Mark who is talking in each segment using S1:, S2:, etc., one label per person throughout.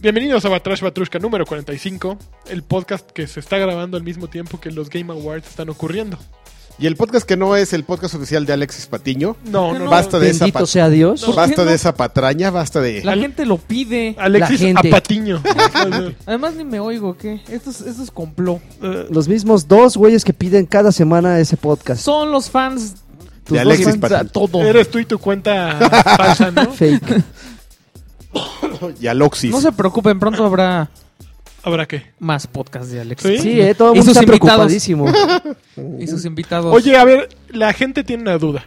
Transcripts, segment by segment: S1: Bienvenidos a Batrash Batrushka número 45, el podcast que se está grabando al mismo tiempo que los Game Awards están ocurriendo.
S2: Y el podcast que no es el podcast oficial de Alexis Patiño.
S1: No, no, no.
S2: Basta de esa
S3: Bendito
S2: pat-
S3: sea Dios.
S1: No. ¿Por
S2: Basta
S4: qué
S2: de esa patraña, basta de.
S4: La gente lo pide.
S1: Alexis
S3: La gente.
S1: Apatiño.
S4: Además ni me oigo, ¿qué? Esto es, esto es complot.
S1: Eh,
S3: Los mismos dos güeyes que piden cada semana ese podcast.
S4: Son los fans. tus
S2: De
S4: dos
S2: Alexis
S4: fans
S2: Patiño.
S4: a todo.
S1: Eres tú y tu cuenta falsa, ¿no?
S3: Fake.
S2: Y Aloxis.
S4: No se preocupen, pronto habrá
S1: ¿Habrá qué?
S4: más podcasts de Alexis.
S1: ¿Sí?
S3: Sí, eh, todo el
S4: Y
S3: mundo
S4: sus
S3: está
S4: invitados.
S3: preocupadísimo.
S4: Y sus invitados.
S1: Oye, a ver, la gente tiene una duda.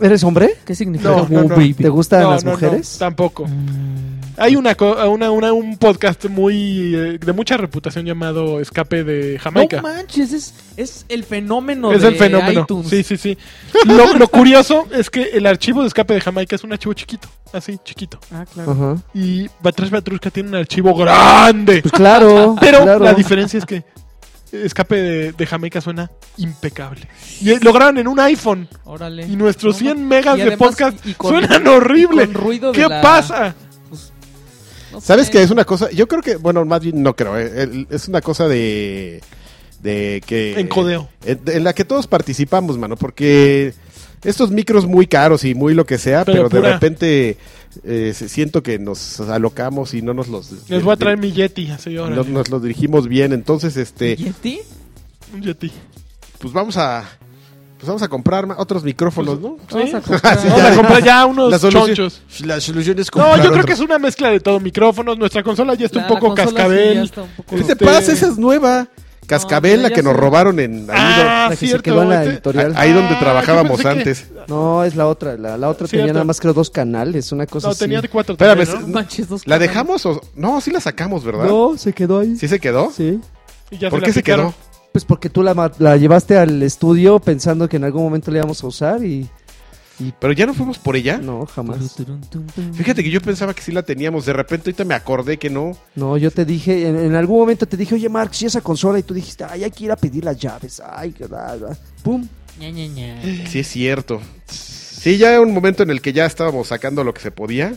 S3: ¿Eres hombre?
S4: ¿qué significa
S1: No, no,
S4: Boo
S1: no.
S4: Baby?
S3: ¿Te gustan
S1: No,
S3: las
S1: no, no,
S3: mujeres?
S1: tampoco.
S4: Mm,
S1: Hay una, co- una, una- un podcast muy eh, de mucha reputación llamado Escape de Jamaica.
S4: No manches, es, es el fenómeno
S1: es
S4: de
S1: el fenómeno.
S4: iTunes.
S1: Sí, sí, sí. Lo, lo curioso es que el archivo de Escape de Jamaica es un archivo chiquito, así, chiquito.
S4: Ah, claro.
S3: Ajá.
S1: Y Batrash Batrushka tiene un archivo grande.
S3: Pues claro.
S1: Pero
S3: claro.
S1: la diferencia es que Escape de, de Jamaica suena impecable. Y eh, lo graban en un iPhone.
S4: Órale.
S1: Y nuestros
S4: No
S1: 100
S4: ma-
S1: megas
S4: y
S1: de
S4: además-
S1: podcast
S4: y con-
S1: suenan horrible.
S4: y con ruido de
S1: ¿Qué
S4: la-
S1: pasa?
S4: pues, no
S2: ¿Sabes
S4: sé.
S2: qué? Es una cosa. Yo creo que. Bueno, más bien no creo. eh, el- Es una cosa de. De que.
S1: Encodeo.
S2: En, en la que todos participamos, mano. Porque. Estos micros muy caros y muy lo que sea,
S1: Pero
S2: pero,
S1: pura-
S2: de repente eh, se- siento que nos alocamos y no nos los.
S1: Les voy a traer mi Yeti, así ahora.
S2: no nos los dirigimos bien. Entonces, este.
S4: ¿Y a ti?
S1: Un Yeti.
S2: Pues vamos a. Pues vamos a comprar ma- otros micrófonos, ¿no?
S1: Sí.
S4: Vamos a comprar-
S2: Sí,
S1: Vamos
S2: ya.
S1: a comprar ya
S2: La
S1: unos
S2: solución-
S1: chonchos.
S2: La solución es
S1: No,
S2: comprar
S1: yo creo
S2: otro-
S1: que es una mezcla de todo. Micrófonos, nuestra consola ya está
S4: La-
S1: un poco
S4: la consola sí ya
S1: cascabel.
S4: está un poco-
S2: ¿Qué te
S1: Este-
S2: pasa? Esa es nueva. Cascabel,
S4: No,
S2: la
S4: ya
S2: que
S4: sé.
S2: nos robaron en. ahí
S1: Ah,
S3: La que se
S1: cierto.
S3: quedó en la
S1: este-
S3: editorial.
S2: Ahí donde
S1: Ah, yo
S2: trabajábamos
S1: pensé que-
S2: antes.
S3: No, es la otra. La, la otra tenía
S1: Cierto.
S3: nada más creo dos canales, una cosa
S1: No,
S3: así.
S1: tenía cuatro
S2: Espérame,
S1: también,
S4: No
S1: ¿no?
S4: manches, dos
S2: ¿La
S4: canales.
S2: dejamos o.? No, sí la sacamos, ¿verdad?
S3: No, se quedó ahí.
S2: ¿Sí se quedó?
S3: Sí.
S1: Y ya
S2: ¿Por
S1: la
S2: qué se
S1: picaron.
S2: quedó?
S3: Pues porque tú la, ma- la llevaste al estudio pensando que en algún momento la íbamos a usar y
S2: Pero ya no fuimos por ella.
S3: no, jamás.
S2: Fíjate que yo pensaba que sí la teníamos. De repente ahorita me acordé que no.
S3: No, yo te dije, en, en algún momento te dije, oye Marx, ¿y esa consola? Y tú dijiste, ay, hay que ir a pedir las llaves, ay, que bla, bla". Pum.
S4: Ña, Ña, Ña.
S2: Sí, es cierto. Sí, ya era un momento en el que ya estábamos sacando lo que se podía.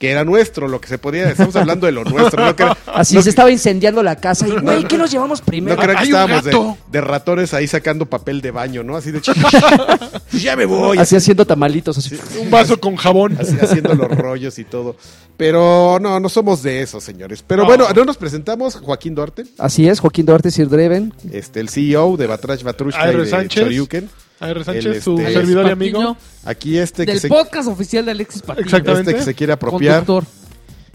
S2: Que era nuestro, lo que se podía. Estamos hablando de lo nuestro. No creo,
S3: Así
S2: no
S3: se
S2: cre-
S3: estaba incendiando la casa y, güey, ¿qué nos llevamos
S2: no
S3: primero?
S2: creo que
S1: Hay un
S2: estábamos de,
S1: gato.
S2: de ratones ahí sacando papel de baño, ¿no? Así de "Ch- ya me voy.
S3: Así haciendo tamalitos, así.
S1: Un vaso con jabón.
S2: así haciendo los rollos y todo. Pero no, no somos de esos, señores. Pero
S1: No.
S2: bueno, no nos presentamos, Joaquín Duarte,
S3: Así es, Joaquín Duarte Sir Dreven.
S2: este, el CEO de Batrash Batrushka
S1: A.R.
S2: y de
S1: Sánchez.
S2: Choryuken.
S1: A.R. Sánchez,
S2: El, este,
S1: su
S2: Alex
S1: servidor y
S4: Patiño,
S1: amigo.
S2: Aquí este que,
S4: Del
S2: se,
S4: podcast oficial de Alexis Patiño.
S1: Exacto.
S2: este que se quiere apropiar.
S4: Conductor.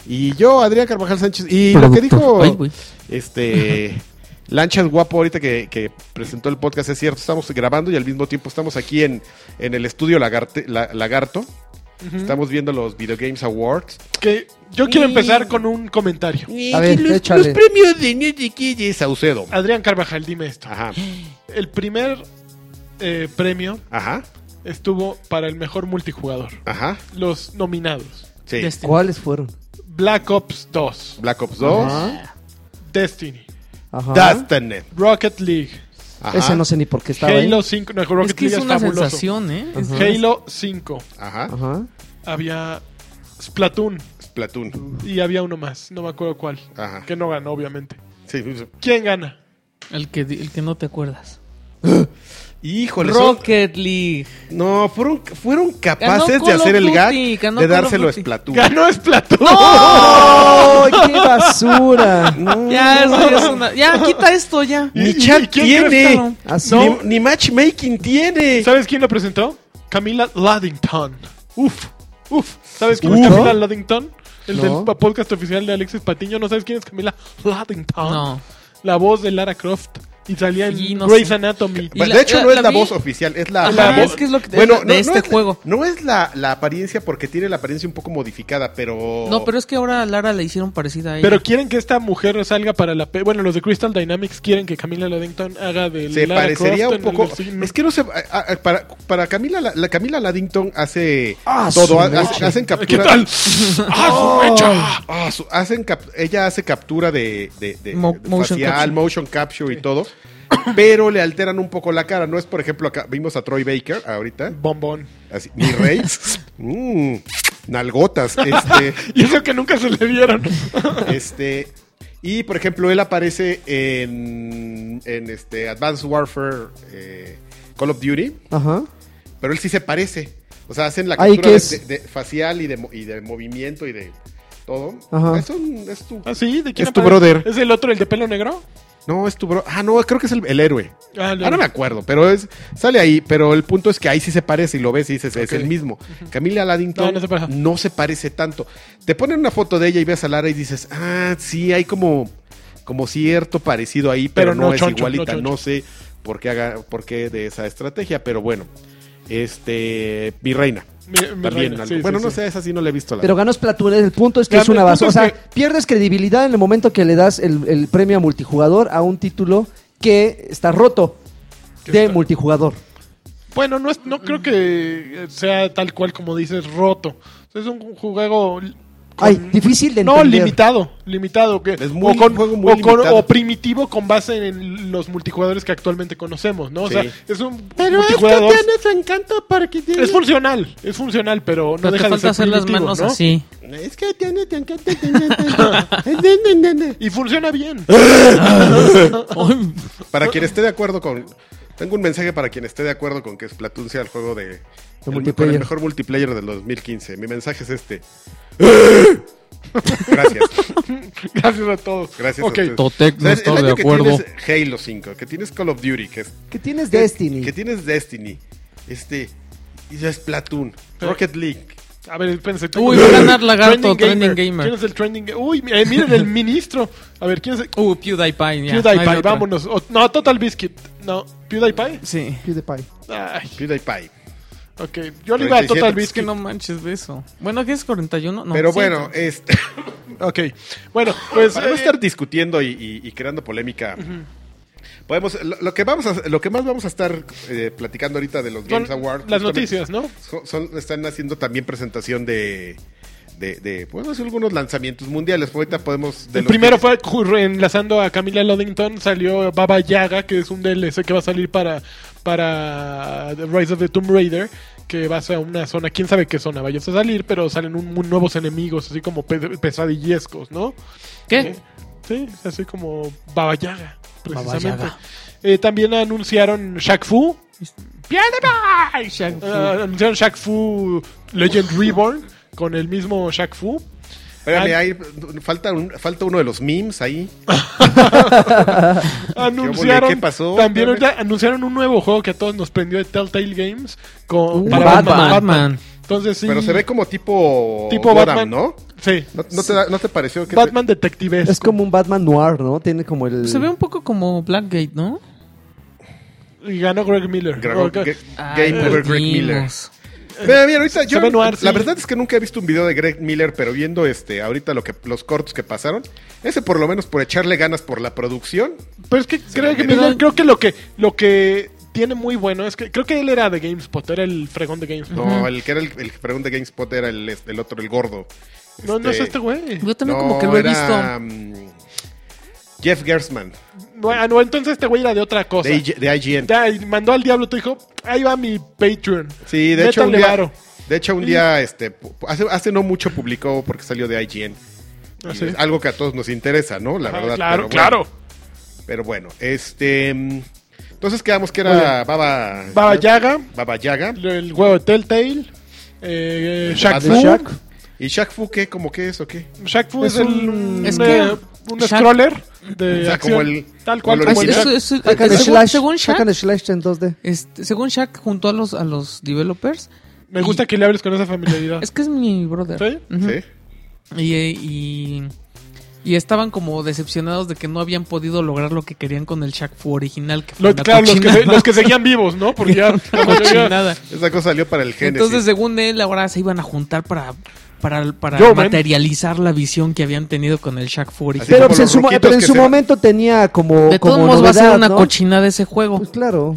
S2: Y yo, Adrián Carvajal Sánchez. Y lo que dijo
S4: Ay, güey.
S2: este Lanchas Guapo ahorita que, que presentó el podcast, es cierto, estamos grabando y al mismo tiempo estamos aquí en, en el estudio Lagarte- La- Lagarto. Estamos viendo los Video Games Awards.
S1: Que yo quiero empezar con un comentario.
S3: A ver, los- échale. los
S2: premios de Nietzsche Saucedo.
S1: Adrián Carvajal, dime esto.
S2: Ajá,
S1: El primer eh, premio
S2: ajá,
S1: estuvo para el mejor multijugador.
S2: ajá.
S1: Los nominados.
S2: Sí.
S4: Destiny.
S3: ¿Cuáles fueron?
S1: Black Ops 2,
S2: Black Ops 2.
S3: Ajá.
S1: Destiny,
S3: Ajá.
S2: Destiny.
S1: Rocket League,
S2: Ajá.
S3: Ese no sé ni por qué estaba ahí.
S1: Halo 5, no, Rocket
S4: Es que
S1: League
S4: es
S1: es
S4: una
S1: fabuloso.
S4: sensación, ¿eh? Es-
S3: Ajá.
S1: Halo 5,
S2: Ajá.
S3: Ajá.
S1: había Splatoon
S2: Splatoon.
S1: y había uno más, no me acuerdo cuál,
S2: Ajá.
S1: que no ganó obviamente.
S2: Sí.
S1: ¿Quién gana?
S4: El que, el que no te acuerdas.
S2: Híjole, son-
S4: Rocket League.
S2: No, fueron, fueron
S4: Ganó
S2: capaces
S4: Call
S2: de hacer
S4: of
S2: el
S4: Duty,
S2: gag
S4: ganó
S2: de
S4: Call of
S2: dárselo a
S4: Duty.
S2: Splatoon.
S1: ¡Ganó Splatoon!
S3: ¡Ay, qué basura! No.
S4: Ya, eso ya es una- ya, quita esto ya.
S1: ¿Y-
S2: Ni
S1: y- y
S2: chat
S1: quién
S2: tiene,
S4: crees
S3: Así.
S2: ni, ni matchmaking tiene.
S1: ¿Sabes quién lo presentó? Camila Laddington. Uf, uf. ¿Sabes quién
S3: Uf.
S1: es Camila Laddington? El
S3: No.
S1: del podcast oficial de Alexis Patiño. ¿No sabes quién es Camila Laddington?
S4: No.
S1: La voz de Lara Croft. Y salía en
S4: Y no
S1: Grey's
S4: sé.
S1: Anatomy.
S4: Y
S2: Bueno,
S4: la-
S2: de hecho,
S4: la-
S2: no es la,
S4: la vi-
S2: voz oficial, es la,
S4: Ajá,
S2: la
S4: es
S2: voz-
S4: que es lo que- es la- de este
S2: es la-
S4: juego.
S2: No es la, la apariencia porque tiene la apariencia un poco modificada, pero.
S4: No, pero es que ahora a Lara le hicieron parecida a ella.
S1: Pero quieren que esta mujer salga para la... pe- Bueno, los de Crystal Dynamics quieren que Camila Laddington haga de
S2: Se
S1: Lara
S2: parecería un
S1: Croft en el
S2: poco.
S1: signo.
S2: Es que no sé. a- a- para, para Camila, la, la Camila Laddington hace
S3: Ah, su
S2: todo. ha- hace-
S3: leche.
S2: hacen
S1: ¿Qué
S2: captura.
S1: tal? ¡Ah, su mecha!
S2: Ah, su- hacen cap- ella hace captura de, de, de-
S4: Mo-
S2: de
S4: motion
S2: facial,
S4: capture.
S2: motion capture y todo. Pero le alteran un poco la cara. No es, por ejemplo, acá vimos a Troy Baker ahorita.
S1: Bombón.
S2: Así, mi rey. Mm, nalgotas. Este,
S1: Y eso que nunca se le dieron.
S2: este, y por ejemplo, él aparece en, en este Advanced Warfare eh, Call of Duty,
S3: Ajá.
S2: pero él sí se parece. O sea, hacen la
S3: Ay,
S2: captura
S3: ¿qué
S2: de-
S3: es?
S2: de- de facial y de, mo- y de movimiento y de todo.
S3: Ajá.
S2: Es, un- es tu,
S1: ¿Ah, sí? ¿De quién
S2: Es tu
S1: aparece?
S2: brother.
S1: ¿Es el otro, el de pelo negro?
S2: no, es tu bro. Ah, no, creo que es el, el héroe.
S1: Ah,
S2: Ah, no me acuerdo, pero es, sale ahí. Pero el punto es que ahí sí se parece y lo ves y dices, es
S1: Ok.
S2: el mismo. Camila Laddington
S1: No,
S2: no,
S1: no se parece.
S2: se parece tanto. Te ponen una foto de ella y ves a Lara y dices, ah, sí, hay como, como cierto parecido ahí, pero,
S1: Pero
S2: no,
S1: no
S2: es
S1: choncho,
S2: igualita.
S1: no
S2: No,
S1: choncho.
S2: sé por qué, haga, por qué de esa estrategia, pero bueno. Este, mi reina.
S1: Mi- mi
S2: también.
S1: reina,
S2: algo-
S1: sí,
S2: bueno,
S1: sí,
S2: no
S1: sí.
S2: sé, esa sí no la he visto. La
S3: Pero ganó Splatoon, el punto es que
S1: Claro,
S3: es una
S1: el punto
S3: basura. O sea,
S1: es que-
S3: pierdes credibilidad en el momento que le das el, el premio a multijugador a un título que está roto
S1: Que
S3: de
S1: está-
S3: multijugador.
S1: Bueno, no, es, no creo que sea tal cual como dices, roto. Es un juego... con-
S3: Ay, difícil de
S1: No,
S3: entender.
S1: limitado, limitado. Que,
S2: Es muy-
S1: o, con-
S2: un juego muy
S1: o con-
S2: limitado.
S1: o primitivo con base en los multijugadores que actualmente conocemos, ¿no? O
S2: Sí.
S1: sea, es un multijugador...
S2: su encanto porque tiene...
S1: Es funcional, es funcional, pero no
S4: Pero
S1: deja de
S4: te falta
S1: ser
S4: hacer las
S1: primitivo,
S4: manos
S1: ¿no?
S4: así.
S2: Es que tiene tu encanto. tiene- tiene- tiene-
S1: Y funciona bien.
S4: Ay,
S2: Para quien esté de acuerdo con. Tengo un mensaje para quien esté de acuerdo con que Splatoon sea el juego de. el,
S3: multiplayer.
S2: mejor- el mejor multiplayer del 2015. Mi mensaje es este. ¡Eh! Gracias.
S1: Gracias a todos.
S2: Gracias
S1: Ok,
S2: a ustedes.
S5: Totec no
S2: O sea, el
S5: está
S2: año
S5: de
S2: que
S5: acuerdo.
S2: tienes Halo 5, que tienes Call of Duty, que, es-
S3: ¿Qué tienes
S2: que-
S3: Destiny?
S2: que tienes Destiny. Este. Y ya Splatoon.
S1: Sí.
S2: Rocket League.
S1: A ver, espérense. tengo-
S4: Uy, va a ganar Lagarto, Trending Gamer.
S1: ¿Quién es el Trending Gamer? Uy, mi- eh, miren el ministro. A ver, ¿quién es el...
S4: Uh, PewDiePie. ya, no hay
S1: PewDiePie,
S4: otra.
S1: vámonos. O- no, Total Biscuit. No, PewDiePie.
S4: Sí.
S3: PewDiePie.
S1: Ay,
S2: PewDiePie.
S1: ok. Yo le iba a
S2: 37,
S1: Total
S4: Es que
S1: Biscuit.
S4: no manches de eso. Bueno, ¿qué es 41? No,
S2: Pero
S4: sí,
S2: bueno, este.
S1: Ok. Bueno, pues...
S2: Para no
S1: eh,
S2: estar discutiendo y, y- y creando polémica. Podemos, lo, lo que vamos a- lo que más vamos a estar eh, platicando ahorita de los
S1: son
S2: Games Awards.
S1: las
S2: justamente,
S1: noticias, ¿no?
S2: son- son- están haciendo también presentación de, de, de, bueno, sí, algunos lanzamientos mundiales. Ahorita podemos. de
S1: El
S2: los
S1: primero
S2: que-
S1: fue cu- enlazando a Camila Loddington, salió Baba Yaga, que es un DLC que va a salir para, para The Rise of the Tomb Raider, que va a ser una zona, quién sabe qué zona vayas a salir, pero salen un, un- nuevos enemigos, así como pe- pesadillescos, ¿no? Eh,
S4: ¿Qué?
S1: Sí, así como Baba Yaga, precisamente.
S4: Baba Yaga.
S1: Eh, también anunciaron Shaq Fu.
S4: PewDiePie. Shaq Fu.
S1: eh, anunciaron Shaq Fu Legend Reborn con el mismo Shaq Fu.
S2: Espérame, hay- falta, un- falta uno de los memes ahí.
S1: anunciaron
S2: ¿Qué pasó?
S1: también
S2: Espérame.
S1: ahorita anunciaron un nuevo juego que a todos nos prendió de Telltale Games con
S4: Uh,
S1: para
S4: Batman.
S1: Batman.
S4: Batman.
S1: Entonces sí.
S2: Pero se ve como tipo.
S1: Tipo Batman.
S2: ¿no?
S1: sí.
S2: ¿No, no te, da- no te pareció que.
S1: Batman detectives.
S3: Es como un Batman noir, ¿no? Tiene como el...
S4: Pues Se ve un poco como Blackgate, ¿no?
S1: y ganó Greg Miller.
S2: Gra-
S1: Ok.
S2: Ge-
S4: Ah,
S2: Game over Greg Miller.
S4: perdimos.
S2: Mira, mira, ahorita yo-
S1: ve noir, sí.
S2: la verdad es que nunca he visto un video de Greg Miller, pero viendo este ahorita lo que los cortos que pasaron, ese por lo menos por echarle ganas por la producción.
S1: Pero es que Greg
S2: ve.
S1: Miller creo que lo que lo que tiene muy bueno es que creo que él era de GameSpot, era el fregón de GameSpot.
S2: No, el que era el, el que pregunta de GameSpot era el, este, el otro, el gordo.
S1: No, no es este güey.
S4: Yo también como que lo he visto.
S2: visto. mm, Jeff Gersman
S1: No, ah, no, entonces este güey era de otra cosa.
S2: de, IG de IGN.
S1: Ya, y mandó al diablo, te dijo, ahí va mi Patreon.
S2: Sí, de hecho un
S1: Métanle
S2: día,
S1: varo.
S2: de hecho
S1: Mm.
S2: un día este pu- hace, hace no mucho publicó porque salió de IGN.
S1: Ah,
S2: Y
S1: sí.
S2: es algo que a todos nos interesa, ¿no? La
S1: Ah,
S2: verdad.
S1: claro,
S2: pero bueno.
S1: claro.
S2: Pero bueno, este. mm, Entonces quedamos que era Baba.
S1: Baba Yaga,
S2: Baba Yaga.
S1: el juego de Telltale, eh, Shaq Fu.
S2: Batman.
S3: Shaq.
S2: ¿Y Shaq Fu qué? ¿Cómo qué es o qué?
S1: Shaq Fu es,
S3: Es
S1: el-
S3: un-
S1: un,
S4: Es
S1: eh,
S4: que-
S1: un
S4: Shaq-
S1: scroller de
S2: O sea,
S1: acción,
S2: como el-
S1: tal cual
S2: como el
S1: como el
S4: Eso-
S1: Shaq.
S4: eso-
S3: Hack and
S4: según-
S3: slash,
S4: según
S3: hack
S4: Shaq,
S3: and slash en 2D.
S4: este, según Shaq junto a los, a los developers,
S1: Me gusta que le hables con esa familiaridad.
S4: es que es mi brother.
S1: Ah. ¿Sí?
S4: Ujú.
S2: ¿Sí?
S4: Y, eh, y, y estaban como decepcionados de que no habían podido lograr lo que querían con el Shaq Fu original. Que fue
S1: Los-
S4: una
S1: claro, los que, se-
S4: cochinada.
S1: los que seguían vivos, ¿no? Porque ya... la mayoría-
S4: Cochinada.
S2: Esa cosa salió para el Genesis.
S4: Entonces, según él, ahora se iban a juntar para, para, para
S1: Yo, man.
S4: materializar la visión que habían tenido con el Shaq Fu original.
S2: Sí, como
S3: Pero, pues, en
S2: los
S3: su, mo-
S2: ruquitos
S3: pero en
S2: que
S3: su
S2: se-
S3: momento tenía como.
S4: De
S3: como
S4: todos modos, va a ser
S3: novedad,
S4: una
S3: ¿no?
S4: cochinada ese juego.
S3: Pues claro.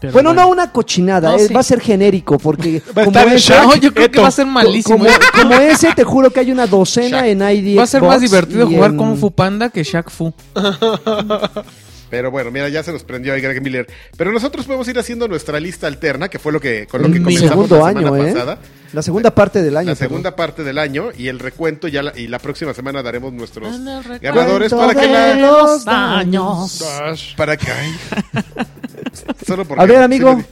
S4: Pero
S3: bueno, no una cochinada,
S4: No,
S3: eh,
S4: sí.
S3: va a ser genérico, porque
S1: Va a estar en
S3: ese-
S1: Shaq,
S4: No, yo creo que
S1: Eto.
S4: va a ser malísimo.
S3: como, como ese, te juro que hay una docena
S2: Shaq.
S3: en ID.
S4: va a ser más
S3: Xbox
S4: divertido
S3: y
S4: jugar
S3: en-
S4: con Fupanda que Shaq Fu.
S2: Pero bueno, mira, ya se nos prendió ahí Greg Miller. Pero nosotros podemos ir haciendo nuestra lista alterna, que fue lo que con lo que
S4: Mi
S2: comenzamos
S3: segundo
S2: la semana
S3: año, ¿eh?
S2: pasada.
S3: La segunda parte del año.
S2: la segunda parte del año y el recuento ya la- y la próxima semana daremos nuestros ganadores para que la
S3: los
S4: años.
S1: Dash.
S2: para que ay. solo
S3: perdón.
S2: porque
S3: A ver, amigo.
S2: sí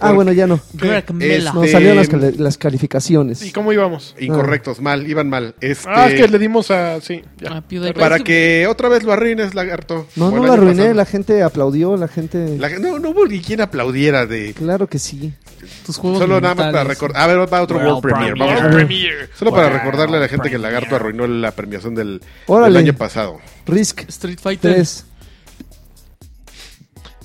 S3: Ah, bueno, ya no.
S4: Greg
S2: Este-
S4: Mela.
S3: No,
S2: Eh,
S3: salieron las, cali- las calificaciones.
S1: ¿Y cómo íbamos?
S2: lo- incorrectos mal iban mal este
S1: Ah, es que le dimos a. Sí, ya.
S4: A PewDiePie.
S2: para que otra vez lo arruines lagarto
S3: No,
S2: Como
S3: no
S2: el
S3: la
S2: año
S3: arruiné,
S2: pasado.
S3: la gente aplaudió, la gente...
S2: La- no no hubo ni quien aplaudiera de
S3: Claro que sí.
S4: Tus juegos
S2: solo nada más para
S4: mentales.
S2: recordar a ver va otro
S4: World
S2: world premiere
S4: Premiere.
S2: vamos.
S1: World Premiere.
S2: solo para
S4: World
S2: recordarle a la gente que el
S4: Premiere.
S2: lagarto arruinó la premiación del, del
S3: Órale.
S2: año pasado
S3: Risk
S4: Street Fighter.
S3: 3.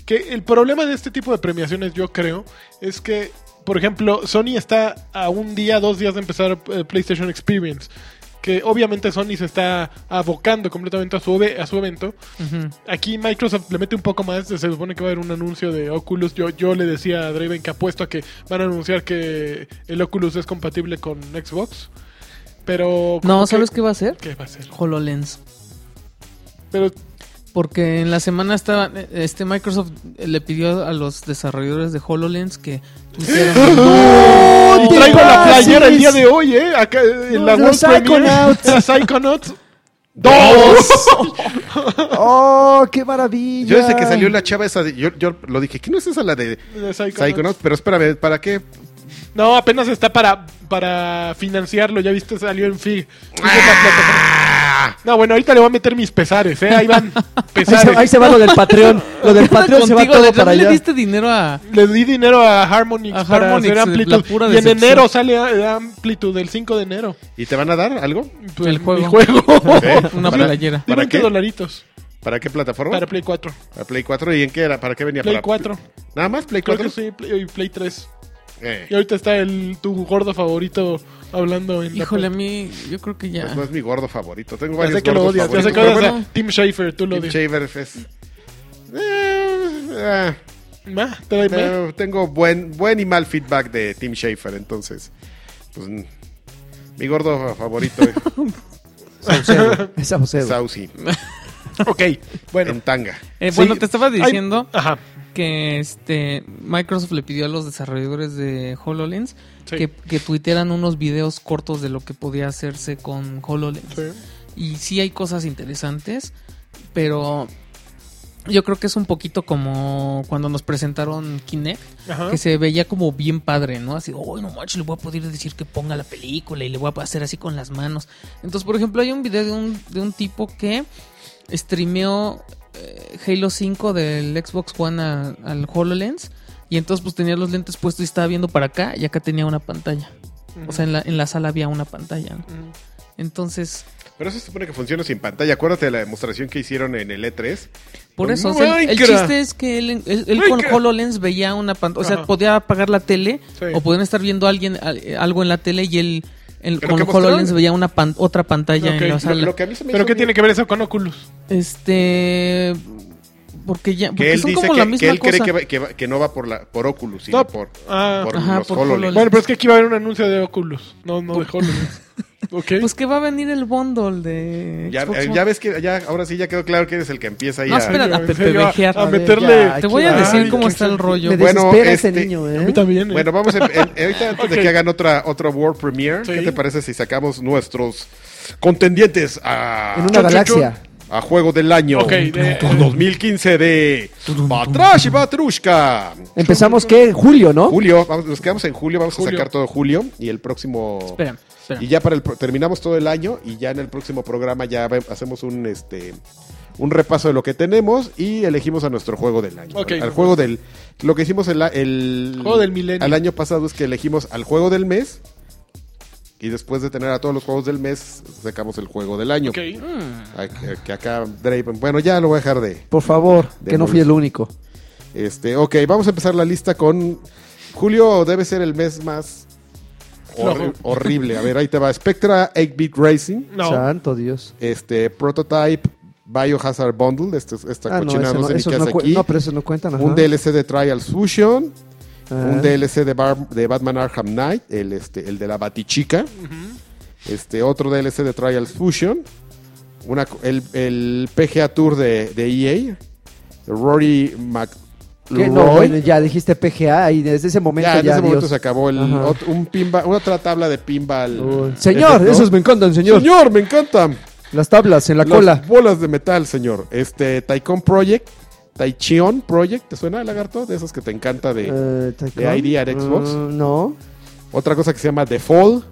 S1: Que el problema de este tipo de premiaciones, yo creo, es que, por ejemplo, Sony está a un día, dos días de empezar eh, PlayStation Experience. Que obviamente Sony se está abocando completamente a su, ove- a su evento.
S4: Ujú.
S1: Aquí Microsoft le mete un poco más. Se supone que va a haber un anuncio de Oculus. Yo, yo le decía a Draven que apuesto a que van a anunciar que el Oculus es compatible con Xbox. Pero. como
S4: No, ¿sabes qué va a ser?
S1: ¿Qué va a ser?
S4: HoloLens.
S1: Pero
S4: Porque en la semana estaba, este Microsoft le pidió a los desarrolladores de HoloLens que hicieran
S1: Y
S3: te
S1: traigo la
S3: pases!
S1: playera el día de hoy, ¿eh? Acá eh, en la
S3: Los
S1: World Premiere.
S3: Psychonauts.
S1: Las Psychonauts. ¡Dos!
S3: ¡Oh, qué maravilla!
S2: yo desde que salió la chava esa de- yo, yo lo dije ¿qué no es esa la de
S1: De Psychonauts.
S2: Psychonauts? Pero espérame, ¿para qué?
S1: No, apenas está para, para financiarlo. Ya viste, salió en FIG. Esa
S2: Ah.
S1: plataforma. No, bueno, ahorita le voy a meter mis pesares, ¿eh? Ahí van.
S3: Ahí se,
S1: Pesares.
S3: ahí se va lo del Patreon. Lo del Patreon se va
S4: contigo,
S3: todo
S4: le,
S3: para
S4: le
S3: allá.
S4: diste dinero a...
S1: Le di dinero a Harmonix
S4: A
S1: para
S4: Harmonix,
S1: hacer
S4: la
S1: Amplitude.
S4: pura
S1: y en
S4: decepción.
S1: enero sale eh, Amplitude, el 5 de enero.
S2: ¿Y te van a dar algo?
S1: Pues,
S4: El juego.
S1: Mi juego.
S2: ¿Eh?
S4: Una
S2: ¿Para-
S4: playera.
S1: Di
S2: ¿Para
S1: 20
S2: qué?
S1: dolaritos
S2: ¿Para qué plataforma?
S1: para Play 4.
S2: ¿Para Play 4? ¿Y en qué era? ¿Para qué venía?
S1: Play
S2: ¿Para-
S1: 4.
S2: ¿Nada más Play
S1: Creo
S2: 4?
S1: que sí, Play, y Play 3.
S2: Eh,
S1: Y ahorita está el tu gordo favorito hablando en la
S4: Híjole, a
S3: pues.
S1: pla-
S4: mí yo creo que
S2: pues no
S4: ya...
S2: es mi gordo favorito. Tengo
S1: ya
S2: varios
S1: sé que lo
S2: gordos
S1: odias, ya sé
S2: favoritos,
S1: que
S2: pero
S1: odias
S2: bueno,
S1: a Tim Schafer, tú lo
S2: Tim
S1: odias.
S2: Schafer es- Eh, ah,
S1: Ma, te doy ma.
S2: pero tengo buen, buen y mal feedback de Tim Schafer, entonces. Pues, mm, mi gordo favorito es
S3: Saucedo. Es Saucedo.
S2: Saucy,
S1: Ok, bueno.
S2: en tanga.
S4: Eh,
S1: Sí.
S4: bueno, te estaba
S1: Ay,
S4: diciendo
S1: ajá.
S4: que este Microsoft le pidió a los desarrolladores de HoloLens
S1: Sí.
S4: que, que tuitearan unos videos cortos de lo que podía hacerse con HoloLens.
S1: sí.
S4: Y sí hay cosas interesantes, pero yo creo que es un poquito como cuando nos presentaron Kinect,
S1: Ajá.
S4: que se veía como bien padre, ¿no? Así, oh, no manches, le voy a poder decir que ponga la película y le voy a hacer así con las manos. Entonces, por ejemplo, hay un video de un, de un tipo que streameó eh, Halo 5 del Xbox One a- al HoloLens y entonces pues tenía los lentes puestos y estaba viendo para acá y acá tenía una pantalla. O sea, en la, en la sala había una pantalla. ¿no?
S1: Ujú.
S4: Entonces,
S2: Pero eso se supone que funciona sin pantalla. Acuérdate de la demostración que hicieron en el E E3.
S4: Por eso, o sea, el- el
S1: Minecraft.
S4: chiste es que él, él- él con
S1: Minecraft.
S4: HoloLens veía una pantalla, o sea,
S1: Ajá.
S4: podía apagar la tele
S1: Sí.
S4: o podían estar viendo a alguien al- eh, algo en la tele y él él
S2: Pero
S4: con
S2: ¿qué mostraron?
S4: HoloLens veía una pan- otra pantalla
S1: Ok,
S4: en la
S1: lo-
S2: Lo,
S4: sala.
S2: lo que a mí se me
S1: Pero
S2: hizo
S1: ¿qué
S2: bien-
S1: tiene que ver eso con Oculus?
S4: Este porque ya porque
S2: que él
S4: son
S2: dice
S4: como la
S2: que,
S4: misma
S2: que él cree
S4: cosa.
S2: que, va- que, va- que no va por la por Oculus, sino
S1: No,
S2: por,
S1: ah,
S2: por
S4: Ajá,
S2: los
S4: por
S2: HoloLens.
S4: HoloLens.
S1: Bueno, pero es que aquí va a haber un anuncio de Oculus. No, no de HoloLens. Ok.
S4: Pues que va a venir el bundle de
S2: Ya,
S4: Xbox
S2: eh,
S4: One.
S2: ya ves que ya, ahora sí ya quedó claro que eres el que empieza ahí
S4: No,
S2: a-
S1: Ay,
S4: espera. espérate, a
S1: en serio,
S4: pendejear,
S1: a
S4: a ver,
S1: meterle.
S3: ya,
S4: Te voy a
S1: Ay,
S4: decir
S1: qué
S4: cómo está el
S1: chafa.
S4: rollo.
S3: Me
S2: Bueno,
S3: desespera ese
S2: este-
S3: niño,
S1: A
S3: ¿eh?
S1: mí también. ¿eh?
S2: Bueno, vamos a, en- ahorita antes
S1: Ok.
S2: de que hagan otra otro World Premiere,
S1: Sí.
S2: ¿qué te parece si sacamos nuestros contendientes a
S3: En una galaxia.
S2: a juego del año
S1: Ok, de-
S2: 2015 de Batrash y Batrushka?
S3: Empezamos, ¿qué? En Julio, ¿no?
S2: Julio, vamos- nos quedamos en julio, vamos
S1: Julio.
S2: a sacar todo julio y el próximo
S4: Espera, espera.
S2: Y ya para el pro- terminamos todo el año y ya en el próximo programa ya ve- hacemos un este un repaso de lo que tenemos y elegimos a nuestro juego del año.
S1: Ok.
S2: Al- Al juego del lo que hicimos el, a- el
S1: Juego del milenio.
S2: Al año pasado es que elegimos al juego del mes y después de tener a todos los juegos del mes sacamos el juego del año.
S1: Ok.
S2: A- a- que acá Draven, bueno, ya lo voy a dejar de
S3: Por favor, que no fui el único.
S2: este, ok, vamos a empezar la lista con julio debe ser el mes más horri-
S1: Flojo.
S2: horrible. A ver, ahí te va Spectra 8-bit Racing.
S1: No.
S3: Santo Dios.
S2: este Prototype Biohazard Bundle, este- esta
S3: Ah, no,
S2: cochina
S3: ese
S2: no,
S3: no,
S2: sé ni
S3: esos
S2: qué
S3: no
S2: hace
S3: cu-
S2: aquí.
S3: no, pero esos no cuentan. ajá.
S2: un DLC de Trial Fusion,
S3: Ah.
S2: un DLC de, Bar- de Batman Arkham Knight, el, este, el de la Batichica, este, otro DLC de Trial Fusion, una, co- el, el PGA Tour de, de EA, E Rory Mac,
S3: ¿Qué? No,
S2: Roy.
S3: bueno, ya dijiste PGA y desde ese momento
S2: Ya,
S3: ya.
S2: en ese momento
S3: adiós.
S2: se acabó el
S3: Ajá.
S2: ot- un pinba, una otra tabla de pinball. Este,
S3: Uy. Señor,
S2: ¿no?
S3: esos me encantan, señor.
S2: Señor. me encantan.
S3: Las tablas en la
S2: Las
S3: cola.
S2: bolas de metal, señor. Este, Taikon Project, Taichion Project, ¿te suena, lagarto? De esos que te encanta de...
S3: Eh, Taekwondo.
S2: de ID at Xbox.
S3: Mm, no.
S2: Otra cosa que se llama The Fall.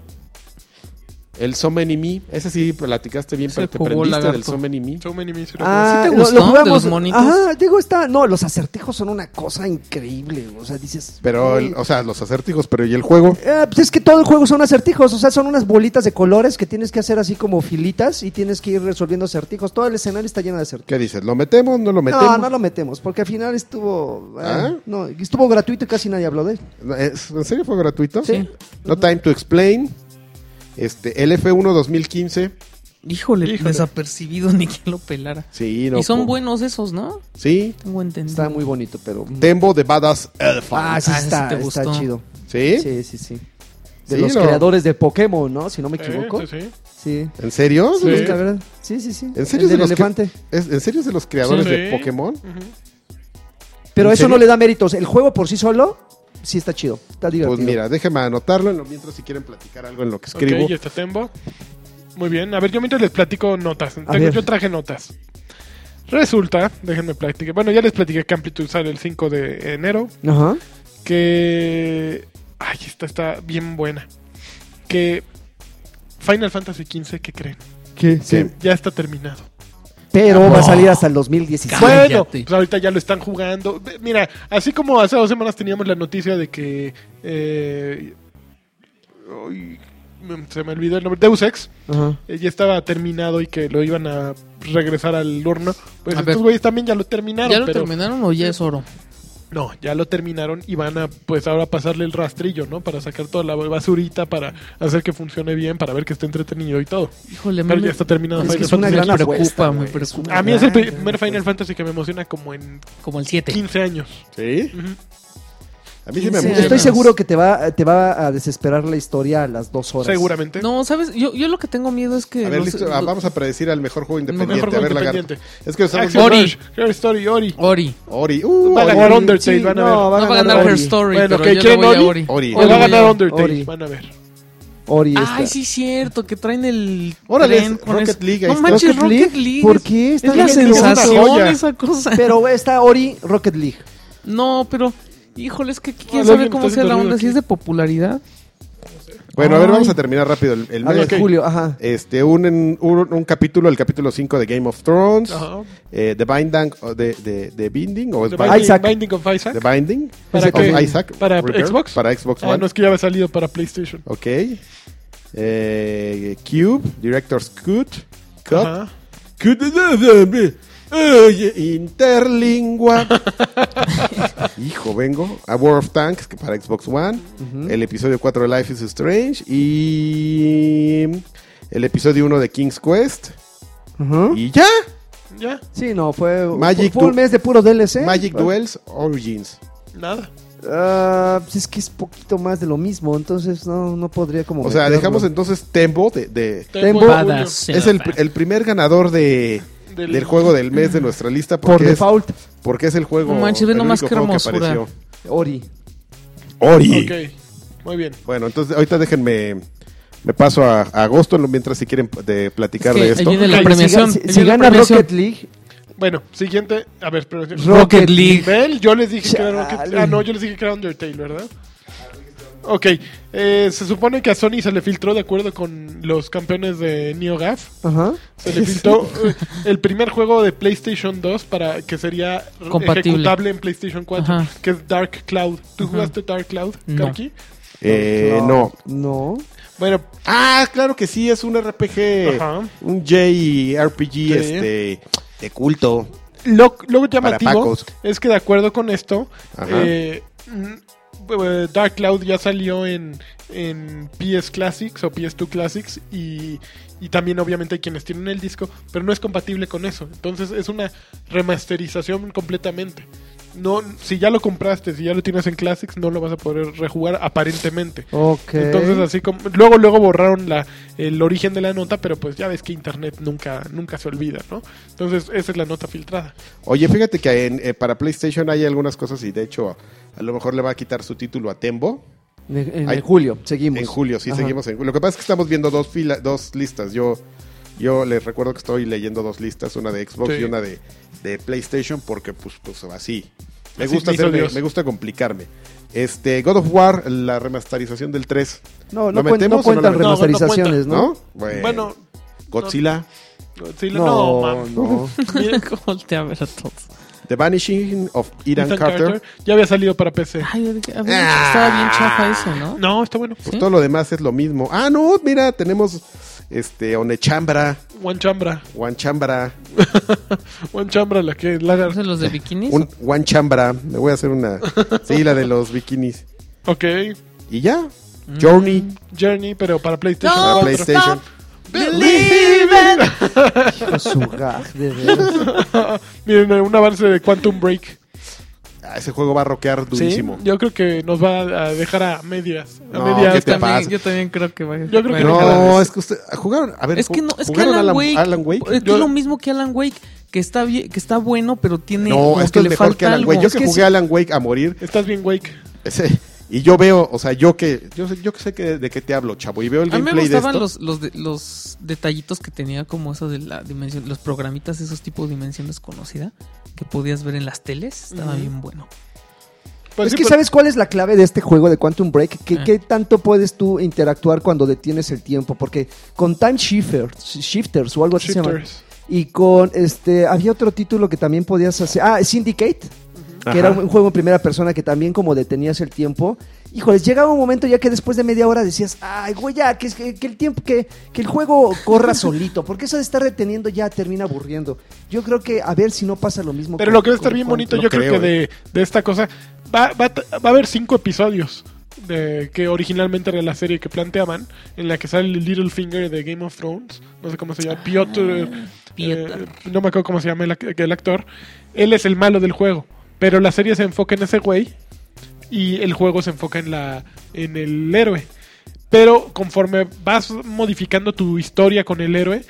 S2: El So Many Me. Ese sí platicaste bien,
S4: Ese
S2: pero te
S4: jugó
S2: prendiste
S4: lagarto.
S2: del So Many Me.
S1: So many me, sí lo
S3: Ah,
S4: ¿Sí te
S3: lo-
S4: gustó?
S3: lo
S4: ¿De los
S3: jugamos.
S4: monitos?
S3: Ajá, digo, está. No, los acertijos son una cosa increíble. O sea, dices.
S2: Pero, el- o sea, los acertijos, pero ¿y el juego?
S3: Eh, pues es que todo el juego son acertijos, o sea, son unas bolitas de colores que tienes que hacer así como filitas y tienes que ir resolviendo acertijos. Todo el escenario está lleno de acertijos.
S2: ¿Qué dices? ¿Lo metemos? ¿No lo
S3: No,
S2: metemos?
S3: no lo metemos, porque al final estuvo eh,
S2: ¿Ah?
S3: no, estuvo gratuito y casi nadie habló de él.
S2: ¿Es- ¿En serio fue gratuito?
S3: Sí.
S2: No Time to Explain. Este, el F1 2015.
S4: Híjole,
S1: Híjole.
S4: desapercibido ni que lo pelara.
S2: Sí, no.
S4: y son
S2: po-
S4: buenos esos, ¿no?
S2: Sí.
S4: Tengo entendido.
S3: Está muy bonito, pero
S2: Tembo de Badass Elf.
S3: Ah, sí
S4: Ah, ese
S3: está,
S4: sí te
S3: está
S4: gustó.
S3: chido.
S2: ¿Sí?
S3: Sí, sí, sí. De
S2: Sí,
S3: los
S2: no.
S3: creadores de Pokémon, ¿no? Si no me
S1: pues Sí, Eh,
S3: equivoco.
S1: sí, sí.
S3: Sí.
S2: ¿En serio?
S1: Sí.
S3: Sí, la verdad. sí, sí, sí.
S2: ¿En serio
S3: El
S2: es de
S3: del
S2: los que-
S3: elefante.
S2: ¿Es- ¿En serio es de los creadores
S1: Sí.
S2: de Pokémon?
S1: Ujú.
S3: Pero
S2: ¿En
S3: eso
S2: serio?
S3: no le da méritos. El juego por sí solo sí está chido. Está divertido.
S2: Pues mira, déjeme anotarlo en lo mientras si quieren platicar algo en lo que escribo.
S1: Ok, y está Tembo. Muy bien, a ver, yo mientras les platico notas. Tengo-
S3: ver.
S1: yo traje notas. Resulta, déjenme platicar. Bueno, ya les platiqué que Amplitude sale el 5 de enero.
S3: Ajá.
S1: Que. Ay, esta está bien buena. Que. Final Fantasy XV, ¿qué creen?
S3: ¿Qué?
S2: Sí.
S1: Ya está terminado.
S3: Pero va a
S4: Oh.
S3: salir hasta el 2016.
S4: Cállate.
S1: Bueno, pues ahorita ya lo están jugando. Ve- Mira, así como hace dos semanas teníamos la noticia de que. eh, ay, me- se me olvidó el nombre. Deus Ex.
S3: Ajá.
S1: eh, ya estaba terminado y que lo iban a regresar al horno. Pues
S4: A
S1: estos
S4: ver.
S1: güeyes también ya lo terminaron.
S4: ¿Ya lo
S1: pero-
S4: terminaron o ya es oro?
S1: No, ya lo terminaron y van a pues ahora pasarle el rastrillo, ¿no? Para sacar toda la basurita, para hacer que funcione bien, para ver que esté entretenido y todo.
S4: Híjole,
S1: Pero
S4: me-
S1: ya está terminado.
S3: Es que
S1: Final
S3: es una
S1: Fantasy.
S3: gran
S4: me preocupa,
S3: apuesta.
S4: me
S3: güey.
S4: preocupa.
S3: una
S1: A mí es el
S3: gran,
S1: primer
S3: gran
S1: Final
S3: apuesta.
S1: Fantasy que me emociona como en
S4: Como el 7.
S1: 15 años.
S2: ¿Sí?
S1: Ujú.
S2: A mí sí me
S4: Sí,
S2: emociona.
S3: Estoy
S4: Además.
S3: seguro que te va, te va a desesperar la historia a las dos horas.
S1: Seguramente.
S4: No, ¿sabes? Yo, yo lo que tengo miedo es que...
S2: A ver,
S4: los-
S2: listo, ah,
S4: lo-
S2: vamos a predecir al mejor juego independiente.
S1: Mejor
S2: a
S1: juego
S2: ver, lagarto.
S1: independiente.
S2: Es que estamos
S1: Action
S4: Ori.
S1: Rush, Her Story, Ori.
S4: Ori.
S2: Ori. Uh,
S1: Va a
S2: Ori.
S1: ganar
S3: Ori,
S1: Undertale,
S3: sí,
S1: van a
S3: no,
S1: ver.
S3: va
S4: No va a ganar
S3: Ori.
S4: Her Story,
S1: Bueno,
S4: pero
S1: ok,
S4: yo le
S1: ¿quién,
S4: voy a
S1: Ori?
S4: Ori.
S2: Ori.
S1: O va a
S4: Ori.
S1: ganar Undertale,
S3: Ori.
S1: van a ver.
S3: Ori
S4: Ay,
S3: está-
S4: sí cierto, que traen el
S2: Órale,
S4: tren
S2: es Rocket
S4: eso.
S2: League, ahí
S4: No
S2: está.
S4: manches,
S3: Rocket League.
S4: Rocket League.
S3: ¿Por
S4: es-
S3: qué? Está
S4: Es la
S3: bien, es
S2: una
S4: sensación
S2: joya.
S4: esa cosa.
S3: Pero está Ori Rocket League.
S4: No, pero... Híjole, es que
S1: Ah,
S4: quién sabe
S1: alguien
S4: cómo
S1: está
S4: sea la
S1: haciendo ruido
S4: onda. Si
S1: aquí.
S4: es de popularidad.
S2: Bueno, a ver, vamos
S4: Ay.
S2: a terminar rápido el, el
S3: A
S2: mes.
S3: ver, Julio, ajá.
S2: Este, un, en- un, un capítulo, el capítulo 5 de Game of Thrones.
S1: Ajá.
S2: Eh, The Binding, o de, de, de Binding, o es
S1: The
S2: Binding?
S1: Binding,
S3: Isaac.
S1: Binding of Isaac.
S2: Pues The Binding
S1: ¿Para
S2: of
S1: qué?
S2: Isaac.
S1: ¿Para
S2: Rebirth,
S1: Xbox?
S2: Para Xbox
S1: Ah,
S2: One.
S1: no, es que ya había salido para PlayStation.
S2: Ok. Eh, Cube, Director's Cut. Cut.
S1: Ajá.
S2: Cut. eh, Oye, Interlingua. Hijo, vengo. A War of Tanks que para Xbox One. El episodio 4 de Life is Strange. Y. El episodio 1 de King's Quest.
S3: Ajá.
S2: Y ya.
S1: Ya,
S3: Sí, no, fue,
S2: Magic
S3: fue un
S2: Du-
S3: mes de puro DLC.
S2: Magic
S3: Bueno,
S2: Duels Origins.
S1: nada.
S3: ah, pues es que es poquito más de lo mismo, entonces no, no podría como...
S2: O sea,
S3: meterlo.
S2: dejamos entonces Tembo de- de,
S1: Tembo,
S3: Tembo.
S1: Junio.
S4: Badass.
S2: es el, el primer ganador de, del,
S1: Del-
S2: juego del mes de nuestra lista
S3: Por
S2: porque, es,
S3: default,
S2: porque es el juego
S4: No manches, ve
S2: el
S4: nomás
S2: único
S4: qué
S2: juego que
S4: hermosura.
S2: apareció.
S3: Ori.
S2: Ori.
S1: Ok, muy bien.
S2: Bueno, entonces ahorita déjenme me paso a, a agosto lo- mientras si quieren de platicar
S4: Es que
S2: de esto.
S4: ahí viene la
S1: Ok,
S4: premiación.
S3: Si, ga- si-
S4: ahí
S3: si
S4: viene la
S3: gana
S4: premiación.
S3: Rocket League,
S1: Bueno, siguiente. A ver, pero.
S4: Rocket League.
S1: Nivel, yo les dije que era Rocket
S3: Chale.
S1: Ah, no, yo les dije que era Undertale, ¿verdad? Ok, eh, se supone que a Sony se le filtró, de acuerdo con los campeones de NeoGAF,
S3: Ajá.
S1: se le filtró eh, el primer juego de PlayStation 2 para que sería re-
S4: Compatible.
S1: ejecutable en PlayStation 4,
S4: Ajá.
S1: que es Dark Cloud. ¿Tú
S4: Ajá.
S1: jugaste Dark Cloud,
S4: No.
S1: Karki?
S2: Eh, no.
S3: No.
S1: Bueno,
S2: Ah, claro que sí, es un RPG,
S1: Ajá.
S2: un JRPG este, de culto.
S1: Lo, lo
S2: Para
S1: llamativo
S2: Pacos.
S1: es que de acuerdo con esto,
S2: Ajá.
S1: eh, mm, eh, Dark Cloud ya salió en, en PS Classics o PS2 Classics y, y también obviamente hay quienes tienen el disco, pero no es compatible con eso. Entonces es una remasterización completamente. no, si ya lo compraste, si ya lo tienes en Classics, no lo vas a poder rejugar aparentemente.
S3: Ok.
S1: Entonces así como luego luego borraron la el origen de la nota, pero pues ya ves que internet nunca nunca se olvida, ¿no? Entonces esa es la nota filtrada.
S2: Oye, fíjate que en, eh, para PlayStation hay algunas cosas y de hecho a lo mejor le va a quitar su título a Tembo.
S3: En, en
S2: Ay,
S3: julio, seguimos.
S2: En julio, sí,
S3: Ajá.
S2: seguimos en Lo que pasa es que estamos viendo dos, fila, dos listas. Yo, yo les recuerdo que estoy leyendo dos listas, una de Xbox
S1: Sí.
S2: y una de, de PlayStation, porque pues, pues así. Me
S1: Así
S2: gusta,
S1: me hizo
S2: hacerme-
S1: Dios.
S2: me gusta complicarme. Este, God of War, la remasterización del 3,
S3: No,
S2: ¿Lo
S3: no, cuen-
S2: metemos
S3: no
S2: o no lo
S3: cuentan
S2: metemos?
S3: remasterizaciones,
S2: ¿no?
S3: ¿no?
S2: Bueno,
S1: Pues Bueno,
S2: Godzilla,
S1: sí, no, no, mam.
S2: no.
S1: Mira,
S4: Voltea a ver a todos.
S2: The Vanishing of Ethan,
S1: Ethan
S2: Carter.
S1: Carter ya había salido para PC.
S4: Ay, yo dije, había dicho que estaba bien chafa eso, ¿no?
S1: No, está bueno.
S2: Pues
S4: ¿Sí?
S2: todo lo demás es lo mismo. Ah, no, mira, tenemos este Onechambra,
S1: Wanchambra.
S2: Wanchambra,
S1: Wanchambra la que es la
S4: ¿Esos los de bikinis?
S2: un Wanchambra. Me voy a hacer una. Sí, la de los bikinis.
S1: Ok,
S2: Y ya.
S4: Mm.
S2: Journey.
S1: Journey, pero para PlayStation
S4: No,
S2: Para
S1: 4.
S2: PlayStation.
S4: Believe it.
S3: Hijo su gaj, de veras.
S1: Miren, eh, un avance de Quantum Break.
S2: Ah, ese juego va a rockear durísimo.
S1: Sí, yo creo que nos va a dejar a medias. A
S2: No,
S1: medias.
S2: ¿qué te
S1: también.
S2: pasa?
S4: Yo también creo que va a
S1: Yo creo que
S4: va a dejar
S2: No,
S4: a-
S2: es que usted. Jugaron. A ver,
S4: Es que no, es que
S2: ¿jugaron
S4: Alan, Wake,
S2: Alan Wake?
S4: Es que
S1: Yo-
S4: es lo mismo que Alan Wake, que está bien, que está bueno, pero tiene
S2: No,
S4: como
S2: esto
S4: que
S2: es
S4: le
S2: mejor
S4: falta
S2: que Alan
S4: algo.
S2: Wake. Yo
S4: Es
S2: que
S4: que
S2: jugué a Alan Wake a morir.
S1: Estás bien, Wake.
S2: ese- y yo veo, o sea, yo que. Yo, sé- yo que sé que, de qué te hablo, chavo. Y veo el
S4: sí, a mí me
S2: gameplay de esto.
S4: gustaban los, los, de- los detallitos que tenía como eso de la dimensión, los programitas, esos tipos de dimensión desconocida que podías ver en las teles, estaba
S1: Ujú.
S4: bien bueno.
S1: Pues
S3: es
S1: sí,
S3: que
S1: pues, Eh.
S3: ¿sabes cuál es la clave de este juego de Quantum Break? ¿Qué,
S4: Ah.
S3: qué tanto puedes tú interactuar cuando detienes el tiempo? Porque con Time Shifters, Shifters o algo así se llama.
S1: Shifters.
S3: Y con este, había otro título que también podías hacer. Ah, Syndicate, que
S2: Ajá.
S3: era un juego en primera persona que también como detenías el tiempo. Híjoles, llegaba un momento ya que después de media hora decías, ay, güey, ya, que, es- que, que el tiempo, que, que el juego corra solito, porque eso de estar deteniendo ya termina aburriendo. Yo creo que a ver si no pasa lo mismo.
S1: Pero
S3: con-
S1: lo que va a
S3: con
S1: estar bien
S3: Quantum.
S1: bonito,
S2: lo
S1: yo creo,
S2: creo,
S1: que
S3: eh.
S1: de, de esta cosa. Va, va, a t- va a haber cinco episodios de que originalmente era la serie que planteaban, en la que sale Littlefinger de Game of Thrones. No sé cómo se llama. Piotr.
S3: Ah,
S1: eh,
S4: Piotr.
S1: no me acuerdo cómo se llama el, ac- el actor. Él es el malo del juego. Pero la serie se enfoca en ese güey. Y el juego se enfoca en la. en el héroe. Pero conforme vas modificando tu historia con el héroe,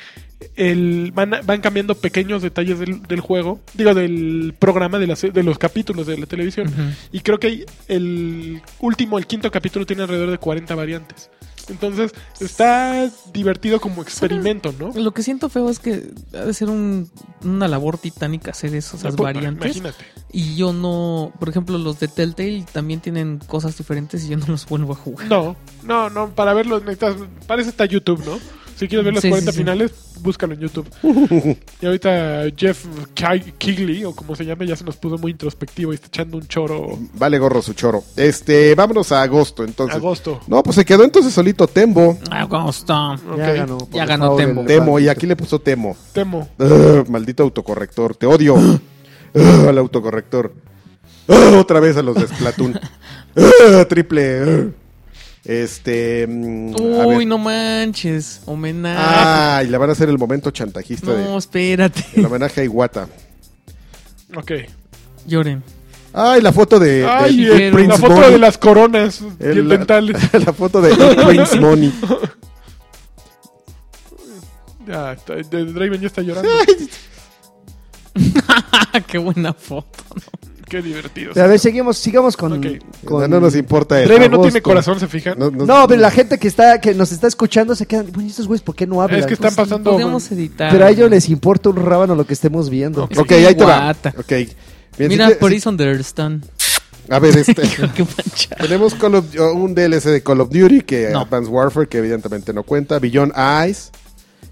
S1: el, van, van cambiando pequeños detalles del, del juego, digo, del programa, de, las- de los capítulos de la televisión.
S4: Ujú.
S1: Y creo que el último, el quinto capítulo tiene alrededor de 40 variantes. Entonces, está divertido como experimento, ¿no?
S4: Lo que siento feo es que ha de ser un- una labor titánica hacer esas
S1: Pues,
S4: variantes.
S1: Imagínate.
S4: Y yo no, por ejemplo, los de Telltale también tienen cosas diferentes y yo no los vuelvo a jugar.
S1: No, no, no, para verlo necesitas, parece está YouTube, ¿no? Si quieres ver los
S4: Sí,
S1: 40
S4: sí, sí.
S1: finales, búscalo en YouTube. y ahorita Jeff Ki- Kigley, o como se llame, ya se nos puso muy introspectivo y está echando un choro
S2: Vale gorro su choro. Este, vámonos a agosto entonces.
S1: agosto.
S2: No, pues se quedó entonces solito Tembo.
S4: Ah, ¿cómo está?
S1: Ok.
S3: Ya ganó. por
S4: Ya ganó
S3: favor,
S4: Temo.
S3: el-
S2: Temo, y aquí le puso Temo.
S1: Temo.
S2: Ugh, Ah, maldito autocorrector, te odio. Ugh, al autocorrector. Ugh, otra vez a los de Splatoon. Ugh, triple. Ugh. Este. mm, a
S4: Uy,
S2: ver. Ah,
S4: no manches. Homenaje.
S2: Ay, le van a hacer el momento chantajista
S4: no,
S2: de
S4: espérate.
S2: el homenaje a Iwata.
S1: Ok.
S4: Lloren.
S2: Ay, la foto de, de
S1: Ay,
S4: el
S1: eh,
S4: Prince
S1: la foto
S2: Money.
S1: de las coronas
S2: El-
S1: bien dentales.
S2: la foto de Prince Money.
S1: Ya, está- de- Draven ya está llorando.
S4: Qué buena foto.
S1: Qué divertido.
S3: Pero a ver, seguimos, sigamos con.
S1: Ok.
S3: con-
S2: No nos importa él.
S1: Draven no
S3: agosto.
S1: tiene corazón, se fijan.
S2: No, no-
S3: No, pero la gente que está, que nos está escuchando se quedan. Bueno, ¿y estos güeyes, ¿por qué no hablan?
S1: Es que está- Están pasando-
S4: Podemos editar.
S3: Pero a ellos les importa un rábano lo que estemos viendo.
S1: Ok.
S2: Ok, ahí te va.
S4: Guata.
S2: Ok. Bien, si
S4: Mira,
S2: te-
S4: Horizon Understand.
S2: si- A ver, este.
S4: Qué mancha.
S2: tenemos Call of- oh, un DLC de Call of Duty que
S4: No.
S2: Advanced Warfare, que evidentemente no cuenta. Beyond Eyes.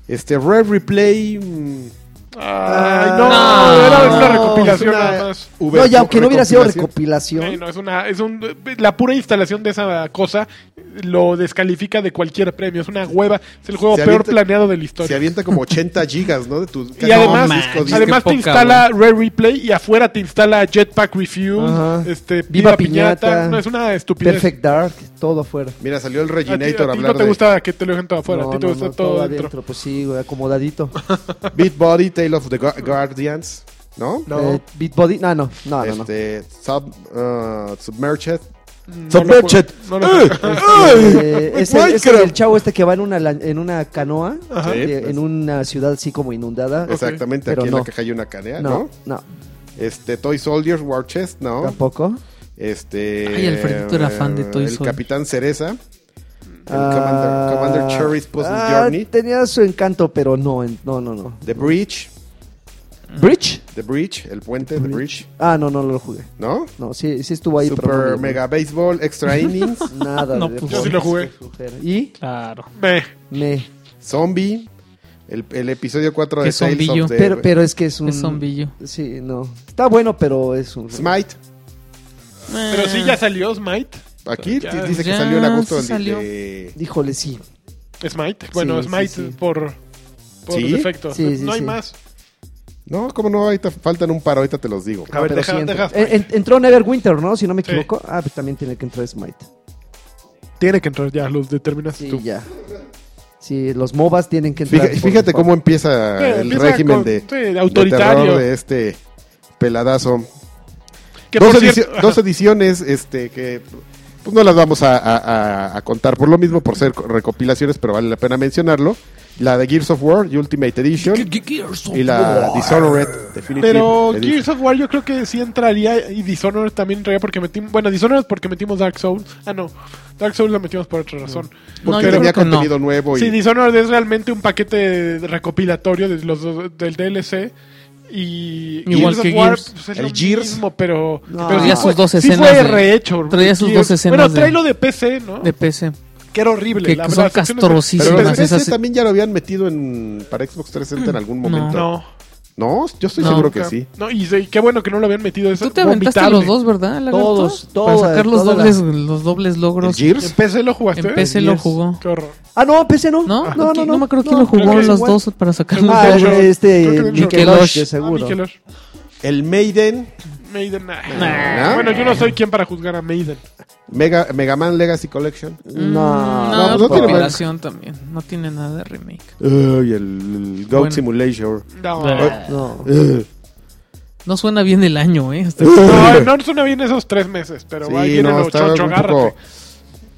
S2: Este, Red Replay. mm,
S1: Ay, no, era
S4: No.
S1: una
S4: Ah. No,
S1: recopilación
S2: es una
S1: nada más.
S2: V-
S3: No, y aunque no hubiera sido
S2: recopilación.
S1: Sí,
S3: recopilación.
S1: no, es una, es un, la pura instalación de esa cosa lo descalifica de cualquier premio. Es una hueva. Es el juego
S2: Se
S1: peor
S2: avienta-
S1: planeado de la
S2: Se
S1: historia.
S2: avienta como 80 gigas, ¿no? De tu
S1: Y además,
S4: manches,
S2: disco duro.
S1: además
S4: qué
S1: te
S4: poca,
S1: instala Rare Replay y afuera te instala Jetpack Refuel,
S3: Ajá.
S1: este,
S3: Viva
S1: Viva, Piñata.
S3: Piñata.
S1: No, es una estupidez.
S3: Perfect Dark, todo afuera.
S2: Mira, salió el
S1: A ti, a ti
S2: Reginator a hablar
S1: no te
S2: de
S1: gusta que te lo dejen todo afuera,
S3: No,
S1: a ti te
S3: no,
S1: gusta
S3: no,
S1: todo dentro.
S3: Pues sí, güey, acomodadito.
S2: Beat Body, Tale of the Gu- Guardians. ¿no?
S1: No.
S3: Eh, Beatbody. No, no, no, no. no.
S2: este, Sub, uh, Submerged.
S1: No lo puedo-
S3: Submerged.
S1: no lo puedo-
S3: Eh, es, el, es el
S1: Minecraft.
S3: del chavo este que va en una, lan- en una canoa,
S1: Ajá.
S2: Sí,
S3: eh,
S2: pues.
S3: en una ciudad así como inundada.
S2: Exactamente,
S3: Pero
S2: aquí en
S3: no.
S2: la caja hay una canea, ¿no?
S3: No, no,
S2: Este, Toy Soldiers, War Chest, ¿no?
S3: tampoco.
S2: Este.
S4: Ay, Alfredito era fan de
S2: eh,
S4: Toy
S2: El
S4: Soldier.
S2: Capitán Cereza. El
S3: Ah,
S2: Commander, Commander Cherry's Puzzle
S3: ah,
S2: Journey.
S3: Tenía su encanto, pero no, en- no, no, no.
S2: The Bridge.
S1: Mm.
S3: Bridge.
S2: The Bridge, el puente, The Bridge,
S3: Ah, no, no, no lo jugué.
S2: ¿no?
S3: No, sí, sí estuvo ahí. pero no
S2: Super
S3: lo-
S2: Mega Baseball, Extra Innings,
S3: Nada.
S4: No,
S3: de
S4: pues,
S1: Yo sí lo jugué.
S3: deportes. Y
S4: Claro.
S1: Meh.
S3: me.
S2: Zombie, el, el episodio 4 de
S4: Qué
S2: Tales
S4: zombillo.
S2: of the-
S3: Pero, pero es que es un.
S4: Es zombillo.
S3: Sí, no. Está bueno, pero es un.
S2: Smite,
S1: Pero sí ya salió Smite.
S2: aquí
S1: Ya,
S2: t- dice que
S4: ya,
S2: salió en agosto del-
S4: sí salió.
S2: de-
S3: Híjole, sí.
S1: Smite. Bueno,
S3: sí,
S1: Smite
S3: sí.
S1: por, por
S2: ¿Sí?
S1: defecto.
S3: Sí, sí,
S1: no hay
S3: sí.
S1: más.
S2: No, como no, ahorita faltan un par, ahorita te los digo.
S1: A ver,
S3: Ah, pero
S1: deja-
S3: sí
S4: Eh,
S3: entra.
S1: deja-
S3: En- en- entró Neverwinter, ¿no? Si no me
S1: Sí.
S3: equivoco. Ah, pues también tiene que entrar Smite.
S1: Tiene que entrar ya, los determinaste
S3: Sí,
S1: tú.
S3: ya. Sí, los MOBAs tienen que entrar.
S2: Fíjate,
S3: por
S2: fíjate
S3: default.
S2: cómo empieza
S1: Eh,
S2: el
S1: empieza
S2: régimen
S1: con-
S2: de,
S1: sí,
S2: de
S1: autoritario.
S2: terror de este peladazo.
S1: Que
S2: Dos,
S1: por
S2: edici-
S1: cierto-
S2: dos ediciones este, que pues, no las vamos a, a- a- a contar por lo mismo, por ser co- recopilaciones, pero vale la pena mencionarlo. La de Gears of War, Ultimate Edition. y la Dishonored Definitive
S1: Pero
S2: Edition.
S1: Gears of War yo creo que sí entraría y Dishonored también entraría porque metimos... Bueno, Dishonored porque metimos Dark Souls. Ah, no. Dark Souls la metimos por otra razón.
S4: No,
S2: porque
S4: yo
S2: tenía
S4: creo que no.
S2: contenido nuevo y
S1: Sí, Dishonored es realmente un paquete de- recopilatorio de los dos- del DLC. Y
S4: Igual que Gears.
S1: pues, es
S2: El
S1: lo
S2: Gears.
S1: mismo, pero,
S3: No.
S1: pero
S3: Traía
S1: sí
S3: sus
S1: fue-
S4: dos
S1: sí
S4: escenas
S1: fue
S4: de-
S1: rehecho.
S4: traía sus
S1: Gears.
S4: dos escenas
S1: Bueno,
S4: de-
S1: tráelo de PC, ¿no?
S4: Ah, de PC.
S1: que era horrible.
S4: que
S1: la-
S4: son
S1: las secciones de-
S4: castrosísimas.
S2: pero
S4: Sí,
S2: el
S4: más
S2: PC
S4: esas-
S2: también ya lo habían metido en para Xbox 360 en algún momento. No,
S1: No.
S2: yo estoy
S4: No.
S2: seguro que sí.
S1: No, y, y qué bueno que no lo habían metido. Es
S4: Tú te aventaste
S1: vomitable.
S4: los dos, ¿verdad? lagarto?
S3: Todos, todas,
S4: Para sacar los
S3: todas
S4: dobles, los dobles
S2: ¿El
S4: logros.
S1: ¿En
S2: Gears?
S1: PC lo jugaste?
S4: En PC lo
S3: Gears.
S4: jugó.
S1: Qué horror.
S3: Ah, no, PC no.
S4: ¿No?
S3: no, no.
S4: me acuerdo quién lo
S1: creo
S4: jugó
S1: que
S4: los
S1: igual.
S4: dos para sacar
S1: Creo
S4: los
S1: que
S3: Ah,
S4: dobles.
S1: George-
S3: este,
S1: creo que George-
S3: Mikelosh, de
S4: Mikelosh.
S1: Ah,
S3: seguro.
S1: Mikelosh.
S2: El Maiden,
S1: Maiden. nah.
S2: Nah.
S1: Bueno, yo no soy quien para juzgar a Maiden.
S2: Mega, Mega Man Legacy Collection.
S3: No,
S2: no,
S4: no,
S2: pues
S4: Mm, no
S2: no tiene
S4: compilación también. No tiene nada de remake.
S2: Ay, el, el Goat
S4: Bueno.
S2: Simulator.
S1: No.
S4: Nah.
S3: no.
S1: Eh.
S2: Ugh.
S4: No suena bien el año, ¿eh? Hasta-
S1: No, no suena bien esos tres meses, pero ahí
S2: Sí,
S1: vienen
S2: no,
S1: los
S2: estaba
S1: chocho,
S2: un poco
S1: agárrate.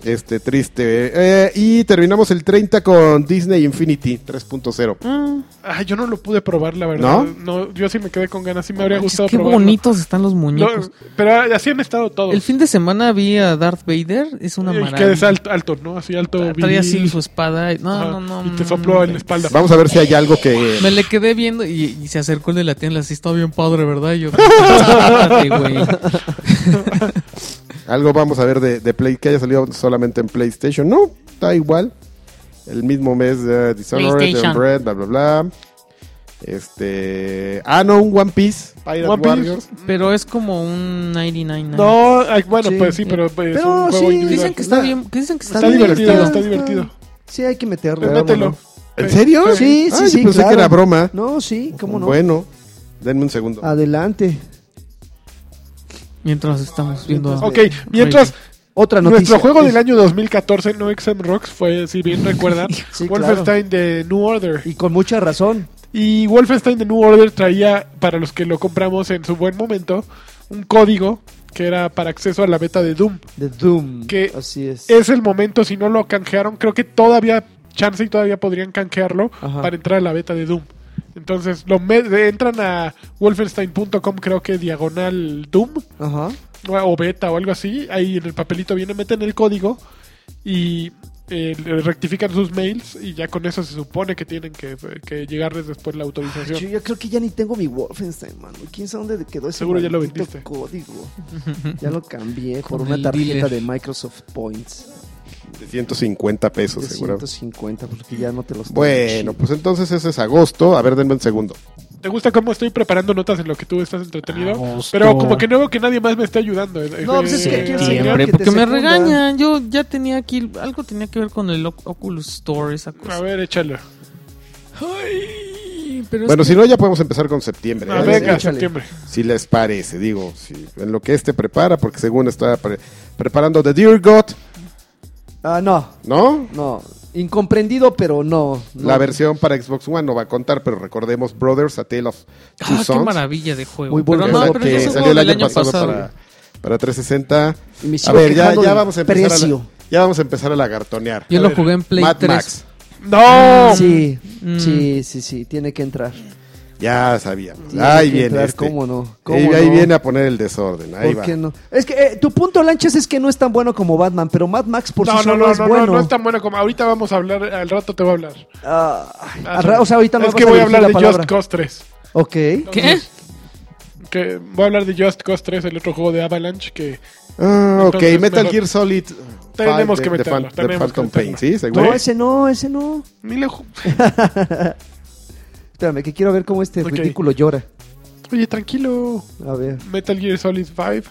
S2: este, triste. Eh, y terminamos el 30 con Disney Infinity 3.0.
S4: Mm,
S1: Ay, yo no lo pude probar, la verdad. ¿No? yo sí me quedé con ganas, sí me habría
S4: manches,
S1: gustado
S4: Qué
S1: probarlo.
S4: bonitos están los
S1: No,
S4: muñecos.
S1: pero así han estado todos.
S4: El fin de semana vi a Darth Vader. Es una
S1: y que es
S4: maravilla.
S1: alto, alto, ¿no? Así alto.
S4: Traía
S1: viril.
S4: así su espada. y- No,
S1: Ajá,
S4: no, no.
S1: Y te sopló en la
S4: no,
S1: espalda.
S2: Vamos a ver si hay algo que...
S4: Me le quedé viendo y, y se acercó el de la tienda. Así está bien padre, ¿verdad? Y yo. "Cálmate, güey".
S2: Algo vamos a ver de, de Play que haya salido solamente en PlayStation. No, está igual. El mismo mes de Dishonored,
S4: PlayStation.
S2: Unbread, bla, bla, bla. Este. Ah, no, un One Piece. Pirate
S1: One Piece.
S2: Warriors.
S4: Pero es como un 99.
S1: No, ay, bueno,
S3: Sí.
S1: pues sí, pero. pues, es
S3: Pero
S1: un juego
S3: sí,
S1: individual.
S4: Dicen que está bien. Que dicen que está,
S1: Está
S4: bien
S1: divertido,
S4: divertido.
S1: está divertido.
S3: Sí, hay que meterlo.
S1: Pues mételo.
S3: vámonos.
S2: ¿En serio?
S3: Sí, sí,
S2: Ah, yo
S3: sí,
S2: pensé
S3: claro.
S2: que era broma.
S3: No, sí, cómo no. Ah.
S2: Bueno, denme un segundo.
S3: Adelante.
S4: Mientras estamos viendo. a-
S1: Ok, mientras
S3: Otra noticia.
S1: nuestro juego
S3: Es-
S1: del año 2014, No XM Rocks, fue, si bien recuerdan,
S3: Sí, claro.
S1: Wolfenstein de New Order.
S3: Y con mucha razón.
S1: Y Wolfenstein The New Order traía, para los que lo compramos en su buen momento, un código que era para acceso a la beta de Doom.
S3: De Doom.
S1: Que
S3: Así es.
S1: Es el momento, si no lo canjearon, creo que todavía, chance y todavía podrían canjearlo
S3: Ajá.
S1: para entrar a la beta de Doom. Entonces, lo me- entran a wolfenstein.com, creo que diagonal Doom,
S3: Ajá.
S1: o beta o algo así. Ahí en el papelito viene, meten el código y eh, rectifican sus mails y ya con eso se supone que tienen que, que llegarles después la autorización.
S3: Yo, yo creo que ya ni tengo mi Wolfenstein, mano. ¿Quién sabe dónde quedó ese
S1: Seguro ya lo
S3: maldito
S1: vendiste.
S3: código? Ya lo cambié por
S4: Con
S3: una
S4: el
S3: tarjeta
S4: dealer.
S3: de Microsoft Points.
S2: De 150 pesos,
S3: De
S2: seguro.
S3: 150, porque ya no te los
S2: Bueno, pues entonces ese es agosto. A ver, denme un segundo.
S3: Ah,
S1: ¿Te gusta cómo estoy preparando notas en lo que tú estás entretenido?
S4: Agosto.
S1: Pero como que no veo que nadie más me está ayudando. eh,
S3: No, pues es que
S1: eh, señor.
S3: quiero saber-
S4: Siempre,
S3: que te
S4: porque me
S3: secundan.
S4: regañan. Yo ya tenía aquí. Algo tenía que ver con el Oc- Oculus Store, esa
S1: A
S4: cosa.
S1: ver, échalo.
S4: Ay, pero es
S2: Bueno,
S4: que-
S2: si no, ya podemos empezar con septiembre.
S1: Ah,
S2: ¿eh?
S1: venga,
S2: Si-
S1: septiembre.
S2: Si les parece, digo, si- en lo que este prepara, porque según está pre- preparando The Dear God,
S3: Ah, no.
S2: ¿no?
S3: No. Incomprendido, pero no. no.
S2: La versión para Xbox One no va a contar, pero recordemos Brothers, A Tale of Two
S4: Ah, qué
S2: Sons.
S4: maravilla de juego.
S3: Muy bueno.
S4: Pero
S2: que
S4: no,
S2: es la
S4: pero
S2: que
S4: ese
S2: salió
S4: juego
S2: el
S4: del
S2: año, pasado, para, para 360.
S3: Y me
S2: A
S3: sigo
S2: ver, ya,
S3: quejando
S2: ya
S3: del
S2: vamos a empezar a,
S3: precio.
S2: ya vamos a empezar a lagartonear.
S4: Yo
S1: A
S4: lo
S1: ver,
S4: jugué en Play
S2: Mad
S4: 3.
S2: Max,
S1: ¡No!
S3: Ah, Sí,
S4: Mm.
S3: sí, sí, sí, tiene que entrar.
S2: ya sabíamos.
S3: Tiene
S2: ahí
S3: que
S2: viene
S3: entrar,
S2: este.
S3: ¿Cómo no? ¿Cómo
S2: Ahí, ahí
S3: no?
S2: viene a poner el desorden. Ahí
S3: ¿Por
S2: va.
S3: qué no? Es que eh, tu punto, Lanchas, es que no es tan bueno como Batman, pero Mad Max por
S1: no,
S3: sí
S1: no,
S3: solo
S1: no,
S3: es
S1: no,
S3: bueno.
S1: no, no es tan bueno como ahorita vamos a hablar, al rato te voy a hablar.
S3: Ah, ay, al ra- o sea, ahorita no
S1: es
S3: vas
S1: que voy a
S3: dirigir
S1: hablar de
S3: la palabra.
S1: Just Cause 3.
S3: Ok.
S4: ¿Qué?
S1: Que voy a hablar de Just Cause 3, el otro juego de Avalanche que
S2: Ah, ok,
S1: Entonces,
S2: Metal
S1: mejor.
S2: Gear Solid.
S1: Tenemos que
S2: de- de
S1: meterlo,
S2: Fan- de
S1: tenemos que
S2: Phantom
S1: meterlo.
S2: Pain, ¿sí? Seguro.
S3: No, ese no, ese no.
S1: ni le ju-
S3: Espérame, que quiero ver cómo este
S1: Ok.
S3: ridículo llora.
S1: Oye, tranquilo.
S3: A ver.
S1: Metal Gear Solid 5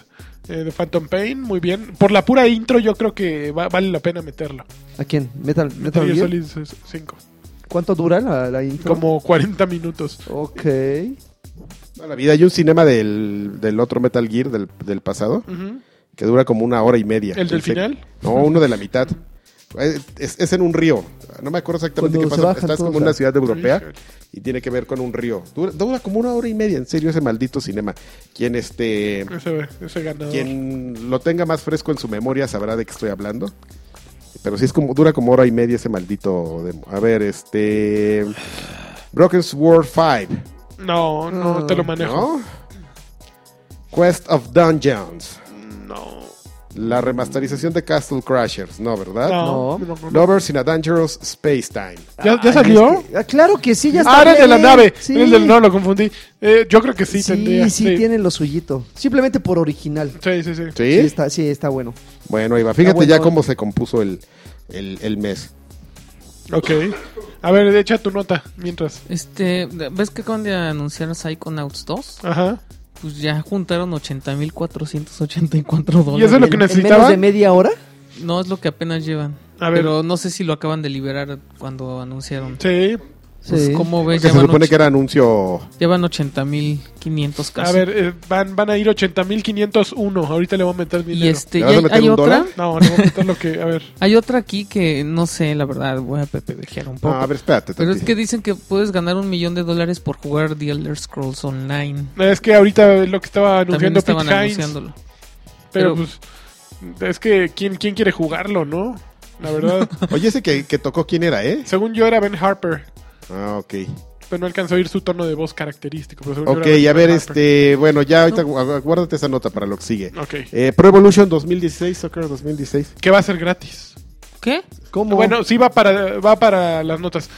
S1: eh, de Phantom Pain, muy bien. Por la pura intro yo creo que va- vale la pena meterlo.
S3: ¿A quién? ¿Metal, Metal
S1: Metal Gear
S3: Gear?
S1: Solid 5.
S3: ¿Cuánto dura la, la intro?
S1: Como 40 minutos.
S3: Ok.
S2: Toda la vida hay un cinema del, del otro Metal Gear del, del pasado
S1: Ujú.
S2: que dura como una hora y media.
S1: ¿El del
S2: se-
S1: final?
S2: No, uno de la mitad. Eh, Es, es en un río. No me acuerdo exactamente
S3: Cuando
S2: qué
S3: se
S2: pasa.
S3: bajan
S2: Estás como
S3: todos
S2: en
S3: a-
S2: una ciudad europea
S1: Híjole.
S2: y tiene que ver con un río. Dura, dura como una hora y media, en serio, ese maldito cinema. Quien este.
S1: Ese, ese ganador.
S2: Quien lo tenga más fresco en su memoria sabrá de qué estoy hablando. Pero sí es como dura como hora y media ese maldito demo. A ver, este Broken Sword 5,
S1: No, no,
S3: Ah,
S1: te lo manejo.
S2: ¿no? Quest of Dungeons,
S1: No.
S2: la remasterización de Castle Crashers, no, ¿verdad?
S1: No.
S3: No.
S1: no, no, no.
S2: Lovers in a Dangerous Space Time.
S1: ¿Ya, ya
S3: Ay,
S1: salió?
S3: es que- ah, claro que sí, ya está.
S1: Ah, era el de la
S3: bien.
S1: nave.
S3: Sí.
S1: Era el del- no, lo confundí. Eh, yo creo que sí,
S3: Sí,
S1: tendría.
S3: sí, tiene lo suyito. Simplemente por original.
S1: Sí, sí, sí.
S2: ¿Sí?
S3: Sí, está, sí, está bueno.
S2: Bueno, ahí va. Fíjate
S3: bueno.
S2: ya cómo se compuso el, el, el mes.
S1: Ok. A ver, echa tu nota mientras.
S4: Este, ¿ves que acaban de anunciar Psychonauts 2?
S1: Ajá.
S4: Pues ya juntaron 80.484
S1: ¿Y eso es lo que
S4: dólares.
S3: ¿En- ¿En menos de
S1: necesitaban?
S3: media hora?
S4: No es lo que apenas llevan.
S1: A ver.
S4: Pero no sé si lo acaban de liberar cuando anunciaron.
S1: Sí.
S4: Pues,
S3: Sí.
S4: ¿Cómo ves?
S2: Que se
S4: Llevan,
S2: supone
S4: och-
S2: que era anuncio
S4: llevan 80.500 casi.
S1: A ver, eh, van, van a ir 80.501. Ahorita le voy a meter
S4: y
S1: dinero.
S2: ¿Le
S4: este, ¿y
S2: vas a
S4: hay,
S2: meter
S4: hay
S2: un
S4: otra?
S2: dólar?
S1: No, le voy a meter lo que. A ver.
S4: Hay otra aquí que no sé, la verdad, voy a pepejear un poco.
S2: Ah, a ver, espérate.
S4: Pero es
S2: tantito.
S4: que dicen que puedes ganar un millón de dólares por jugar The Elder Scrolls Online.
S1: Es que ahorita es lo que estaba
S4: También
S1: anunciando
S4: estaban
S1: Pete Hines.
S4: anunciándolo.
S1: Pero
S4: Pero-
S1: pues. Es que, ¿quién, ¿quién quiere jugarlo, no? La verdad.
S2: Oye, ese que, que tocó quién era, ¿eh?
S1: según yo era Ben Harper.
S2: Ah, ok.
S1: Pero no alcanzó a oír su tono de voz característico. pero según yo
S2: Ok,
S1: era Ben
S2: a ver,
S1: Harper.
S2: este, bueno, ya ahorita gu- gu- guárdate esa nota para lo que sigue.
S1: Ok.
S2: Eh, Pro Evolution 2016, Soccer 2016.
S1: Que va a ser gratis.
S4: ¿Qué?
S3: ¿Cómo?
S1: Bueno, sí va para, va para las notas.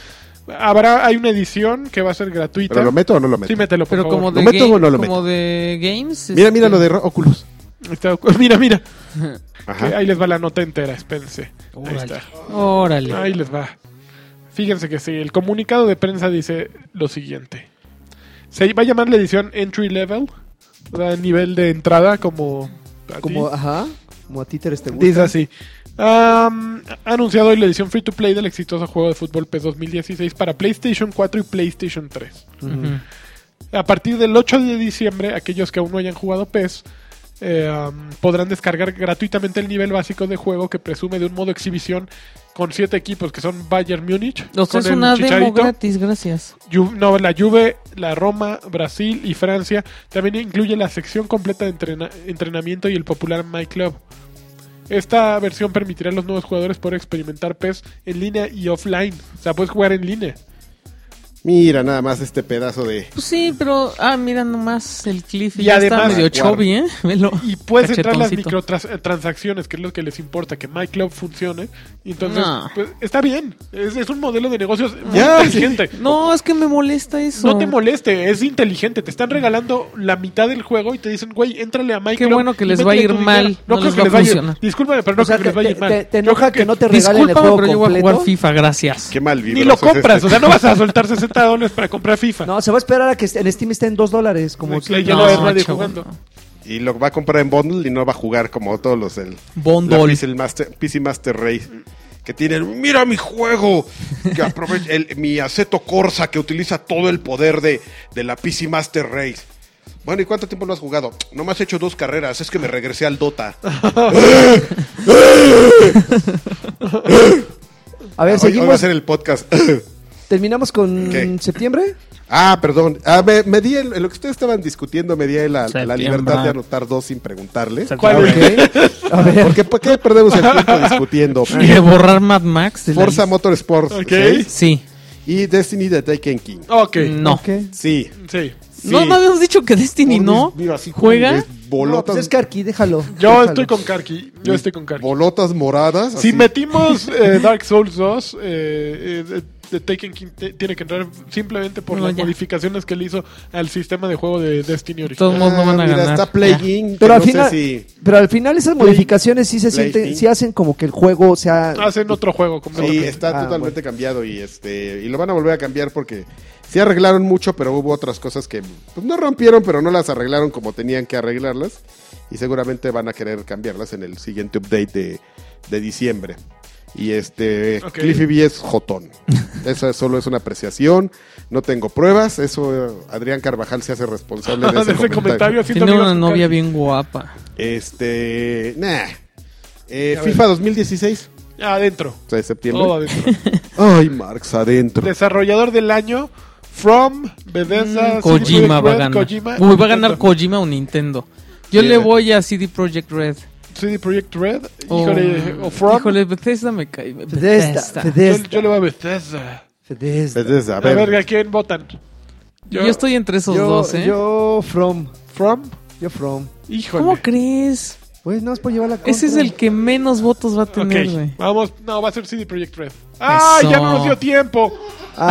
S1: Habrá, hay una edición que va a ser gratuita.
S2: ¿Pero lo meto o no lo meto?
S1: Sí, mételo, por
S4: Pero como
S1: favor.
S4: de,
S2: ¿Lo meto
S4: ga-
S2: o no lo meto?
S4: como de games.
S2: mira,
S4: este,
S2: mira lo de Ro- Oculus.
S1: Está- mira, mira. Que
S2: Ajá.
S1: ahí les va la nota entera, espérense. Ahí
S4: Órale.
S1: está.
S4: Órale.
S1: Ahí les va. Fíjense que sí, el comunicado de prensa dice lo siguiente. Se va a llamar la edición entry level, o sea, nivel de entrada como... a ti.
S3: Como, ah, ajá. Como a títeres te gusta.
S1: Dice así. Am, ha anunciado hoy la edición free to play del exitoso juego de fútbol PES 2016 para PlayStation 4 y PlayStation 3.
S4: Ujú.
S1: mm, A partir del 8 de diciembre, aquellos que aún no hayan jugado PES eh, am, podrán descargar gratuitamente el nivel básico de juego que presume de un modo exhibición con siete equipos que son Bayern Múnich,
S4: O sea,
S1: con
S4: es
S1: el
S4: una demo
S1: Chicharito,
S4: gratis, gracias.
S1: Ju- no, la Juve, la Roma, Brasil y Francia. También incluye la sección completa de entrena- entrenamiento y el popular My Club. Esta versión permitirá a los nuevos jugadores poder experimentar PES en línea y offline. O sea, puedes jugar en línea.
S2: Mira, nada más este pedazo de.
S4: Pues sí, pero. Ah, mira nomás el Cliff.
S1: Y
S4: ya
S1: además-
S4: está medio
S2: Guarda.
S4: chubby, ¿eh? Velo.
S1: Y puedes entrar las
S4: Cachetoncito.
S1: microtransacciones, que es lo que les importa, que My Club funcione. Y entonces,
S4: No.
S1: pues, está bien. Es, es un modelo de negocios muy
S2: Ya,
S1: inteligente.
S4: No, es que me molesta eso.
S1: No te moleste, es inteligente. Te están regalando la mitad del juego y te dicen, güey, éntrale a Mike.
S4: Qué bueno que les va a ir mal,
S1: No,
S4: no
S1: creo
S4: les
S1: que
S4: va
S1: les
S4: a
S1: vaya
S4: funcionar.
S1: Discúlpame, pero no
S3: O sea,
S1: creo que
S3: te,
S1: les vaya
S3: te,
S1: ir mal.
S3: te-
S1: Yo
S3: te
S1: creo
S3: enoja que, no te regalen el
S4: Discúlpame,
S3: juego
S4: pero yo voy a
S3: completo.
S4: jugar FIFA, gracias.
S2: Qué mal
S1: Ni lo
S2: vibroso es
S1: compras,
S2: este.
S1: o sea, no vas a soltar 60 dólares para comprar FIFA.
S3: No, se va a esperar a que est- en Steam esté en dos dólares. Como
S1: Sí, claro,
S3: siempre.
S1: Pues, ya lo ves nadie
S4: chavo,
S1: jugando.
S4: no.
S2: Y lo va a comprar en bundle y no va a jugar como todos los. El, la
S4: Bondol.
S2: PC, Master, PC Master Race. Que tienen. ¡Mira mi juego! Que aprovecha el- mi aceto Corsa que utiliza todo el poder de, de la PC Master Race. Bueno, ¿y cuánto tiempo lo has jugado? No me has hecho dos carreras, es que me regresé al Dota.
S3: A ver,
S2: hoy, hoy va a
S3: seguimos.
S2: ser el podcast.
S3: ¿Terminamos con
S2: ¿Qué?
S3: septiembre?
S2: ah, perdón. Ah, me, me di el- lo que ustedes estaban discutiendo, me di la, la libertad
S4: Septiembre.
S2: de anotar dos sin preguntarles.
S1: ¿Cuál es?
S3: Ah, Ok. A ver.
S2: Porque ¿por qué perdemos el tiempo discutiendo?
S4: ¿Y de borrar Mad Max? de la
S2: Forza
S4: lista?
S2: Motorsport
S1: Ok.
S2: 6
S4: Sí.
S2: y Destiny The Taken King.
S1: Ok.
S4: No.
S3: Ok.
S2: Sí.
S1: Sí. Oh,
S2: sí.
S4: No, no habíamos dicho que Destiny
S2: Por
S4: no.
S2: mis- mira, así con
S4: Juega.
S2: mis
S3: No,
S2: Bolotas,
S3: pues es Karki, déjalo.
S1: Yo
S3: déjalo.
S1: estoy con Karki. Yo estoy con Karki.
S2: bolotas moradas.
S1: Si
S2: así.
S1: metimos eh, Dark Souls 2, eh, eh, eh, The Taken King te- tiene que entrar simplemente por
S4: No,
S1: las
S4: ya.
S1: modificaciones que le hizo al sistema de juego de Destiny
S4: Todo-
S1: original.
S4: Todos modos no van a
S2: Ah, mira,
S4: ganar.
S2: está playing.
S3: Pero al,
S2: no sé
S3: final,
S2: si-
S3: pero al final esas modificaciones sí se
S2: Play
S3: sienten,
S2: Thing.
S3: sí hacen como que el juego sea...
S1: Hacen otro juego
S2: Sí,
S1: completamente.
S2: está
S3: Ah,
S2: totalmente cambiado y este y lo van a volver a cambiar porque sí arreglaron mucho, pero hubo otras cosas que pues, no rompieron, pero no las arreglaron como tenían que arreglarlas y seguramente van a querer cambiarlas en el siguiente update de, de diciembre. Y este
S1: Ok.
S2: Cliffy B es jotón. Eso es- solo es una apreciación, no tengo pruebas, eso eh, Adrián Carvajal se hace responsable de ese,
S1: De ese
S2: comentario.
S1: comentario, siento
S4: Tiene
S1: que
S4: una
S1: ibas con
S4: novia
S1: Karki.
S4: bien guapa.
S2: Este, nah. Eh,
S1: Ya
S2: FIFA 2016,
S1: Adentro.
S2: o sea, de septiembre.
S1: Todo adentro.
S2: Ay, Marx adentro.
S1: Desarrollador del año. From, Bethesda, CD
S4: Mm, Kojima
S1: Projekt
S4: va a
S1: Red,
S4: ganar.
S1: Kojima,
S4: Uy, va a ganar
S1: Nintendo.
S4: Kojima o Nintendo. Yo
S2: Sí,
S4: le
S2: eh.
S4: voy a CD Projekt Red.
S1: CD Projekt Red.
S4: O-
S1: Híjole, o From.
S4: Oh, Híjole, Bethesda me cae.
S3: Bethesda,
S4: Bethesda.
S1: Yo,
S3: Bethesda,
S1: yo le voy a Bethesda.
S3: Bethesda.
S2: Bethesda,
S1: A
S2: Pues a
S1: ver,
S2: ver.
S1: ¿a quién votan?
S4: Yo estoy entre esos
S3: Yo-
S4: dos, ¿eh?
S3: yo From,
S1: From.
S3: yo From.
S1: Híjole.
S4: ¿Cómo crees?
S3: Pues no, es por llevar la
S4: Ese es
S3: contra.
S4: el que menos votos va a tener, güey.
S1: Ok, vamos. No, va a ser CD Projekt Red. ¡Ah! Ya no nos dio tiempo.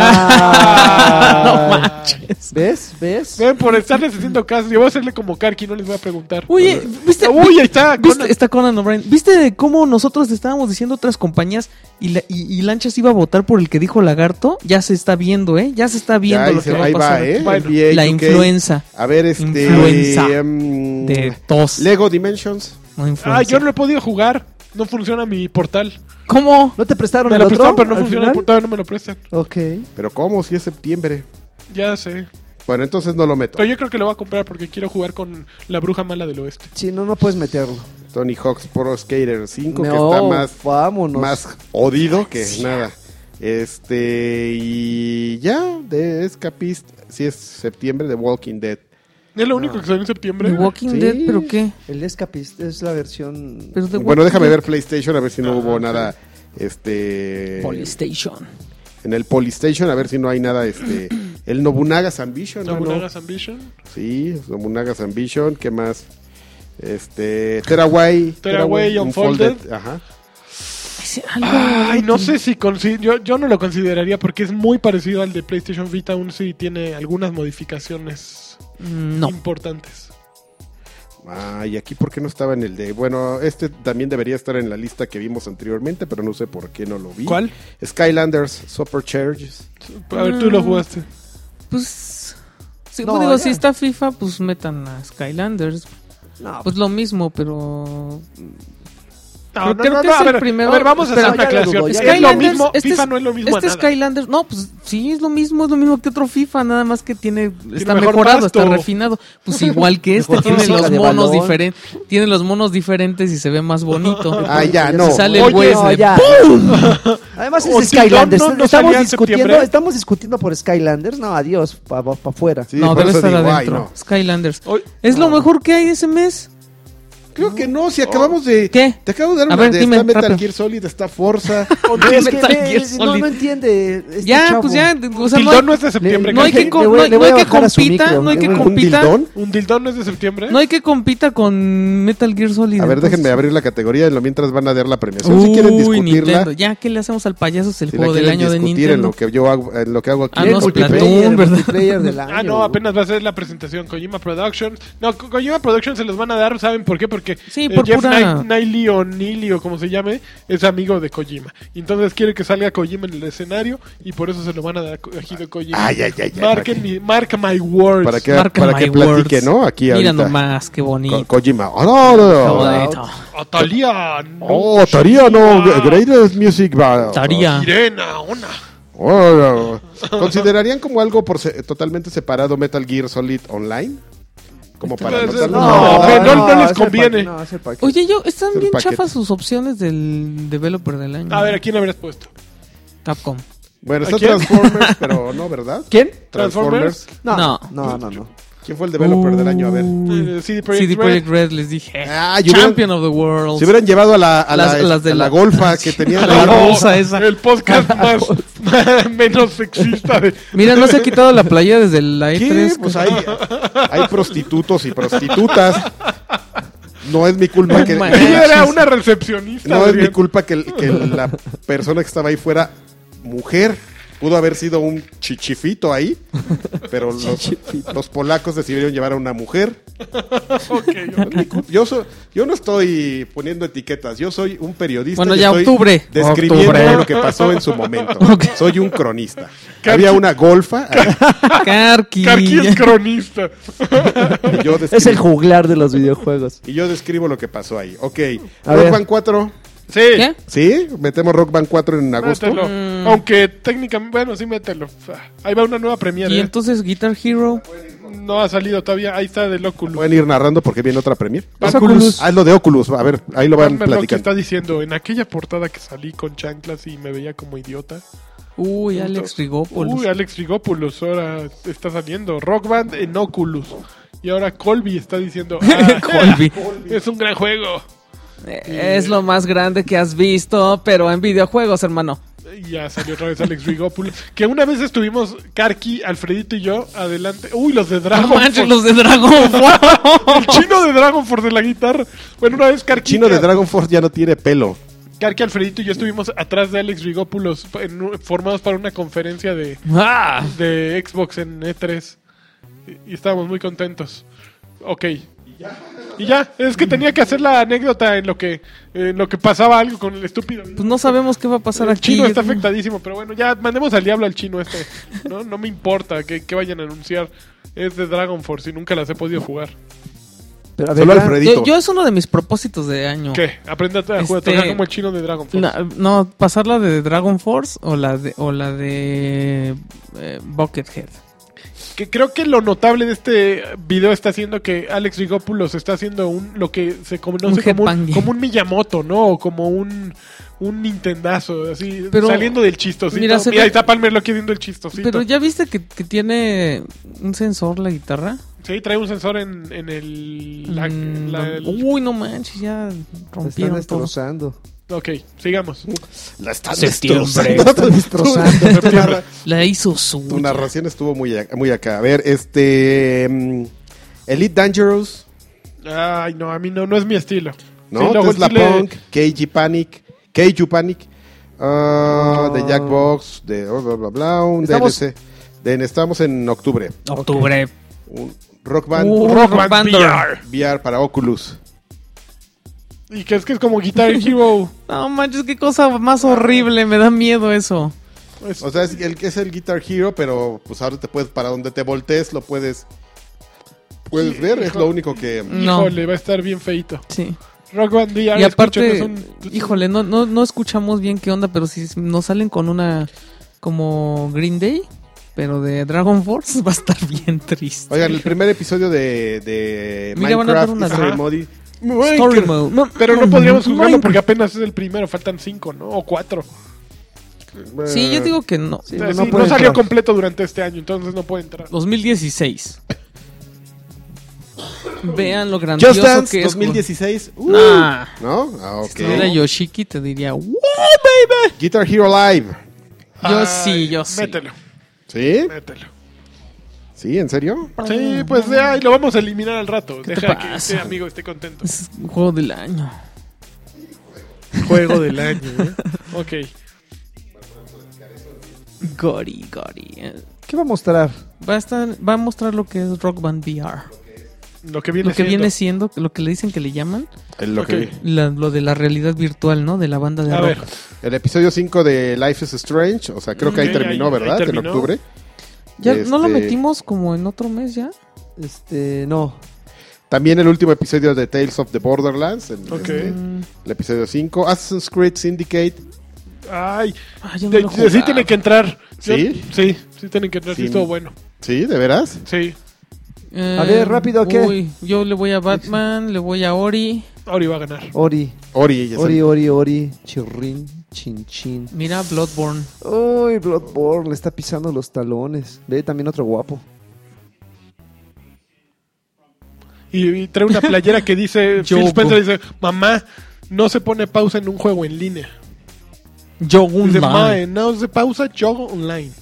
S3: Ah,
S4: no manches.
S3: ¿Ves? ¿Ves?
S1: Ven, por estarles haciendo caso. Yo voy a hacerle como Karki, no les voy a preguntar.
S4: Oye, ¿viste?
S1: Uy, ahí está.
S4: este ¿Viste?
S1: Conan.
S4: Está Conan O'Brien. ¿Viste de cómo nosotros te estábamos diciendo otras compañías y, la- y, y Lanchas iba a votar por el que dijo Lagarto? Ya se está viendo, ¿eh? Ya se está viendo
S2: ahí
S4: lo
S2: se-
S4: que va a
S2: ahí va,
S4: pasar.
S2: ¿eh?
S1: Bueno,
S2: NBA,
S4: La
S2: UK.
S4: influenza
S2: A ver, este.
S4: Influenza.
S2: em,
S4: de tos.
S2: Lego Dimensions.
S4: no
S1: Ah,
S4: influenza.
S1: yo no lo he podido jugar. No funciona mi portal.
S4: ¿Cómo?
S3: ¿No te prestaron
S1: Me
S3: el
S1: lo
S3: otro?
S1: prestaron, pero no
S3: al
S1: funciona el
S3: final?
S1: portal. No me lo prestan.
S3: Ok.
S2: Pero ¿cómo? Si es septiembre.
S1: Ya sé.
S2: Bueno, entonces no lo meto.
S1: Pero yo creo que lo voy a comprar porque quiero jugar con la bruja mala del oeste.
S3: Sí, no, no puedes meterlo.
S2: Tony Hawk's Pro Skater 5, que
S3: No,
S2: está más,
S3: vámonos.
S2: más odido que nada. Este. Y ya, de Escapist. Si es septiembre, de Walking Dead.
S1: Es lo único que salió en septiembre.
S4: ¿The Walking
S2: Sí.
S4: Dead? ¿Pero qué?
S3: El Escapist es la versión...
S4: Pero The
S2: Bueno,
S4: Walking
S2: déjame
S4: Dead-
S2: ver PlayStation, a ver si no hubo nada. Este.
S4: Polystation.
S2: En el Polystation, a ver si no hay nada. Este. El Nobunaga's Ambition. ¿no?
S1: Nobunaga's Ambition.
S2: Sí, Nomunaga's Ambition, ¿qué más? Este, Teraway.
S1: Tearaway Unfolded.
S2: Ajá.
S4: Ese- algo-
S1: Ay,
S4: algo
S1: no sé
S4: tiene.
S1: si consi- yo, yo no lo consideraría porque es muy parecido al de PlayStation Vita, aún si tiene algunas modificaciones
S4: Mm, No.
S1: importantes.
S2: Ay, Ah, aquí por qué no estaba en el de... Bueno, este también debería estar en la lista que vimos anteriormente, pero no sé por qué no lo vi.
S1: ¿Cuál?
S2: Skylanders, Supercharges.
S1: A ver, tú lo jugaste.
S4: Pues. sí,
S3: No,
S4: pues digo,
S3: ya.
S4: si está FIFA, pues metan a Skylanders.
S3: No,
S4: Pues lo mismo, pero.
S1: No,
S4: Pero
S1: no,
S4: creo
S1: no,
S4: que
S1: no,
S4: es
S1: a
S4: el
S1: ver,
S4: primero-
S1: a ver, vamos
S4: espera,
S1: a hacer una
S3: ya lo
S1: aclaración.
S3: dudo, ya.
S1: es lo
S4: Skylanders,
S1: mismo,
S4: este
S1: FIFA
S4: es-
S1: no es lo mismo a
S4: Este
S1: nada.
S4: Skylanders, no, pues sí, es lo mismo, es lo mismo que otro FIFA, nada más que tiene, está
S1: mejor
S4: mejorado, está
S1: pasto.
S4: refinado. Pues igual que este,
S3: Mejor
S4: tiene
S3: física
S4: los
S3: de
S4: monos
S3: balón.
S4: diferentes, tiene los monos diferentes y se ve más bonito.
S2: Ah, ya,
S3: Se
S2: no.
S4: sale el
S2: Oye,
S4: güey,
S3: no,
S4: le-
S3: ya. Además es
S1: O si
S3: Skylanders.
S1: no, no, no
S3: estamos,
S1: salía en
S3: discutiendo,
S1: septiembre.
S3: estamos discutiendo por Skylanders. No, adiós, para pa, afuera.
S2: Sí,
S4: no,
S2: por
S4: debe
S2: eso
S4: estar
S2: digo, ay,
S4: adentro.
S2: no.
S4: Skylanders.
S1: Hoy-
S4: Es lo mejor que hay ese mes.
S2: Creo que no,
S4: Ah.
S2: si acabamos de...
S4: ¿Qué?
S2: Te acabo de dar
S4: A
S2: una
S4: ver,
S2: de
S4: dime,
S2: está Metal
S4: rápido.
S2: Gear Solid, está Forza.
S3: No, Ah, es que
S4: Metal
S3: ve,
S4: Gear
S3: no,
S4: Solid.
S3: no entiende. este
S4: ya,
S3: chavo.
S4: pues ya, o sea, no hay,
S1: Tildón no es de septiembre.
S4: no hay
S1: Ángel.
S4: que, com-
S3: Le voy-
S4: no hay-
S3: le
S4: no
S3: voy
S4: hay
S3: a
S4: que
S3: bajar a su
S4: compita,
S3: micro,
S4: no hay
S3: le
S4: que
S3: voy a-
S2: ¿Un
S4: compita.
S2: dildón?
S1: ¿Un tildón no es de septiembre?
S4: No hay que compita con Metal Gear Solid.
S2: A ver,
S4: entonces.
S2: déjenme abrir la categoría y lo mientras van a dar la premiación. si quieren
S4: Uy,
S2: discutirla,
S4: Nintendo. Ya, ¿qué le hacemos al payaso? Es el
S2: si la
S4: juego del
S2: quieren
S4: año de
S2: discutir en
S4: Nintendo.
S2: lo que yo hago, en lo que hago aquí.
S4: Ah,
S2: en
S4: no, es
S2: Multiplayer.
S4: Platón. Splatoon, ¿verdad?
S3: multiplayer del año.
S1: Ah, no, apenas va a ser la presentación. Kojima Productions. No, Ko- Kojima Productions se los van a dar, ¿saben por qué? Porque eh,
S4: Sí, por
S1: Jeff
S4: pura-
S1: Knight- Knightley o Neely o como se llame, es amigo de Kojima. Entonces quiere que salga Kojima en el escenario y por eso se lo van a dar a Ko- a Hideo Kojima.
S2: Ay, ay, ay, ay,
S1: Marquen
S2: para
S1: mi- mark my words.
S2: Para que,
S4: Marca
S2: para
S4: my
S2: que platique,
S4: words.
S2: ¿no? Aquí
S4: Mira
S2: ahorita.
S4: nomás, qué
S2: Ko-
S4: bonito.
S2: Kojima. Oh, no, no, no.
S3: Joder.
S4: Bonito.
S1: Atalia, no.
S2: Oh, Taría, no.
S1: Shira,
S2: Greatest Music. va-
S4: Estaría.
S1: Irena, una.
S2: Oh, no. ¿Considerarían como algo por se- totalmente separado Metal Gear Solid Online? Como para
S1: Pues,
S2: anotar-
S1: no, pero no- no les
S3: es el
S1: conviene.
S3: paquete, No, es el paquete.
S4: Oye, yo, están
S2: Es el
S4: bien
S2: paquete.
S4: chafas sus opciones del developer del año.
S1: A ver, ¿a quién habrías puesto?
S4: Capcom.
S2: Bueno, está
S1: ¿A quién?
S2: Transformers, pero no, ¿verdad?
S3: ¿Quién?
S2: Transformers.
S3: No,
S4: No.
S3: no, no, no. no.
S2: ¿Quién fue el developer del año? A ver.
S1: Eh, CD Projekt
S4: CD
S1: Red.
S4: Projekt Red, les dije.
S2: Ah, yo
S4: Champion of the World.
S2: Se hubieran llevado a la, a
S4: Oh. Las-
S2: la,
S4: las de
S2: a la
S4: la-
S2: golfa que tenía.
S4: A la
S2: la-
S1: No,
S4: bolsa esa.
S1: El podcast más, menos sexista de.
S4: Mira, no se ha quitado la E playa desde el
S2: ¿Qué?
S4: i3.
S2: Pues hay, hay prostitutos y prostitutas. No es mi culpa que.
S4: No
S1: Ella
S4: manches.
S1: era una recepcionista.
S2: No es mi
S1: Adrián.
S2: culpa que, el- que la persona que estaba ahí fuera mujer. Pudo haber sido un chichifito ahí, pero los, los polacos decidieron llevar a una mujer. No es mi culpa. Yo, so- yo no estoy poniendo etiquetas, yo soy un periodista.
S4: Bueno,
S2: y
S4: ya
S2: estoy
S4: octubre.
S2: Describiendo
S4: Octubre.
S2: lo que pasó en su momento. Soy un cronista.
S1: Cachi-
S2: Había una golfa ahí,
S4: Karki.
S1: Karki es cronista.
S2: y yo
S3: Es el
S2: describo,
S3: juglar de los videojuegos.
S2: y yo describo lo que pasó ahí. Ok,
S3: A
S2: Rock
S3: ver.
S2: Band 4.
S1: Sí.
S4: ¿Qué? Mm.
S2: ¿Sí? Metemos Rock Band 4 en agosto.
S1: Mételo. Aunque técnicamente, bueno, sí, mételo. Ahí va una nueva premiere.
S4: Y
S1: ¿eh?
S4: entonces Guitar Hero.
S1: No ha salido todavía. Ahí está del Oculus.
S2: Pueden ir narrando porque viene otra premier.
S1: Oculus.
S2: Ah, es lo de Oculus. A ver, ahí lo van
S1: Carmen Rock
S2: platicando.
S1: está diciendo, en aquella portada que salí con chanclas y me veía como idiota.
S4: Uy, Alex Rigopoulos.
S1: Uy, Alex Rigopoulos ahora está saliendo. Rock Band en Oculus. Y ahora Colby está diciendo, "Ah,
S4: Colby.
S1: es un gran juego.
S4: Eh, Es lo más grande que has visto, pero en videojuegos, hermano.
S1: Y ya salió otra vez Alex Rigopoulos. Que una vez estuvimos Karki, Alfredito y yo adelante. Uy, los de
S4: No
S1: Dragon Force.
S4: manches, los de Dragon Ball.
S1: El chino de Dragon Force de la guitarra. Bueno, una vez Karki.
S2: Chino de Dragon Force ya no tiene pelo.
S1: Karki, Alfredito y yo estuvimos atrás de Alex Rigopoulos en un- formados para una conferencia de,
S4: Ah,
S1: de Xbox en E3 y, y estábamos muy contentos. Ok. Y ya, es que tenía que hacer la anécdota en lo que en lo que pasaba algo con el estúpido.
S4: pues no sabemos qué va a pasar
S1: el
S4: aquí.
S1: chino está afectadísimo, pero bueno, ya mandemos al diablo al chino este. No, no me importa que, que vayan a anunciar. Es de Dragon Force y nunca las he podido jugar.
S3: Pero a ver,
S2: Solo
S3: ya-
S2: Alfredito.
S4: Yo, yo es uno de mis propósitos de año.
S1: ¿Qué? Aprende a, tra- a jugar- a
S4: Este-
S1: tocar como el chino de Dragon Force.
S4: La- no, pasar la de Dragon Force o la de, o la de eh, Buckethead.
S1: Que creo que lo notable de este video está haciendo que Alex Rigopoulos está haciendo un lo que se
S4: Un
S1: conoce como, un,
S4: headbanging.
S1: como un Miyamoto, ¿no? O como un un Nintendazo, así
S4: Pero-
S1: saliendo del chistosito. Mira,
S4: Mira, se
S1: ahí
S4: ve-
S1: está Palmer lo que viendo el chistosito.
S4: Pero ya viste que, que tiene un sensor la guitarra.
S1: Sí, trae un sensor en, en el, la-
S4: Mm,
S1: la- el-
S4: Uy, no manches, ya
S3: Me están
S4: rompieron todo.
S3: destrozando.
S1: Ok, sigamos.
S2: La están
S4: Septiembre.
S2: destrozando.
S3: Están destrozando.
S2: Tu, narra-
S4: La hizo
S2: tu
S4: su.
S2: narración estuvo muy, a- muy acá. A ver, este. mm, Elite Dangerous.
S1: Ay, no, a mí no, no es mi estilo.
S2: ¿No?
S1: Sí, luego
S2: Tesla
S1: sí le-
S2: Punk. KG Panic. KG Panic. ah, De Jackbox. De bla bla bla. bla, un
S3: Estamos-
S2: DLC. De- estamos en octubre.
S4: Octubre.
S2: Un Rock Band.
S4: Uh,
S1: Rock
S4: Rock
S1: Band
S4: Band
S1: VR.
S2: VR para Oculus.
S1: Y que es que es como Guitar Hero.
S4: No manches, qué cosa más horrible. Me da miedo eso.
S1: Es-
S2: O sea, es el que es el Guitar Hero, pero pues ahora te puedes para donde te voltees lo puedes puedes ver, es lo único que
S4: No.
S1: Híjole, va a estar bien feito.
S4: Sí.
S1: Rock Band VR,
S4: Y aparte,
S1: escuchen, es un-
S4: híjole, no, no, no escuchamos bien qué onda, pero si nos salen con una como Green Day, pero de Dragon Force, va a estar bien triste.
S2: Oigan, el primer episodio de, de
S4: Mira, van a
S2: Minecraft
S4: dar una-
S2: y Story
S1: Ajá.
S2: Mode.
S4: Story Mode. No,
S1: Pero no podríamos
S4: no,
S1: jugarlo
S4: no.
S1: porque apenas es el primero, faltan cinco, ¿no? O cuatro.
S4: Sí,
S2: eh,
S4: yo digo que no.
S3: Sí,
S1: O sea,
S3: no
S1: sí, no
S3: puede
S1: salió
S3: entrar.
S1: completo durante este año, entonces no puede entrar.
S4: 2016. Vean lo grandioso
S2: Just Dance
S4: que es.
S2: 2016. uh,
S4: Nah.
S2: ¿No? Ah,
S4: Si estuviera
S2: ok.
S4: Yoshiki te diría, "Wow, baby!
S2: Guitar Hero Live.
S4: Yo
S1: Ay,
S4: sí, yo sí.
S1: Mételo,
S2: ¿Sí?
S1: mételo.
S2: ¿Sí? ¿En serio?
S1: Sí, pues ya, y lo vamos a eliminar al rato.
S4: ¿Qué te
S1: Deja que
S4: pasa?
S1: este amigo esté contento.
S4: Es un juego del año.
S1: Juego del año, ¿eh? Ok.
S4: Gori, gori. Eh,
S3: ¿Qué va a mostrar?
S4: Va a, estar, va a mostrar lo que es Rock Band VR.
S1: Lo que viene
S4: Lo que
S1: siendo.
S4: viene siendo, lo que le dicen que le llaman,
S2: El, lo
S1: Ok.
S2: que vi.
S4: la- lo de la realidad virtual, ¿no? De la banda de
S1: A
S4: rock.
S1: ver,
S2: El episodio 5 de Life is Strange. O sea, creo que ahí
S1: Ok,
S2: terminó,
S1: ahí- ahí
S2: ¿verdad?
S1: terminó.
S2: En octubre.
S4: ¿Ya no lo
S2: Este-
S4: metimos como en otro mes ya?
S3: Este, no.
S2: También el último episodio de Tales of the Borderlands. en-
S1: Ok.
S2: este,
S4: Mm,
S2: el episodio 5. Assassin's Creed Syndicate.
S1: ay,
S4: ay, yo Ah, no
S1: de-
S4: lo
S1: de- sí
S4: jugaba.
S1: tienen que entrar. Yo-
S2: ¿Sí?
S1: Sí, sí tienen que entrar, sí
S2: Sí.
S1: estuvo bueno.
S2: ¿Sí? ¿De veras?
S1: Sí,
S4: Eh,
S3: A ver, rápido, ¿qué?
S4: uy, yo le voy a Batman, le voy a Ori.
S1: ahora iba a ganar.
S3: Ori,
S2: Ori. ya
S3: Ori,
S2: salió.
S3: Ori, Ori, Chirrin. Chin, chin.
S4: Mira Bloodborne.
S3: Uy, Bloodborne le está pisando los talones. Ve también otro guapo.
S1: Y, y trae una playera que dice, Phil
S4: Yo-
S1: Spencer dice, mamá, no se pone pausa en un juego en línea.
S4: Jogun
S1: Dice, mae, no se pausa, juego online.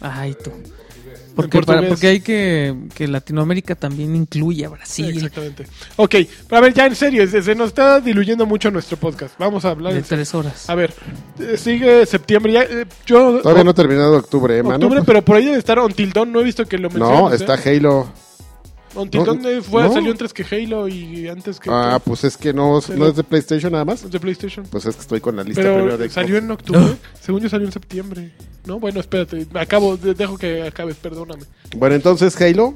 S4: Ay, tú. Porque,
S1: portugués.
S4: para- porque hay que que Latinoamérica también incluye a
S1: Sí,
S4: Brasil.
S1: exactamente. Ok, pero a ver, ya en serio, se se nos está diluyendo mucho nuestro podcast. Vamos a hablar.
S4: de
S1: en serio.
S4: tres horas.
S1: A ver, eh, sigue septiembre. Ya, eh, yo,
S2: Todavía no ha terminado octubre, ¿eh, mano?
S1: octubre, pero por ahí debe estar Until Dawn. No he visto que lo mencionen.
S2: No, está Halo.
S1: Until Dawn
S2: no,
S1: eh, fue,
S2: no.
S1: salió antes que Halo y antes que.
S2: Ah, pues es que no,
S1: Pero-
S2: no es de PlayStation nada más.
S1: de PlayStation.
S2: Pues es que estoy con la lista primero
S1: Pero
S2: de Xbox.
S1: salió en octubre. Según yo salió en septiembre. No, bueno, espérate. Acabo, de- dejo que acabes, perdóname.
S2: Bueno, entonces Halo.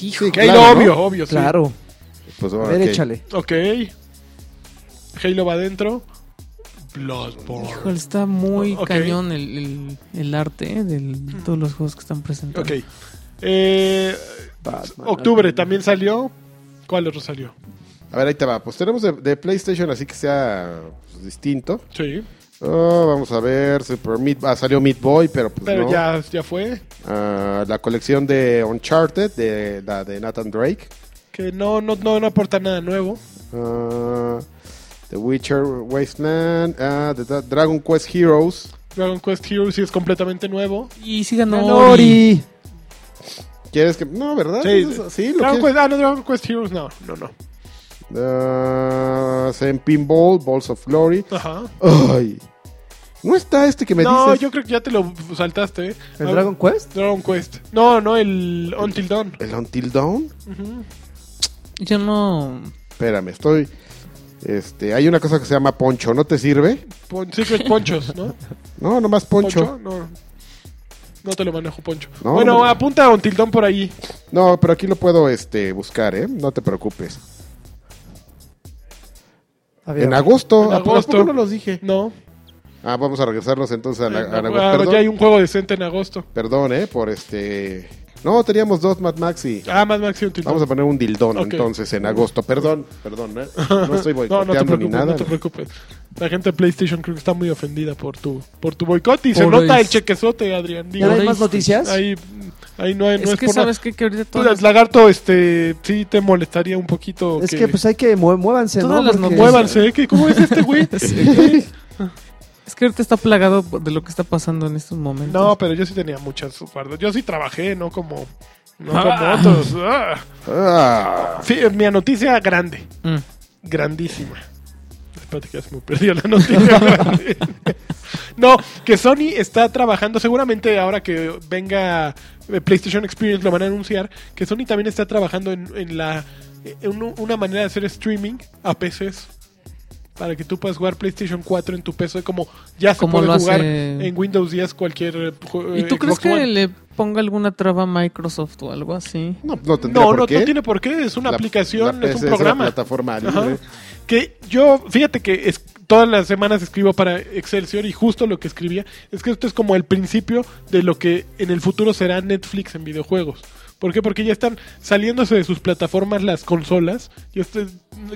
S4: Hijo.
S2: Sí,
S1: Halo,
S2: Claro, ¿no?
S1: obvio, obvio. sí.
S3: Claro.
S2: Pues
S3: A
S2: ok.
S3: ver, échale.
S1: Ok. Halo va adentro. Bloodborne.
S4: Híjole, está muy
S1: Ok.
S4: cañón el, el- el arte eh, del- de todos los juegos que están presentando.
S1: Ok. Eh,
S3: Batman.
S1: octubre también salió. ¿Cuál otro salió?
S2: A ver, ahí te va. Pues tenemos de, de PlayStation, así que sea pues, distinto.
S1: Sí.
S2: Oh, vamos a ver. Super Meat, ah, salió Meat Boy, pero pues
S1: Pero
S2: no.
S1: ya, ya fue.
S2: Ah, la colección de Uncharted, de la de Nathan Drake.
S1: Que no, no, no, no aporta nada nuevo.
S2: Ah, The Witcher Wasteland. Ah, The Dra- Dragon Quest Heroes.
S1: Dragon Quest Heroes sí es completamente nuevo.
S4: Y sí ganó Ori.
S3: Nori.
S2: ¿Quieres que.? No, ¿verdad? Eso- sí lo
S1: Dragon
S2: quieres.
S1: Quest, ah, no, Dragon Quest Heroes, no, no, no.
S2: Ah, Zen Pinball, Balls of Glory.
S1: Ajá.
S2: Ay. No está este que me
S1: No,
S2: dices.
S1: yo creo que ya te lo saltaste. ¿eh?
S3: ¿El
S1: Ah,
S3: Dragon Quest?
S1: Dragon Quest. No, no, el Until Dawn.
S2: ¿El Until Dawn?
S1: Ujú.
S4: Yo no.
S2: Espérame, estoy. Este, hay una cosa que se llama Poncho, ¿no te sirve?
S1: Pon- Secret Ponchos, ¿no?
S2: No, nomás Poncho.
S1: No. No te lo manejo, Poncho.
S2: No,
S1: bueno,
S2: no.
S1: apunta a Until Dawn por ahí.
S2: No, pero aquí lo puedo este, buscar, ¿eh? No te preocupes.
S3: A ver,
S2: En agosto.
S1: En
S2: Oh, ¿a poco- a
S1: agosto.
S2: poco no los dije?
S1: No.
S2: Ah, vamos a regresarlos entonces a, la- a
S1: Ah,
S2: agosto. Perdón,
S1: ya hay un juego decente en agosto.
S2: perdón, ¿eh? Por este. No, teníamos dos Mad Max y.
S1: Ah, Mad Max y Until Dawn.
S2: Vamos a poner un dildón
S1: Ok.
S2: entonces en agosto. Perdón, perdón, ¿eh? No
S1: No, no
S2: estoy boicoteando
S1: te
S2: ni
S1: preocupes,
S2: nada.
S1: no te preocupes. La gente de PlayStation creo que está muy ofendida por tu, por tu boicot y se
S4: Por
S1: nota
S4: eso.
S1: el chequezote, Adrián.
S3: ¿Ya
S1: Digo,
S3: no hay
S4: Ahora
S3: más
S4: hay-
S3: noticias?
S1: ahí, ahí no, hay- no
S4: es,
S1: es,
S4: que
S1: por nada.
S4: sabes qué? que ahorita
S1: Tú,
S4: todas, las-
S1: Lagarto, este, sí te molestaría un poquito.
S3: Es que pues hay que mue- muévanse,
S4: Todas
S3: ¿no?
S4: las
S3: Porque-
S4: noticias.
S1: Muévanse, ¿eh? ¿Qué- ¿cómo es este güey?
S4: es que ahorita está plagado de lo que está pasando en estos momentos.
S1: No, pero yo sí tenía muchas guardas. Yo sí trabajé, no como, no como
S4: Ah.
S1: otros. Ah.
S2: Ah,
S1: Sí, mi noticia grande,
S4: Mm.
S1: eh, grandísima. Espérate que ya se me perdió la noticia. grande. no, que Sony está trabajando, seguramente ahora que venga eh, PlayStation Experience lo van a anunciar, que Sony también está trabajando en, en la en un- una manera de hacer streaming a PCs. Para que tú puedas jugar PlayStation 4 en tu PC, como ya se
S4: Como
S1: puede
S4: lo hace-
S1: jugar en Windows 10 cualquier eh, ju-
S4: ¿Y tú
S1: eh,
S4: crees
S1: Xbox
S4: que
S1: One.
S4: le ponga alguna traba a Microsoft o algo así?
S2: no, no tendría
S1: No,
S2: por
S1: no,
S2: qué.
S1: no tiene por qué, es una
S2: La-
S1: aplicación,
S2: la
S1: es
S2: PC
S1: un programa.
S2: una plataforma
S1: Ajá.
S2: libre.
S1: Que yo, fíjate que es, todas las semanas escribo para Excelsior y justo lo que escribía es que esto es como el principio de lo que en el futuro será Netflix en videojuegos. ¿Por qué? Porque ya están saliéndose de sus plataformas las consolas. Y este,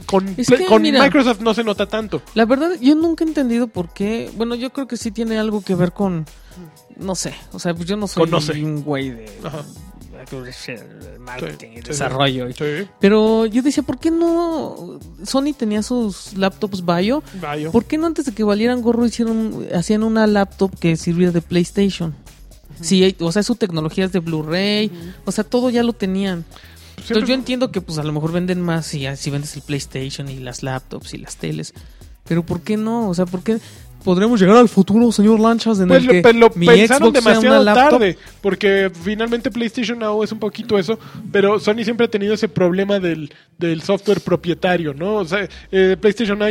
S1: con
S4: Es
S1: Play-
S4: que,
S1: con
S4: mira.
S1: Microsoft no se nota tanto.
S4: La verdad, yo nunca he entendido por qué. Bueno, yo creo que sí tiene algo que ver con. No sé. O sea, pues yo no soy
S1: Conoce.
S4: un güey de.
S1: Ajá.
S4: Marketing y
S1: Sí, sí.
S4: desarrollo. y-
S1: Sí,
S4: Pero yo decía, ¿por qué no Sony tenía sus laptops Bio?
S1: vaya.
S4: ¿Por qué no antes de que valieran gorro hicieron, hacían una laptop que sirviera de PlayStation? Sí, hay- o sea, su tecnología es de Blu-ray, o sea, todo ya lo tenían. Entonces yo
S1: Siempre-
S4: entiendo que pues a lo mejor venden más si, si vendes el PlayStation y las laptops y las teles, pero ¿por qué no? O sea, ¿por qué podremos llegar al futuro, señor Lanchas, en
S1: Pues
S4: el
S1: lo,
S4: que
S1: pe- lo
S4: mi
S1: pensaron
S4: Xbox sea una
S1: demasiado
S4: laptop?
S1: tarde, porque finalmente PlayStation Now es un poquito eso, pero Sony siempre ha tenido ese problema del, del software propietario, ¿no? O sea, eh, PlayStation Now,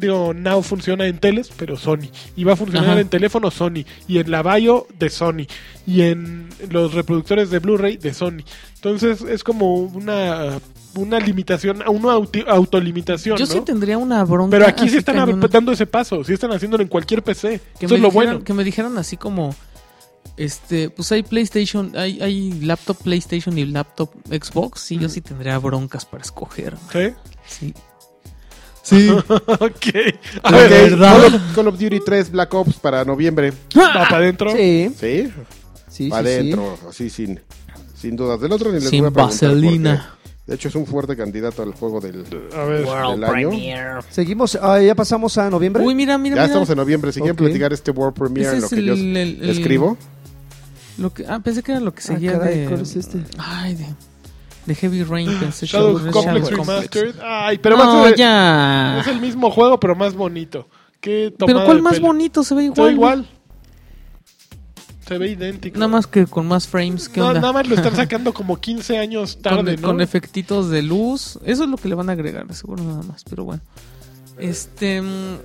S1: digo, Now funciona en teles, pero Sony, y va a funcionar
S4: Ajá.
S1: en teléfono Sony, y en la bio de Sony, y en los reproductores de Blu-ray de Sony. Entonces es como una, una limitación, una auti- autolimitación.
S4: Yo
S1: ¿no?
S4: sí tendría una bronca.
S1: Pero aquí
S4: así
S1: sí están
S4: cañona.
S1: dando ese paso, sí están haciéndolo en cualquier PC.
S4: Que
S1: Eso
S4: me
S1: es lo
S4: dijeran-
S1: bueno.
S4: Que me dijeran así como, este, pues hay PlayStation, hay, hay laptop PlayStation y laptop Xbox, y yo sí tendría broncas para escoger.
S1: ¿sí?
S4: Sí.
S5: Sí.
S1: ok. A
S5: La
S1: ver,
S2: Ok,
S5: verdad.
S2: Call of, Call of Duty 3 Black Ops para noviembre.
S1: va para adentro.
S3: Sí,
S2: Sí,
S3: sí, sí.
S2: para
S3: sí.
S2: adentro, así sin, sin dudas. Del otro ni les
S4: Sin
S2: voy a preguntar
S4: vaselina.
S2: porque, De hecho, es un fuerte candidato al juego del.
S1: A ver.
S2: World año.
S3: Seguimos, ah, ya pasamos a noviembre.
S4: Uy, mira, mira,
S2: Ya
S4: mira.
S2: estamos en noviembre. Si quieren
S3: Ok.
S2: platicar este World Premiere
S4: Ese
S2: en lo
S4: es
S2: que yo
S4: el- el- el-
S2: escribo.
S4: Lo que, ah, pensé que era lo que
S3: Ah,
S4: seguía
S3: caray,
S4: de...
S3: ¿cuál es este?
S4: Ay, de, de Heavy Rain. Pensé que
S1: Ah, Shadow
S4: era
S1: Complex
S4: Shadow
S1: Remastered. Ay, pero
S4: no,
S1: más.
S4: ya.
S1: Es el mismo juego, pero más bonito. ¿Qué
S4: Pero ¿cuál más bonito? Se ve igual.
S1: Se ve
S4: ¿no?
S1: igual. Se ve idéntico.
S4: Nada más que con más frames. ¿Qué
S1: No,
S4: onda?
S1: nada más lo están sacando como 15 años
S4: con,
S1: tarde,
S4: con
S1: ¿no?
S4: efectitos de luz. Eso es lo que le van a agregar, seguro nada más. Pero bueno. Este. mm,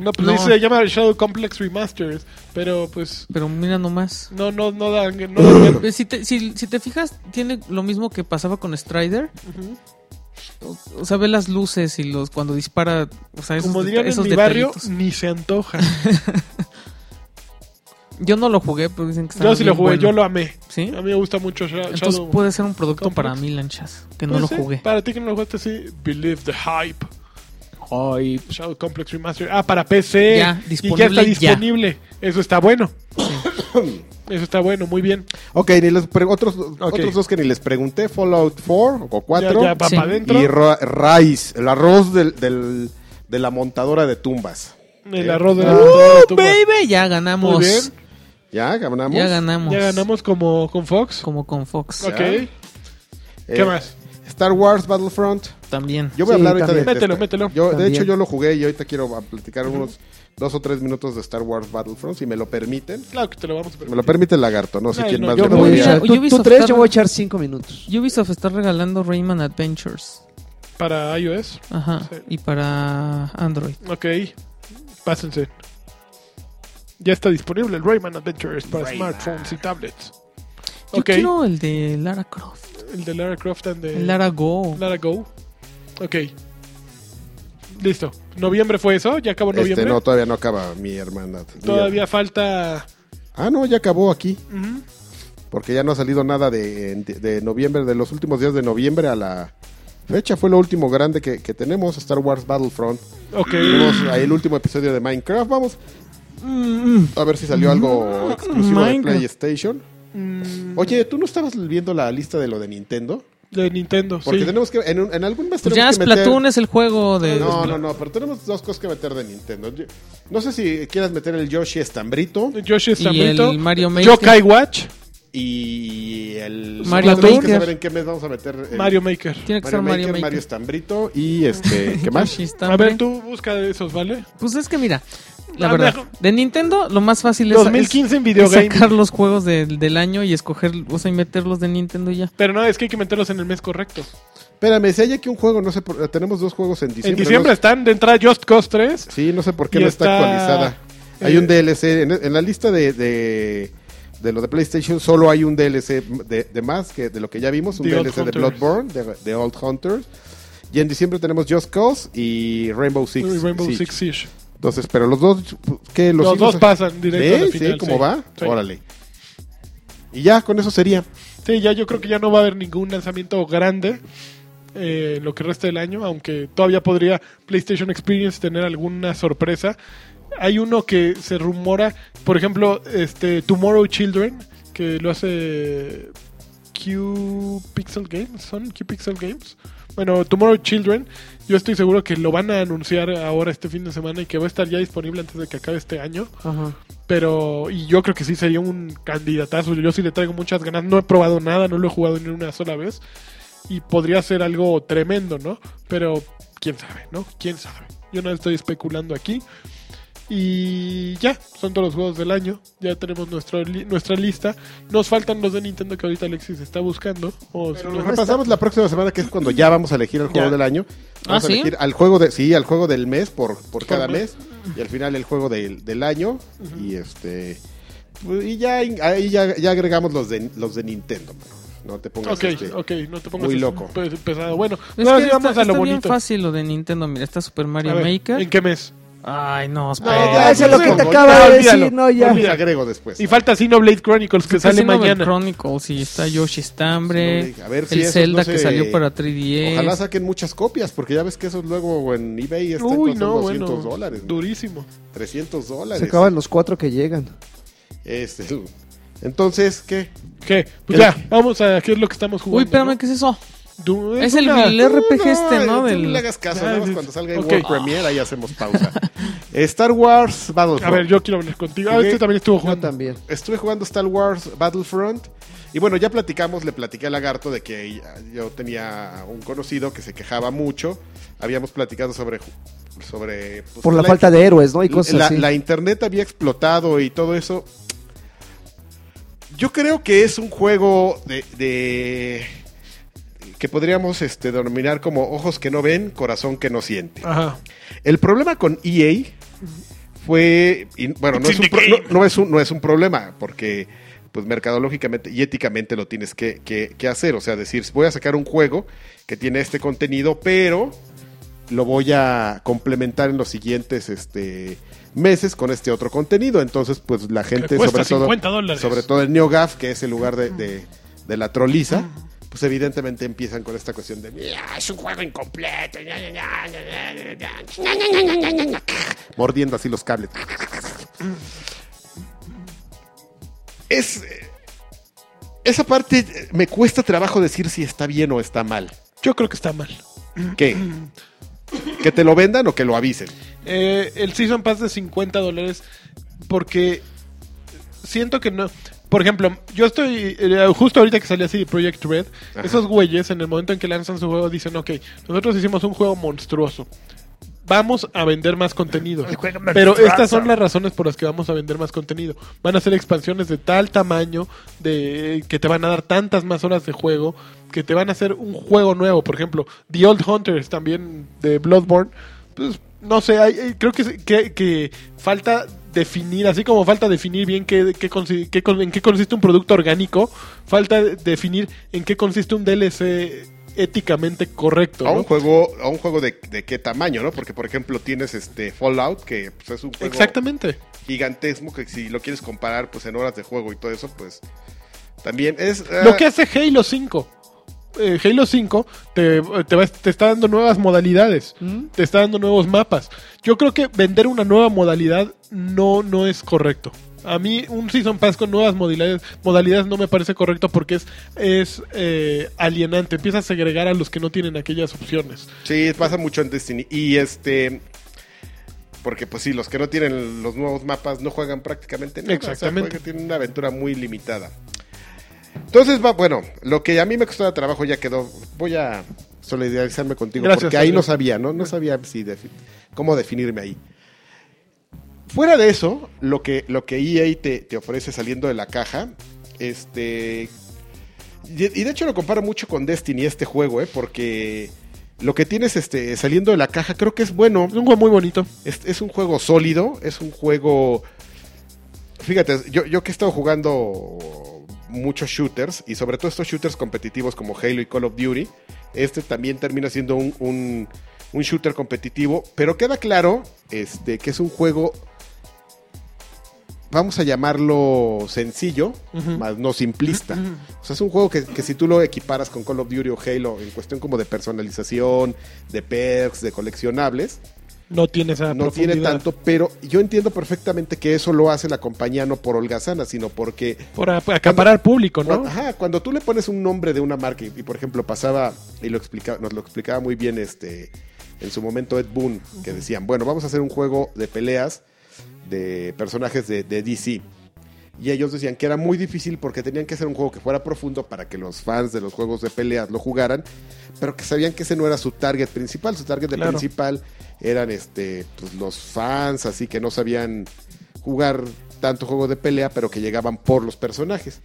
S1: no, pues
S4: no.
S1: dice, se llama Shadow Complex Remastered, pero pues
S4: Pero mira nomás.
S1: no, no, no dan... No dan miedo.
S4: Pues Si te, si, si te fijas, tiene lo mismo que pasaba con Strider. o, o sea, ve las luces y los cuando dispara. O sea, esos,
S1: como
S4: deta-
S1: dirían en
S4: esos
S1: mi barrio,
S4: detallitos.
S1: ni se antoja.
S4: Yo no lo jugué, pero dicen que está
S1: Yo sí lo
S4: bien
S1: jugué,
S4: bueno.
S1: yo lo amé.
S4: ¿Sí?
S1: A mí me gusta mucho Sha- Shadow.
S4: Entonces puede ser un producto
S1: Complex.
S4: para mí, lanchas. Que no
S1: Pues
S4: lo
S1: sí,
S4: jugué.
S1: Para ti que no lo jugaste, sí. Believe the hype. Shadow Complex Remastered. Ah, para PC.
S4: Ya,
S1: y ya está
S4: disponible ya.
S1: disponible. Eso está bueno. Eso está bueno, muy bien.
S2: Ok, ni les pre- otros, otros dos que ni les pregunté: Fallout 4 o 4.
S1: Ya, ya va
S4: Sí.
S1: para adentro.
S2: y Ra- Rice, el arroz del, del- de la montadora de tumbas.
S1: El arroz
S2: Ah.
S1: de la
S4: ¡Uh,
S1: tuba.
S4: baby! Ya ganamos.
S1: Muy bien.
S2: ¿Ya ganamos?
S4: Ya ganamos.
S1: Ya ganamos como con Fox.
S4: Como con Fox.
S1: ok.
S2: Ya.
S1: ¿Qué
S2: Eh,
S1: más?
S2: Star Wars Battlefront.
S4: También.
S2: Yo voy a
S3: Sí,
S2: hablar ahorita
S3: también.
S2: de- de.
S1: Mételo,
S2: esta-
S1: mételo.
S2: Yo, de
S3: También.
S2: hecho, yo lo jugué y ahorita quiero a- platicar unos dos o tres minutos de Star Wars Battlefront, si me lo permiten.
S1: Claro que te lo vamos a
S2: Si me lo permite el lagarto, no sé
S1: Ay,
S2: quién
S1: no,
S2: más
S1: yo
S2: le
S3: Yo voy a
S4: Oye,
S2: podría-
S3: echar- tú,
S4: Ubisoft
S3: tú tres,
S4: está-
S3: yo voy a echar cinco minutos.
S4: Ubisoft está regalando Rayman Adventures.
S1: Para iOS.
S4: Ajá.
S1: Sí.
S4: Y para Android.
S1: Ok. Pásense. Ya está disponible el Rayman Adventures para smartphones y tablets.
S4: Yo
S1: Ok. Eh,
S4: quiero el de Lara Croft.
S1: El de Lara Croft and de
S4: El Lara Go.
S1: Lara Go. Ok. Listo. Noviembre fue eso. Ya acabó
S2: Este,
S1: noviembre.
S2: no, todavía no acaba mi hermana.
S1: Todavía falta.
S2: Ah, no, ya acabó aquí.
S1: Ujú.
S2: Porque ya no ha salido nada de, de- de noviembre, de los últimos días de noviembre a la fecha. Fue lo último grande que, que tenemos, Star Wars Battlefront.
S1: Ok.
S2: Tenemos ahí el último episodio de Minecraft. Vamos a ver si salió algo exclusivo de
S4: Minecraft.
S2: PlayStation.
S1: Mm,
S2: Oye, ¿tú no estabas viendo la lista de lo de Nintendo?
S1: de Nintendo.
S2: Porque
S1: sí.
S2: tenemos que. En, un- en algún mes
S4: Pues
S2: tenemos
S4: ya
S2: que meter-
S4: Splatoon es el juego de.
S2: No, no, no, pero tenemos dos cosas que meter de Nintendo. Yo- No sé si quieras meter el Yoshi estambrito
S1: Yoshi
S4: Y
S1: Stabrito.
S4: el Mario Maker.
S1: Yokai Watch.
S2: y el.
S4: Mario
S2: Tenemos que
S4: Maker.
S2: saber en qué mes vamos a meter. el-
S1: Mario Maker.
S4: Tiene que
S2: Mario
S4: ser
S2: Maker,
S4: Mario Maker.
S2: Mario Estambrito y este. ¿Qué más?
S4: Yoshi está,
S1: A ver,
S4: hombre.
S1: tú busca de esos, ¿vale?
S4: Pues es que mira, la
S1: A
S4: verdad,
S1: ver.
S4: de Nintendo lo más fácil es- es,
S1: 2015 en video
S4: es
S1: game.
S4: sacar los juegos del- del año y escoger, o sea, y meterlos de Nintendo y ya.
S1: Pero no, es que hay que meterlos en el mes correcto.
S2: Espérame, si hay aquí un juego, no sé. por- Tenemos dos juegos en diciembre.
S1: en diciembre
S2: no sé-
S1: están de entrada Just Cause 3.
S2: sí, no sé por qué
S1: y
S2: no está,
S1: está,
S2: actualizada. Hay
S1: eh,
S2: un DLC. En, en la lista de, de, de lo de PlayStation solo hay un DLC de, de más que de lo que ya vimos. Un
S1: The Old
S2: DLC de
S1: Hunters.
S2: Bloodborne, de, de Old Hunters. Y en diciembre tenemos Just Cause y Rainbow Six.
S1: y Rainbow
S2: Siege.
S1: Six Siege.
S2: Entonces, pero los dos, ¿qué?
S1: Los,
S2: hijos-
S1: dos pasan directo a la
S2: ¿Sí?
S1: final.
S2: ¿Sí? ¿Cómo va?
S1: Sí.
S2: Órale. Y ya, con eso sería.
S1: Sí, ya yo creo que ya no va a haber ningún lanzamiento grande eh, en lo que resta del año, aunque todavía podría PlayStation Experience tener alguna sorpresa. Hay uno que se rumora, por ejemplo, este Tomorrow Children, que lo hace Q Pixel Games, son Q Pixel Games. Bueno, Tomorrow Children, yo estoy seguro que lo van a anunciar ahora este fin de semana y que va a estar ya disponible antes de que acabe este año. Pero, y yo creo que sí sería un candidatazo. Yo sí le traigo muchas ganas. No he probado nada, no lo he jugado ni una sola vez. Y podría ser algo tremendo, ¿no? Pero, quién sabe, ¿no? Quién sabe. Yo no estoy especulando aquí. Y ya, son todos los juegos del año. Ya tenemos nuestro li- nuestra lista. Nos faltan los de Nintendo que ahorita Alexis está buscando. O si
S2: Pero
S1: no-
S2: lo repasamos la próxima semana, que es cuando ya vamos a elegir el juego
S1: Ya.
S2: del año. Vamos
S4: Ah,
S2: a
S4: ¿sí?
S2: elegir al juego de, sí, al juego del mes por, por cada
S1: mes.
S2: mes. Y al final el juego del, del año. Y este. pues, Y ya, ahí ya, ya agregamos los de, los de Nintendo. mano. No te pongas
S1: ok,
S2: este-
S1: ok, no te pongas
S2: muy
S1: así
S2: loco.
S1: pe- pesado. Bueno,
S4: Es
S1: ahora
S4: que
S1: sí
S4: está,
S1: vamos a
S4: está
S1: lo
S4: bien
S1: bonito.
S4: fácil lo de Nintendo, mira, está Super Mario
S1: A ver,
S4: Maker.
S1: ¿En qué mes? Ah, pues,
S4: Ay, no,
S3: No,
S4: espera.
S3: Eh, ya, eso es lo que te acaba de decir, no, ya.
S2: Olvídalo, agrego después.
S1: Y falta Xenoblade Chronicles que
S4: Está
S1: sale
S4: haciendo el
S1: mañana.
S4: Chronicles y está Yoshi Stambre.
S2: Xenoblade. A ver si
S4: el
S2: esos
S4: Zelda
S2: no se-
S4: que salió para 3DS.
S2: Ojalá saquen muchas copias, porque ya ves que esos luego en eBay están
S1: Uy,
S2: con
S1: no,
S2: 200
S1: bueno.
S2: dólares, ¿no?
S1: Durísimo.
S2: 300
S3: Se
S2: dólares.
S3: acaban los cuatro que llegan.
S2: Este, Entonces, ¿qué?
S1: ¿Qué? Pues
S2: El-
S1: ya, vamos a qué es lo que estamos jugando.
S4: Uy, espérame,
S1: ¿no?
S4: ¿qué es eso?
S1: Du-
S4: Es el
S1: una-
S4: Vilero. RPG este, ¿no?
S2: tú
S4: Del-
S2: No le hagas caso,
S1: Ah,
S2: nada más
S1: sí.
S2: cuando salga en
S1: Ok.
S2: World Premiere ahí hacemos pausa. Star Wars Battlefront.
S1: A ver, yo quiero hablar contigo. Ah,
S2: Ok.
S1: este también estuvo
S3: Yo
S1: jugando.
S3: también.
S2: Estuve jugando Star Wars Battlefront. Y bueno, ya platicamos, le platiqué a Lagarto de que yo tenía un conocido que se quejaba mucho. Habíamos platicado sobre. sobre pues,
S3: Por la
S2: la-
S3: falta de héroes, ¿no? Y cosas
S2: la,
S3: así.
S2: la internet había explotado y todo eso. Yo creo que es un juego de, de- que podríamos este, denominar como ojos que no ven, corazón que no siente.
S1: Ajá.
S2: El problema con EA fue, y, bueno, no
S1: It's
S2: es, un
S1: in
S2: pro-
S1: the
S2: no,
S1: game.
S2: no es un, no es un problema, porque pues mercadológicamente y éticamente lo tienes que, que- que hacer. O sea, decir, voy a sacar un juego que tiene este contenido, pero lo voy a complementar en los siguientes este, meses con este otro contenido. Entonces, pues la gente,
S1: cuesta
S2: sobre todo,
S1: 50 dólares.
S2: sobre todo en NeoGAF, que es el lugar de, de- de la troliza, pues evidentemente empiezan con esta cuestión de "Mira, es un juego incompleto. ña, ña, ña, ña, ña, ña, ña, ña, ña, ña, ña, ña", Mordiendo así los cables. Es. Esa parte eh, me cuesta trabajo decir si está bien o está mal.
S1: Yo creo que está mal.
S2: ¿Qué? ¿Que te lo vendan o que lo avisen?
S1: Eh, el Season Pass de 50 dólares. Porque siento que no. Por ejemplo, yo estoy. eh, justo ahorita que salió así Project Red.
S2: Ajá.
S1: Esos güeyes, en el momento en que lanzan su juego, dicen: Ok, nosotros hicimos un juego monstruoso. Vamos a vender más contenido. Pero estas son las razones por las que vamos a vender más contenido. Van a ser expansiones de tal tamaño, de que te van a dar tantas más horas de juego, que te van a hacer un juego nuevo. Por ejemplo, The Old Hunters también de Bloodborne. Pues, no sé, hay- hay- creo que, se- que, que falta definir, así como falta definir bien qué, qué consi- qué con- en qué consiste un producto orgánico, falta definir en qué consiste un DLC éticamente correcto.
S2: A
S1: ¿no?
S2: un juego, a un juego de, de qué tamaño, ¿no? Porque, por ejemplo, tienes este Fallout, que pues, es un juego
S1: Exactamente.
S2: gigantesco, que si lo quieres comparar pues en horas de juego y todo eso, pues también es...
S1: Lo
S2: ah,
S1: que hace Halo 5. Eh, Halo 5 te, te va- te está dando nuevas modalidades,
S2: ¿Mm?
S1: te está dando nuevos mapas. Yo creo que vender una nueva modalidad no, no es correcto. A mí un Season Pass con nuevas modalidades, modalidades no me parece correcto porque es, es eh, alienante. Empieza a segregar a los que no tienen aquellas opciones.
S2: Sí, pasa mucho en Destiny. Y este... Porque pues sí, los que no tienen los nuevos mapas no juegan prácticamente nada.
S1: Exactamente.
S2: O sea, juegan- tienen una aventura muy limitada. Entonces, va, bueno, lo que a mí me costaba trabajo ya quedó. Voy a solidarizarme contigo
S1: Gracias,
S2: porque ahí
S1: Adrián.
S2: no sabía, ¿no? No sabía si defi- cómo definirme ahí. Fuera de eso, lo que, lo que EA te, te ofrece saliendo de la caja, este... Y y de hecho lo comparo mucho con Destiny este juego, ¿eh? Porque lo que tienes este, saliendo de la caja creo que es bueno.
S1: Es un juego muy bonito.
S2: Es, es un juego sólido, es un juego... Fíjate, yo, yo que he estado jugando muchos shooters, y sobre todo estos shooters competitivos como Halo y Call of Duty, este también termina siendo un, un- un shooter competitivo, pero queda claro este, que es un juego, vamos a llamarlo sencillo,
S1: Ujú.
S2: más no simplista. O sea, es un juego que, que si tú lo equiparas con Call of Duty o Halo en cuestión como de personalización, de perks, de coleccionables,
S1: No tiene esa
S2: no tiene
S1: profundidad.
S2: tanto, pero yo entiendo perfectamente que eso lo hace la compañía no por holgazana, sino porque
S1: Por a- acaparar público, ¿no?
S2: cuando, ajá, cuando tú le pones un nombre de una marca y, y, por ejemplo pasaba y lo explicaba, nos lo explicaba muy bien este en su momento Ed Boon, que decían, bueno, vamos a hacer un juego de peleas de personajes de, de DC. Y ellos decían que era muy difícil porque tenían que hacer un juego que fuera profundo para que los fans de los juegos de peleas lo jugaran, pero que sabían que ese no era su target principal. Su target de
S1: Claro.
S2: principal eran este, pues, los fans, así que no sabían jugar tanto juego de pelea, pero que llegaban por los personajes.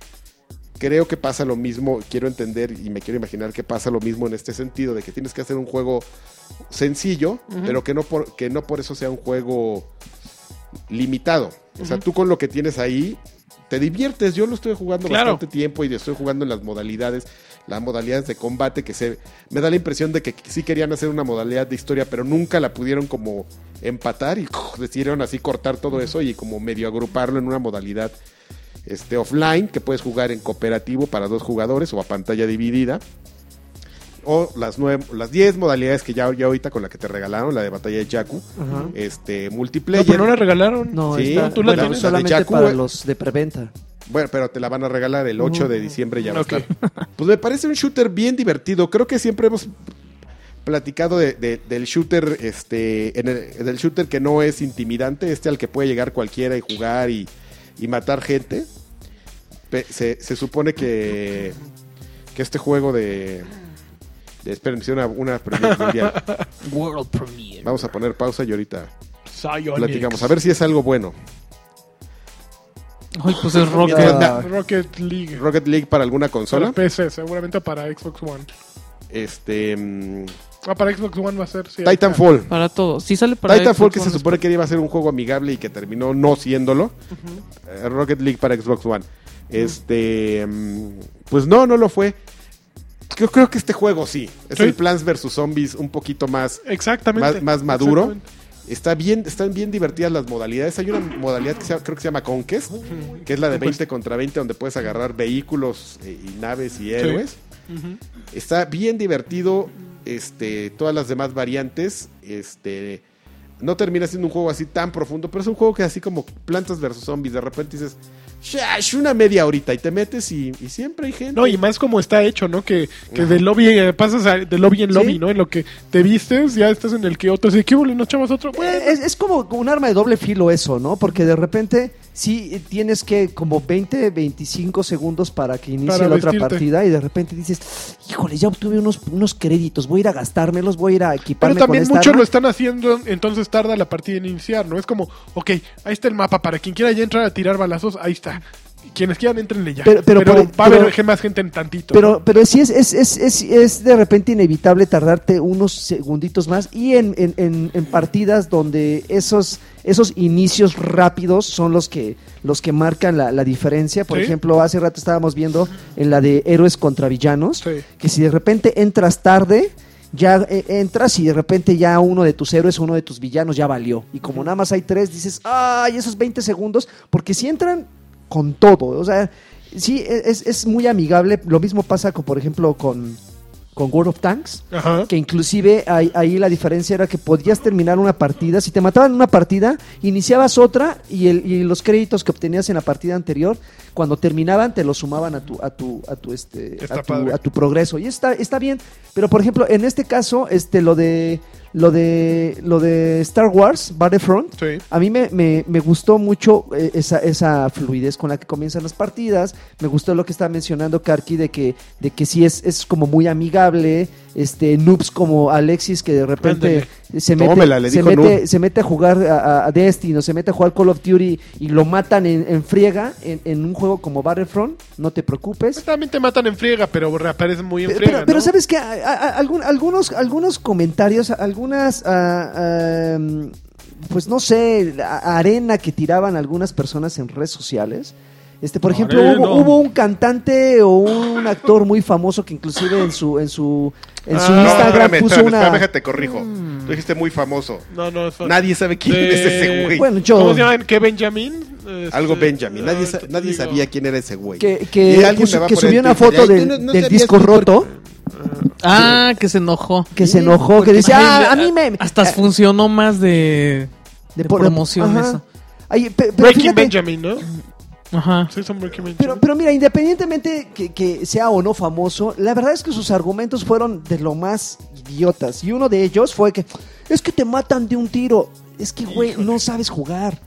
S2: Creo que pasa lo mismo, quiero entender y me quiero imaginar que pasa lo mismo en este sentido, de que tienes que hacer un juego sencillo, pero que no, por, que no por eso sea un juego limitado. O sea, tú con lo que tienes ahí te diviertes. Yo lo estoy jugando
S1: Claro.
S2: bastante tiempo y estoy jugando en las modalidades, las modalidades de combate que se me da la impresión de que sí querían hacer una modalidad de historia, pero nunca la pudieron como empatar y decidieron así cortar todo eso y como medio agruparlo en una modalidad este offline que puedes jugar en cooperativo para dos jugadores o a pantalla dividida. O las nueve, las 10 modalidades que ya, ya ahorita con la que te regalaron, la de batalla de Jakku,
S3: Ajá.
S2: este
S1: No,
S2: multiplayer.
S1: pero no la regalaron.
S3: No,
S2: Sí,
S3: está-
S1: tú la
S3: bueno,
S1: tienes.
S3: solamente
S2: La de Jakku,
S3: para
S2: eh.
S3: los de preventa.
S2: Bueno, pero te la van a regalar el 8 de diciembre ya va a
S1: Ok.
S2: estar. Pues me parece un shooter bien divertido. Creo que siempre hemos platicado de- de- del shooter este en el- del shooter que no es intimidante, este al que puede llegar cualquiera y jugar y, y matar gente. Pe- Se, se supone que que este juego de, de esperen, me hicieron una, una premier mundial.
S4: World Premiere.
S2: Vamos a poner pausa y ahorita
S1: Psyonix.
S2: platicamos a ver si es algo bueno.
S4: Ay, pues es rock.
S2: Mientras
S3: Ah.
S1: Rocket League.
S2: Rocket League para alguna
S1: Para
S2: consola.
S1: PC, seguramente para Xbox One.
S2: Este mm,
S1: Ah, para Xbox One va a ser. sí,
S2: Titanfall.
S4: Para todo. Sí sale para
S2: Titanfall
S4: Xbox
S2: que se
S4: One.
S2: supone que iba a ser un juego amigable y que terminó no siéndolo. Eh, Rocket League para Xbox One. Este, mm, pues no, no lo fue. Yo creo que este juego sí. Es
S1: Sí.
S2: el Plants vs Zombies un poquito más
S1: Exactamente.
S2: Más- más maduro.
S1: Exactamente.
S2: Está bien, están bien divertidas las modalidades. Hay una modalidad que se- creo que se llama Conquest, que es la de 20 contra 20, donde puedes agarrar vehículos eh, y naves y héroes. Está bien divertido. Este, todas las demás variantes. Este. No termina siendo un juego así tan profundo, pero es un juego que así como plantas versus zombies, de repente dices, "Shash, una media horita y te metes y, y siempre hay gente.
S1: No, y más como está hecho, ¿no? Que, que de lobby eh, pasas a- de lobby en lobby,
S2: Sí.
S1: ¿no? En lo que te vistes, ya estás en el que otro. Así, ¿qué hubo? ¿Y nos echamos otro? Bueno,
S3: Eh, Pues, Es, es como un arma de doble filo eso, ¿no? Porque de repente sí eh, tienes que como 20, 25 segundos para que inicie
S1: Para
S3: la otra
S1: vestirte.
S3: partida y de repente dices, híjole, ya obtuve unos, unos créditos, voy a ir a gastármelos, voy a ir a equiparme
S1: Pero también
S3: con esta
S1: muchos
S3: arma".
S1: lo están haciendo, entonces tarda la partida en iniciar, ¿no? Es como, ok, ahí está el mapa, para quien quiera ya entrar a tirar balazos, ahí está. Quienes quieran, entrenle ya.
S3: Pero- pero por-
S1: va a haber
S3: pero-
S1: más gente en tantito.
S3: Pero, pero sí es, es, es, es, es de repente inevitable tardarte unos segunditos más y en, en, en, en partidas donde esos, esos inicios rápidos son los que, los que marcan la, la diferencia. Por
S1: Sí.
S3: ejemplo, hace rato estábamos viendo en la de héroes contra villanos,
S1: Sí.
S3: que si de repente entras tarde... Ya eh, entras y de repente ya uno de tus héroes, uno de tus villanos ya valió. Y como nada más hay tres, dices, ay, esos 20 segundos, porque si entran con todo. O sea, sí, e, es, es muy amigable. Lo mismo pasa, con, por ejemplo, con, con World of Tanks.
S1: ¿no? Ajá.
S3: Que inclusive ahí, ahí la diferencia era que podías terminar una partida. Si te mataban en una partida, iniciabas otra y, el, y los créditos que obtenías en la partida anterior, cuando terminaban, te los sumaban a tu, a tu, a tu, este,
S1: Está
S3: a tu,
S1: padre.
S3: a tu progreso. Y está, está bien. Pero por ejemplo, en este caso, este, lo de lo de lo de Star Wars, Battlefront,
S1: Sí.
S3: a mí me, me- me gustó mucho eh, esa, esa fluidez con la que comienzan las partidas. Me gustó lo que estaba mencionando Karki de que, de que sí es, es como muy amigable. Este, noobs como Alexis que de repente se mete,
S2: Tómela, le
S3: se,
S2: dijo
S3: mete,
S2: noob.
S3: se mete a jugar a, a- a Destiny o se mete a jugar Call of Duty y lo matan en, en friega en, en un juego como Battlefront. No te preocupes.
S1: Pues también te matan en friega, pero reaparecen muy en
S3: Pero,
S1: friega.
S3: pero- pero
S1: ¿no?
S3: sabes que algunos, algunos comentarios, algunas, ah, ah, mm, pues no sé, a- arena que tiraban algunas personas en redes sociales. Este, por ejemplo, hubo,
S1: Arena.
S3: hubo un cantante o un actor muy famoso que inclusive en su, en su, en su
S1: Ah, no,
S3: Instagram
S2: espérame,
S3: puso
S2: espérame,
S3: una.
S2: espérame, déjate, corrijo.
S1: Mm.
S2: Tú dijiste muy famoso.
S1: No, no, es
S2: Nadie sabe quién
S1: de-
S2: es ese güey.
S3: Bueno, yo-
S1: ¿Cómo se llaman? ¿Qué Benjamin? Este,
S2: Algo Benjamin. Nadie, sa-
S1: ahorita te
S2: nadie
S1: digo.
S2: sabía quién era ese güey.
S3: que,
S2: Y
S3: que,
S2: alguien
S3: que
S2: me va a
S3: que
S2: poner
S3: subió
S2: en
S3: una
S2: Twitter,
S3: foto
S2: "Ay,
S3: del,
S2: tú no- no
S3: del
S2: sabías
S3: disco
S2: tú por qué".
S3: roto,
S4: Ah, que se enojó.
S3: que se
S2: Sí,
S3: enojó, que decía,
S4: Ay,
S3: "Ah, a mí me...
S4: Hasta
S3: eh,
S4: funcionó más de. de
S3: por-
S4: promoción
S3: ajá.
S4: eso.
S3: Ay, pe- pero
S1: Breaking
S3: fíjate-
S1: Benjamin, ¿no?
S4: Ajá.
S1: Sí, son Breaking Benjamin.
S3: Pero, pero mira, independientemente que, que sea o no famoso, la verdad es que sus argumentos fueron de lo más idiotas. Y uno de ellos fue que es que te matan de un tiro. Es que, güey, no sabes jugar.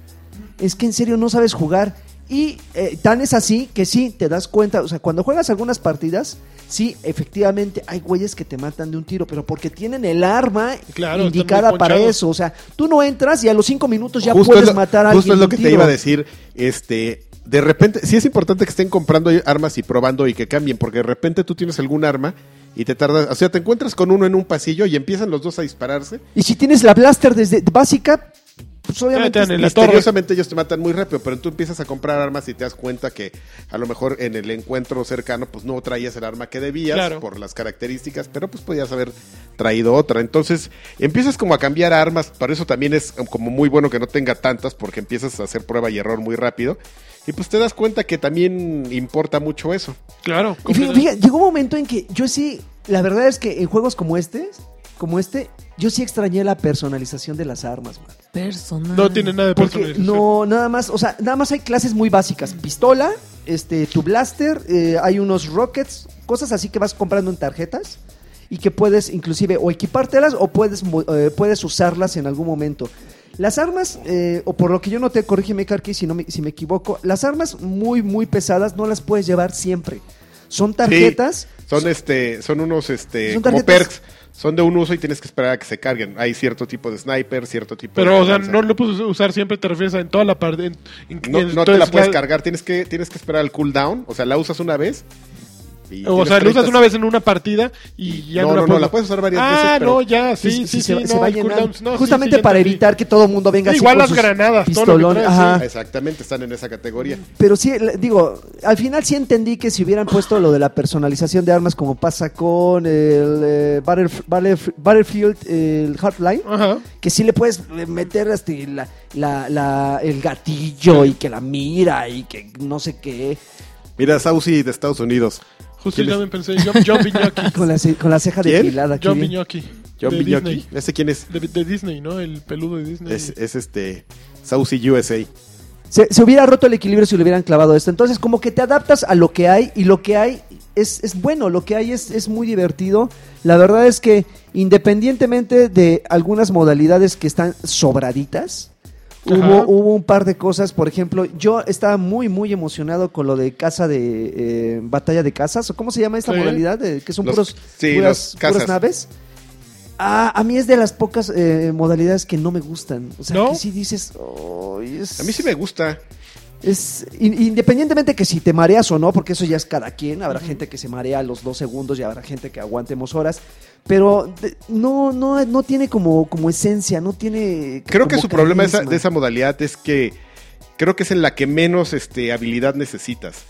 S3: Es que en serio no sabes jugar. Y eh, tan es así que sí, te das cuenta. O sea, cuando juegas algunas partidas, sí, efectivamente hay güeyes que te matan de un tiro, pero porque tienen el arma
S1: Claro, están
S3: indicada
S1: muy
S3: para
S1: ponchados.
S3: eso. O sea, tú no entras y a los cinco minutos ya
S2: Justo
S3: puedes
S2: es lo-
S3: matar a alguien.
S2: Justo es
S3: de
S2: lo
S3: un
S2: que te
S3: tiro.
S2: iba a decir. Este, de repente, sí es importante que estén comprando armas y probando y que cambien, porque de repente tú tienes algún arma y te tardas. O sea, te encuentras con uno en un pasillo y empiezan los dos a dispararse.
S3: Y si tienes la blaster desde básica, pues, pues obviamente...
S1: Tan en la torre.
S2: Misteriosamente ellos te matan muy rápido, pero tú empiezas a comprar armas y te das cuenta que a lo mejor en el encuentro cercano pues no traías el arma que debías
S1: Claro.
S2: por las características, pero pues podías haber traído otra. Entonces empiezas como a cambiar armas, para eso también es como muy bueno que no tenga tantas porque empiezas a hacer prueba y error muy rápido y pues te das cuenta que también importa mucho eso.
S1: Claro.
S3: Y fí- fíjate, llegó un momento en que yo sí, la verdad es que en juegos como este, como este, yo sí extrañé la personalización de las armas, man.
S4: Personal.
S1: No tiene nada de
S3: Porque
S1: personalización.
S3: no, nada más, o sea, nada más hay clases muy básicas. Pistola, este, tu blaster, eh, hay unos rockets, cosas así que vas comprando en tarjetas y que puedes inclusive o equipártelas o puedes, mo- eh, puedes usarlas en algún momento. Las armas, eh, o por lo que yo noté, corrígeme Karki si, no me, si me equivoco, las armas muy, muy pesadas no las puedes llevar siempre. Son tarjetas.
S2: Son este, son unos este,
S3: Son
S2: como
S3: tarjetas.
S2: perks, son de un uso y tienes que esperar a que se carguen. Hay cierto tipo de sniper, cierto tipo de
S1: Pero, o sea,
S2: lanza.
S1: no lo puedes usar siempre, te refieres a en toda la parte. en- en-
S2: No,
S1: en-
S2: no te la
S1: entonces,
S2: puedes cargar, tienes que, tienes que esperar al cooldown, o sea, la usas una vez. y
S1: O
S2: tienes
S1: sea, lo
S2: 30
S1: usas una vez en una partida y ya
S2: No,
S1: no,
S2: no, no, la puedes usar varias
S1: ah,
S2: veces, pero-
S1: no, ya, sí, sí,
S3: sí,
S1: sí.
S3: se,
S1: no,
S3: se va
S1: el
S3: llenando.
S1: cooldown- no, sí,
S3: Justamente
S1: sí, ya
S3: para
S1: entendí.
S3: evitar que todo el mundo venga
S1: Sí,
S3: así
S1: igual
S3: con
S1: las
S3: sus
S1: granadas, todo lo que
S3: pistolón.
S1: traes, sí.
S3: Ajá.
S2: Exactamente, están en esa categoría.
S3: Pero sí, le- digo, al final sí entendí que si hubieran puesto lo de la personalización de armas como pasa con el eh, Battlef- Battlef- Battlefield, el Hardline,
S1: Ajá.
S3: que sí le puedes eh, meter hasta la, la- la- el gatillo y que la mira y que no sé qué,
S2: Mira, Saucy de Estados Unidos.
S1: Justo
S2: ¿Quién
S1: yo también
S2: es?
S1: pensé, John, John Viñoki.
S3: con la, ce- con la ceja
S2: ¿Quién?
S3: depilada. qué
S1: John
S3: bien.
S1: Viñoki.
S2: John
S1: de
S2: Viñoki.
S1: Disney.
S2: ¿Ese quién es?
S1: De, de Disney, ¿no? El peludo de Disney.
S2: Es, es este. Saucy USA.
S3: Se, se hubiera roto el equilibrio si le hubieran clavado esto. Entonces, como que te adaptas a lo que hay y lo que hay es, es bueno, lo que hay es, es muy divertido. La verdad es que independientemente de algunas modalidades que están sobraditas,
S1: Ajá.
S3: hubo, hubo un par de cosas. Por ejemplo, yo estaba muy, muy emocionado con lo de casa de eh, batalla de casas. ¿o ¿Cómo se llama esta
S1: Sí.
S3: modalidad? Eh, que son
S2: Los-
S3: puros,
S2: sí,
S3: puras,
S2: los casas.
S3: puras naves. Ah, a mí es de las pocas eh, modalidades que no me gustan. O sea,
S1: ¿No?
S3: que si dices... "Ay, es-
S2: A mí sí me gusta.
S3: es in- independientemente que si te mareas o no, porque eso ya es cada quien, habrá gente que se marea a los dos segundos y habrá gente que aguantemos horas, pero de- no, no, no tiene como, como esencia, no tiene.
S2: Creo que
S3: como
S2: su problema de esa,
S3: carisma.
S2: de esa modalidad es que creo que es en la que menos este, habilidad necesitas.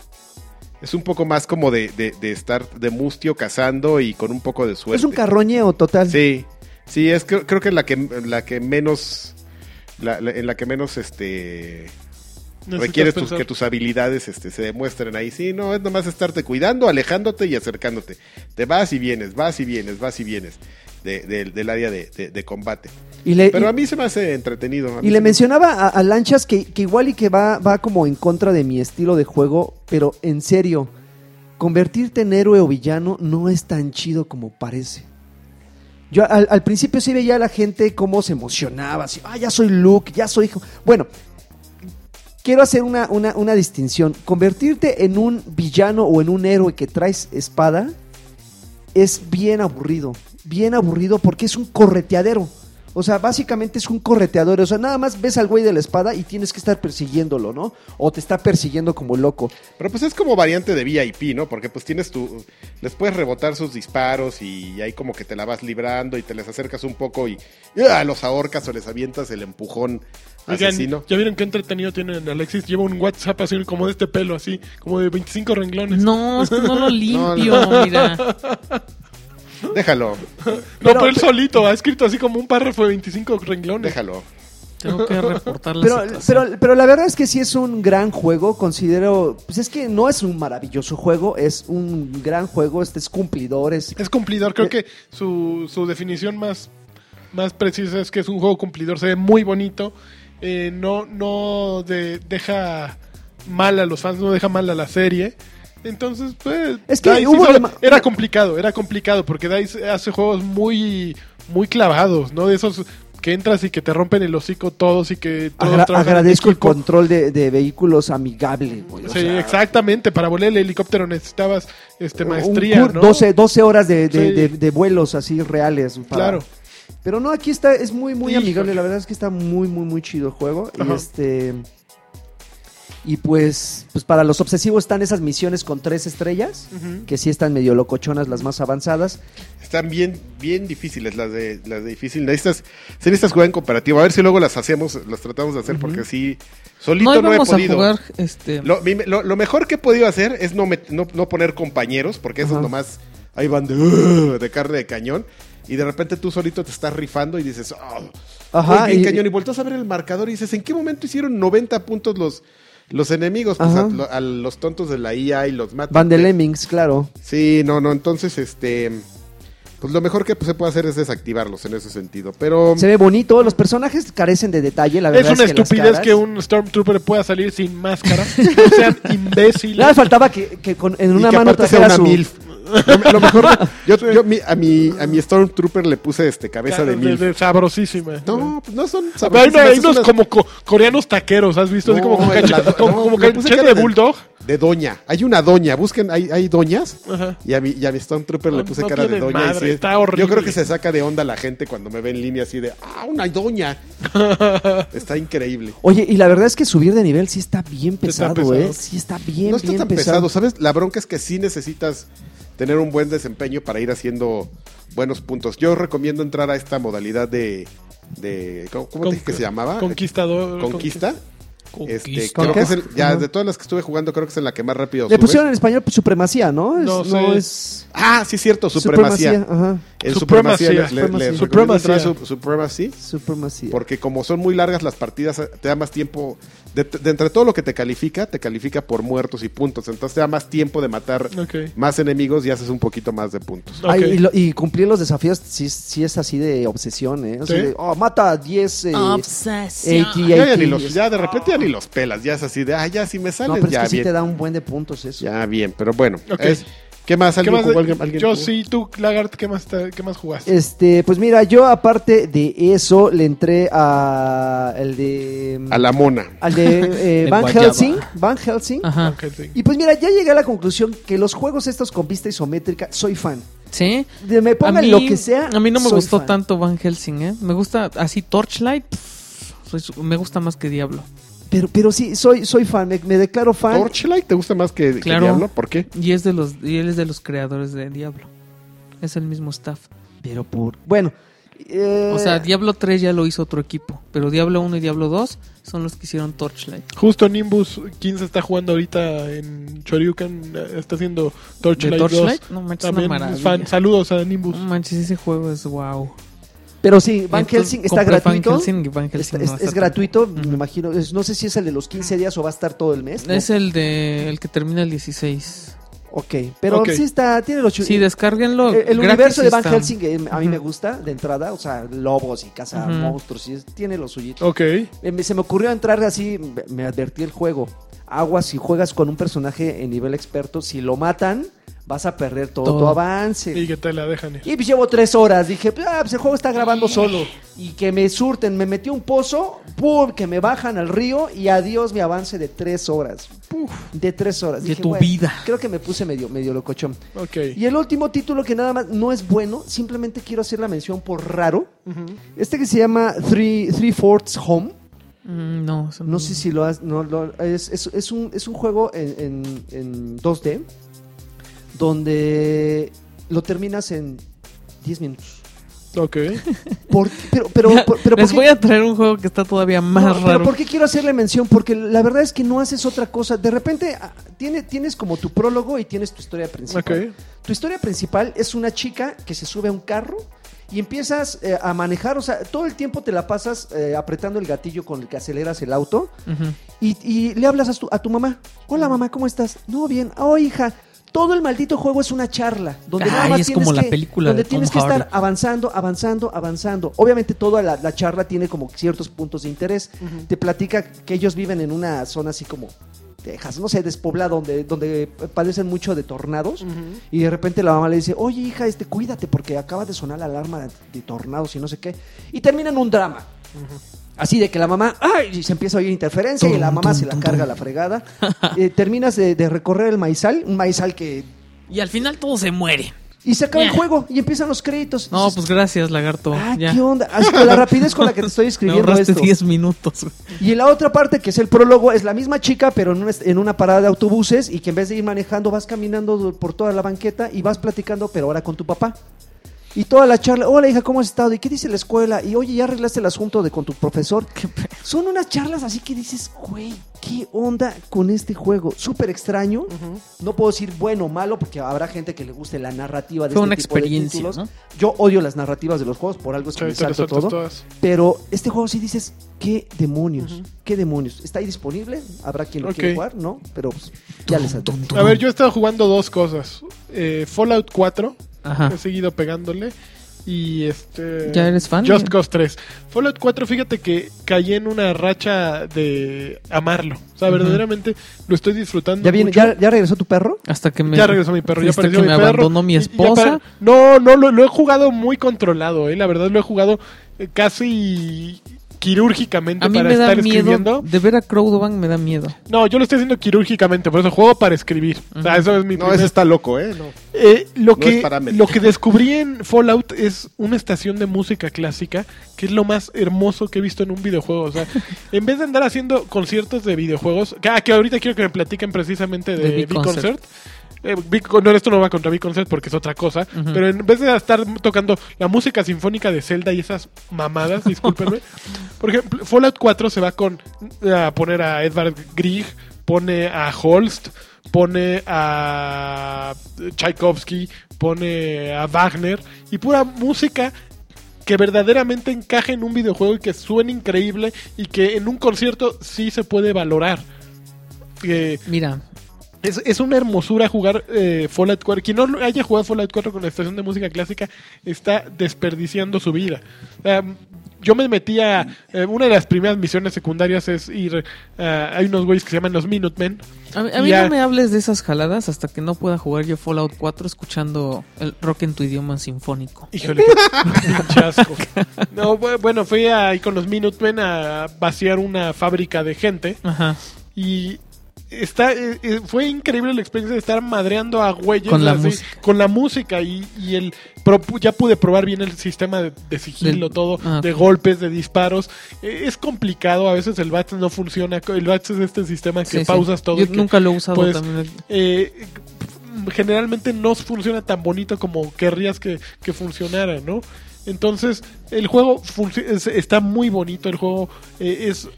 S2: Es un poco más como de, de- de estar de mustio cazando y con un poco de suerte.
S3: Es un carroñeo total.
S2: Sí, sí, es creo, creo que la que la que menos la- la- en la que menos este
S1: Necesitas
S2: requieres tus-
S1: pensar.
S2: que tus habilidades este, se demuestren ahí. Sí, no, es nomás estarte cuidando, alejándote y acercándote. Te vas y vienes, vas y vienes, vas y vienes de- de- del área de, de- de combate.
S3: Y le,
S2: Pero
S3: Eh, y-
S2: a mí se me hace entretenido. a mí
S3: Y le
S2: se me-
S3: mencionaba a, a Lanchas que, que igual y que va, va como en contra de mi estilo de juego, pero en serio, convertirte en héroe o villano no es tan chido como parece. Yo al, al principio sí veía a la gente cómo se emocionaba, así, ah, ya soy Luke, ya soy... hijo". Bueno, quiero hacer una, una, una distinción. Convertirte en un villano o en un héroe que traes espada es bien aburrido. Bien aburrido porque es un correteadero. O sea, básicamente es un correteador. O sea, nada más ves al güey de la espada y tienes que estar persiguiéndolo, ¿no? O te está persiguiendo como loco.
S2: Pero pues es como variante de VIP, ¿no? Porque pues tienes tu... Les puedes rebotar sus disparos y ahí como que te la vas librando y te les acercas un poco y ¡ah! los ahorcas o les avientas el empujón
S1: Oigan,
S2: asesino.
S1: ¿ya vieron qué entretenido tienen Alexis? Lleva un WhatsApp así como de este pelo, así, como de 25 renglones.
S4: No, es que no lo limpio,
S2: No,
S4: mira.
S2: Déjalo,
S1: No, pero él solito ha escrito así como un párrafo de 25 renglones.
S2: déjalo.
S4: Tengo que reportar la
S3: Pero,
S4: situación.
S3: pero, pero la verdad es que sí es un gran juego. Considero. Pues es que no es un maravilloso juego, es un gran juego. Este es cumplidor, es
S1: Es cumplidor,
S3: Eh.
S1: creo que su, su definición más, más precisa es que es un juego cumplidor, se ve muy bonito, eh, no, no de- deja mal a los fans, no deja mal a la serie. Entonces, pues,
S3: Es que
S1: DICE
S3: hubo
S1: hizo-
S3: dema-
S1: era complicado, era complicado, porque DICE hace juegos muy, muy clavados, ¿no? De esos que entras y que te rompen el hocico todos y que todos
S3: Agra-
S1: trabajan en
S3: agradezco el
S1: equipo.
S3: control de, de vehículos amigable, güey. o
S1: Sí,
S3: sea,
S1: exactamente, para volar el helicóptero necesitabas este
S3: un
S1: maestría,
S3: cur-
S1: ¿no?
S3: 12, 12 horas de, de-
S1: Sí.
S3: de- de vuelos así reales. para-
S1: Claro.
S3: Pero no, aquí está, es muy, muy
S1: Híjole.
S3: amigable. La verdad es que está muy, muy, muy chido el juego. Y
S1: Ajá.
S3: este. Y pues, pues para los obsesivos están esas misiones con tres estrellas,
S1: Ujú.
S3: que sí están medio locochonas las más avanzadas.
S2: Están bien, bien difíciles las de, las de difícil. Estas, se necesitas jugar en cooperativo. A ver si luego las hacemos, las tratamos de hacer, porque sí, solito
S4: No
S2: no, he
S4: íbamos a
S2: podido.
S4: jugar este.
S2: Lo, mi- lo- lo mejor que he podido hacer es no, met- no, no poner compañeros, porque esos
S3: Ajá.
S2: nomás ahí van de, "Ugh", de carne de cañón. Y de repente tú solito te estás rifando y dices, "Oh,
S3: Ajá,
S2: voy bien
S3: y-
S2: cañón. Y volteas a ver el marcador y dices, ¿en qué momento hicieron 90 puntos los, los enemigos? Pues
S3: Ajá.
S2: a, lo- a los tontos de la IA y los matan.
S3: Van de Lemmings, claro.
S2: Sí, no, no. Entonces, este. Pues lo mejor que pues, se puede hacer es desactivarlos en ese sentido. Pero.
S3: Se ve bonito, los personajes carecen de detalle, la
S1: Es
S3: verdad.
S1: una
S3: que las
S1: estupidez
S3: caras-
S1: que un Stormtrooper pueda salir sin máscara. No sean
S3: Nada,
S1: imbéciles.
S3: faltaba que, que con- en
S2: y
S3: una
S2: que
S3: mano
S2: aparte sea una
S3: trajera su...
S2: MILF. Lo, lo mejor. yo yo mi- a, mi, a mi Stormtrooper le puse este cabeza
S1: De-
S2: de MILF.
S1: de- Sabrosísima.
S2: No, pues no son
S1: Pero hay,
S2: sabrosísimas,
S1: hay
S2: es
S1: unos
S2: unas-
S1: como co- coreanos taqueros, ¿has visto? Así como con
S2: No,
S1: cache-
S2: la-
S1: como-
S2: no,
S1: como
S2: le puse
S1: cachete
S2: cara
S1: de bulldog.
S2: De doña. Hay una doña. Busquen, hay, hay doñas.
S1: Ajá.
S2: Y a mi, y a mi Stormtrooper le
S1: No,
S2: puse
S1: no
S2: cara de
S1: tiene
S2: doña. y
S1: madre,
S2: sí es-
S1: está horrible.
S2: Yo creo que se saca de onda la gente cuando me ve en línea así de, ah, una doña. está increíble.
S3: Oye, y la verdad es que subir de nivel sí está bien pesado,
S1: Está pesado.
S3: ¿eh? Sí está bien,
S2: no está
S3: bien
S2: tan pesado. ¿sabes? La bronca es que sí necesitas tener un buen desempeño para ir haciendo buenos puntos. Yo recomiendo entrar a esta modalidad de. de ¿Cómo, cómo te
S1: Con-
S2: dije que se llamaba?
S1: Conquistador.
S2: Conquista. Este,
S4: Conquista.
S2: creo que es el- ya,
S3: Ajá.
S2: de todas las que estuve jugando, creo que es en la que más rápido
S3: Le
S2: subes.
S3: pusieron en español pues, supremacía, ¿no? Es-
S1: No
S3: no,
S1: sé.
S3: es...
S2: Ah, sí, cierto, supremacía.
S3: Ajá.
S2: En
S1: Supremacía,
S2: supremacía, le- le- le
S1: supremacía.
S2: recomiendo entrar a
S1: Supremacía.
S2: su- supremacy,
S3: Supremacía.
S2: porque como son muy largas las partidas, te da más tiempo. De, de entre todo lo que te califica, te califica por muertos y puntos. Entonces te da más tiempo de matar
S1: Ok.
S2: más enemigos y haces un poquito más de puntos.
S1: Ok.
S3: Ay, y, lo- y cumplir los desafíos sí, sí es así de obsesión, ¿eh? O sea,
S1: ¿Sí?
S3: de, oh, mata a 10... Eh,
S4: Ah, Obsesión.
S3: AT,
S2: Ya, ya ni
S3: AT.
S2: los- ya de repente ya ni los pelas, ya es así de, ah, ya si me
S3: No,
S2: salen,
S3: pero es
S2: ya
S3: que sí
S2: bien.
S3: te da un buen de puntos eso.
S2: Ya bien, pero bueno.
S1: Ok.
S2: es- ¿Qué más?
S1: ¿Qué
S2: ¿Alguien
S1: más de-
S2: jugó? ¿Alguien- alguien
S1: yo
S2: jugó?
S1: sí, tú, Lagart, ¿qué más, te- qué más jugaste?
S3: Este, pues mira, yo aparte de eso le entré a el de
S2: A la mona.
S3: al de eh,
S4: De
S3: Van
S4: guayaba.
S3: Helsing, Van Helsing.
S4: Ajá.
S1: Ok, sí.
S3: Y pues mira, ya llegué a la conclusión que los juegos estos con vista isométrica soy fan.
S4: Sí.
S3: De- me pongan lo que sea.
S4: A mí no me
S3: soy
S4: gustó
S3: fan.
S4: tanto Van Helsing, ¿eh? Me gusta así Torchlight. pff, soy su- me gusta más que Diablo.
S3: Pero, pero sí, soy, soy fan, me, me declaro fan.
S2: ¿Torchlight te gusta más que, que
S4: Claro.
S2: Diablo? ¿Por qué?
S4: Y es de los, y él es de los creadores de Diablo. Es el mismo staff.
S3: Pero por. Bueno. eh,
S4: O sea, Diablo 3 ya lo hizo otro equipo. Pero Diablo 1 y Diablo 2 son los que hicieron Torchlight.
S1: Justo Nimbus 15 está jugando ahorita en Choryukan, eh, está haciendo
S4: ¿De
S1: Torchlight 2.
S4: Torchlight? No manches, una
S1: También
S4: maravilla. Mm.
S1: es fan. Saludos a Nimbus.
S4: No manches, ese juego es wow.
S3: pero sí, Van Helsing está
S4: Compré
S3: gratuito.
S4: Van Helsing y Van Helsing
S3: Está-
S4: no
S3: es
S4: va a
S3: es
S4: estar
S3: gratuito, me imagino. Es- no sé si es el de los 15 días o va a estar todo el mes.
S4: tan- Es el de el que termina el 16.
S3: Ok, pero
S1: Ok.
S3: sí está, tiene los chu- eh,
S4: Sí, descárguenlo.
S3: El, el
S4: gratis
S3: universo de Van
S4: está.
S3: Helsing eh, a mí
S4: Ujú.
S3: me gusta de entrada, o sea, lobos y caza
S4: Ujú.
S3: monstruos y es- tiene lo suyito.
S1: Ok.
S3: Eh, me- se me ocurrió entrar así, me- me advertí el juego. Agua, si juegas con un personaje en nivel experto, si lo matan, vas a perder todo,
S4: Todo.
S3: tu avance.
S1: Y
S3: Y,
S1: que te la dejan ir.
S3: pues llevo tres horas, dije, "Ah, pues el juego está grabando solo. Y que me surten, me metí a un pozo, ¡pum! que me bajan al río y adiós mi avance de tres horas. De tres horas.
S4: De
S3: Dije,
S4: tu
S3: "Bueno,
S4: vida".
S3: Creo que me puse medio, medio locochón.
S1: Ok.
S3: Y el último título que nada más no es bueno, simplemente quiero hacer la mención por raro.
S1: Ujú.
S3: Este que se llama Three, Three Fourths Home.
S4: Mm, no, eso
S3: No sé si lo has. No, lo- es, es- es un, es un juego en, en- en 2D donde lo terminas en 10 minutos.
S1: Ok.
S3: ¿Por qué? Pero, pero,
S4: Ya,
S3: por- pero ¿por
S4: les
S3: qué-
S4: voy a traer un juego que está todavía más
S3: no, pero
S4: raro.
S3: ¿por qué quiero hacerle mención? Porque la verdad es que no haces otra cosa. De repente ah, tiene, tienes como tu prólogo y tienes tu historia principal.
S1: Ok.
S3: Tu historia principal es una chica que se sube a un carro y empiezas eh, a manejar, o sea, todo el tiempo te la pasas eh, apretando el gatillo con el que aceleras el auto
S4: Ujú.
S3: y, y le hablas a tu, a tu mamá. Hola mamá, ¿cómo estás? No, bien. Oh, hija. Todo el maldito juego es una charla. Donde nada
S4: Ay,
S3: más
S4: es
S3: tienes
S4: como la
S3: que-
S4: película
S3: Donde
S4: de Tom
S3: tienes que estar
S4: Hardy.
S3: avanzando, avanzando, avanzando. Obviamente toda la, la charla tiene como ciertos puntos de interés. Te platica que ellos viven en una zona así como Texas, no sé, despoblada, donde, donde padecen mucho de tornados. Y de repente la mamá le dice, oye hija, este, cuídate porque acaba de sonar la alarma de, de tornados y no sé qué. Y termina en un drama. Así de que la mamá, ¡ay! Y se empieza a oír interferencia y la
S4: Tum,
S3: mamá
S4: tum,
S3: se la
S4: tum,
S3: carga
S4: tum.
S3: la fregada. Eh, terminas de, de recorrer el maizal, un maizal que...
S4: Y al final todo se muere.
S3: Y se acaba el
S4: Ya.
S3: juego y empiezan los créditos.
S4: No,
S3: Dices,
S4: pues gracias, lagarto.
S3: Ah,
S4: ya.
S3: ¿qué onda? Así con la rapidez con la que te estoy escribiendo
S4: Me ahorraste
S3: esto.
S4: 10 minutos. güey.
S3: Y en la otra parte, que es el prólogo, es la misma chica, pero en una, en una parada de autobuses y que en vez de ir manejando vas caminando du- por toda la banqueta y vas platicando, pero ahora con tu papá. Y toda la charla, hola hija, ¿cómo has estado? ¿Y qué dice la escuela? Y oye, ¿ya arreglaste el asunto de con tu profesor? Son unas charlas así que dices, güey, ¿qué onda con este juego? Súper extraño. No puedo decir bueno o malo porque habrá gente que le guste la narrativa de
S4: Fue
S3: este
S4: una
S3: tipo de
S4: experiencia,
S3: títulos.
S4: ¿no?
S3: Yo odio las narrativas de los juegos, por algo es que me
S1: Te lo
S3: salto
S1: saltas
S3: todo.
S1: todas.
S3: Pero este juego sí dices, ¿qué demonios? ¿Qué demonios? ¿Está ahí disponible? ¿Habrá quien lo
S1: Ok.
S3: quiera jugar? ¿No? Pero pues, ya les advertí.
S1: A ver, yo he estado jugando dos cosas. Eh, Fallout 4,
S4: Ajá.
S1: he seguido pegándole. Y este.
S4: Ah. ¿Ya eres fan?
S1: Just
S4: Ya.
S1: Cause 3. Fallout 4, fíjate que caí en una racha de amarlo. O sea,
S4: Ujú.
S1: verdaderamente lo estoy disfrutando.
S3: ¿Ya, viene,
S1: mucho.
S3: ya, ya regresó tu perro?
S4: Hasta que me.
S1: Ya regresó mi perro, ya
S4: hasta
S1: apareció
S4: que
S1: mi
S4: me
S1: perro.
S4: abandonó mi
S1: Y- y ya
S4: esposa.
S1: apare- no, no, lo, lo he jugado muy controlado, eh. La verdad lo he jugado eh, casi quirúrgicamente
S4: A mí
S1: para
S4: me da
S1: estar
S4: miedo.
S1: escribiendo.
S4: De ver a Crowdbank me da miedo.
S1: No, yo lo estoy haciendo quirúrgicamente, por eso juego para escribir. O sea,
S4: Ujú.
S1: eso es mi
S2: No,
S1: primer-
S2: ese está loco, ¿eh? No.
S1: Eh, lo,
S2: No es
S1: que,
S2: parámetro.
S1: lo que descubrí en Fallout es una estación de música clásica, que es lo más hermoso que he visto en un videojuego. O sea, en vez de andar haciendo conciertos de videojuegos, que, ah, que ahorita quiero que me platiquen precisamente
S4: De
S1: de
S4: Big
S1: B-Concert. Eh, Big- no, esto no va contra B-Concert porque es otra cosa.
S4: Ujú.
S1: Pero en vez de estar tocando la música sinfónica de Zelda y esas mamadas, discúlpenme. por ejemplo, Fallout 4 se va con eh, a poner a Edvard Grieg, pone a Holst, pone a Tchaikovsky, pone a Wagner y pura música que verdaderamente encaje en un videojuego y que suene increíble y que en un concierto sí se puede valorar. Eh,
S4: Mira,
S1: es, es una hermosura jugar eh, Fallout 4. Quien no haya jugado Fallout 4 con la estación de música clásica está desperdiciando su vida. Um, yo me metí a. eh, una de las primeras misiones secundarias es ir. ah, hay unos güeyes que se llaman los Minutemen.
S4: a, mí- a mí
S1: Ya.
S4: no me hables de esas jaladas hasta que no pueda jugar yo Fallout 4 escuchando el rock en tu idioma sinfónico.
S1: Híjole, qué pinche asco. No, bu- bueno, fui ahí con los Minutemen a vaciar una fábrica de gente.
S4: Ajá.
S1: Y está eh, eh, fue increíble la experiencia de estar madreando a güeyes
S4: Con la
S1: así,
S4: música.
S1: con la música y, y el pero pu- ya pude probar bien el sistema de, de sigilo
S4: Del-
S1: todo
S4: ah,
S1: de golpes de disparos Eh, es complicado a veces el bats no funciona el bats es este sistema que
S4: Sí, sí.
S1: pausas todo
S4: Yo
S1: y que, pues,
S4: nunca lo he usado
S1: puedes-
S4: también.
S1: eh, generalmente no funciona tan bonito como querrías que, que funcionara, ¿no? Entonces, el juego func- es- está muy bonito, el juego eh, es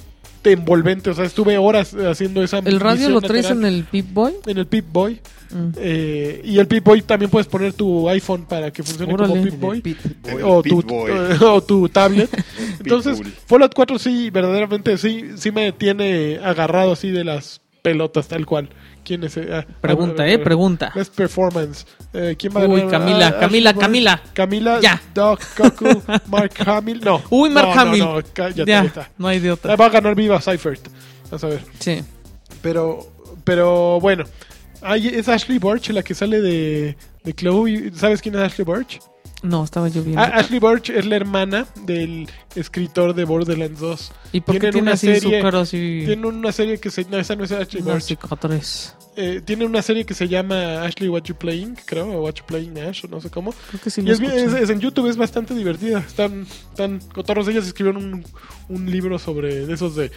S1: envolvente, o sea, estuve horas haciendo esa
S4: ¿El radio
S1: misión
S4: lo traes en
S1: lateral
S4: el Pip Boy?
S1: en el Pip Boy.
S4: Mm.
S1: eh, y el Pip Boy también puedes poner tu iPhone para que funcione como
S4: Órale.
S1: Pip Boy.
S2: En el
S1: O
S2: Pit
S1: tu,
S2: Boy.
S1: o tu tablet. Entonces,
S2: Pitbull.
S1: Fallout 4 sí, verdaderamente sí, sí me tiene agarrado así de las pelotas, tal cual. ¿Quién es? eh? Ah,
S4: Pregunta,
S1: ah,
S4: eh,
S1: ah,
S4: pregunta.
S1: Best performance. Eh, ¿Quién va a
S4: Uy,
S1: ganar?
S4: Camila,
S1: Ah, ah,
S4: Camila,
S1: bueno,
S4: Camila.
S1: Camila,
S4: Ya.
S1: Doc, Coco, Mark Hamill. No.
S4: Uy, Mark
S1: No, no,
S4: Hamill.
S1: No, cállate,
S4: ya,
S1: ahorita.
S4: no hay de
S1: Ah,
S4: otra.
S1: Va a ganar viva Seifert. Vas a ver.
S4: Sí.
S1: Pero, pero bueno. Ay, es Ashley Burch la que sale de, de Chloe. ¿Sabes quién es Ashley Burch?
S4: No, estaba yo viendo.
S1: A- Ah, Ashley Burch es la hermana del escritor de Borderlands 2.
S4: ¿Y por
S1: tienen
S4: qué tiene
S1: una
S4: así
S1: serie-
S4: su cara así?
S1: Tiene una serie que se... No, esa no es Ashley
S4: una
S1: Burch.
S4: cicatriz?
S1: Eh, tiene una serie que se llama Ashley What You Playing, creo. O What You Playing Ash, o no sé cómo.
S4: Creo que sí
S1: Y
S4: lo
S1: es, bien- es-
S4: escuché.
S1: es en YouTube es bastante divertida. Están, están cotorros. Ellas escribieron un, un libro sobre de esos de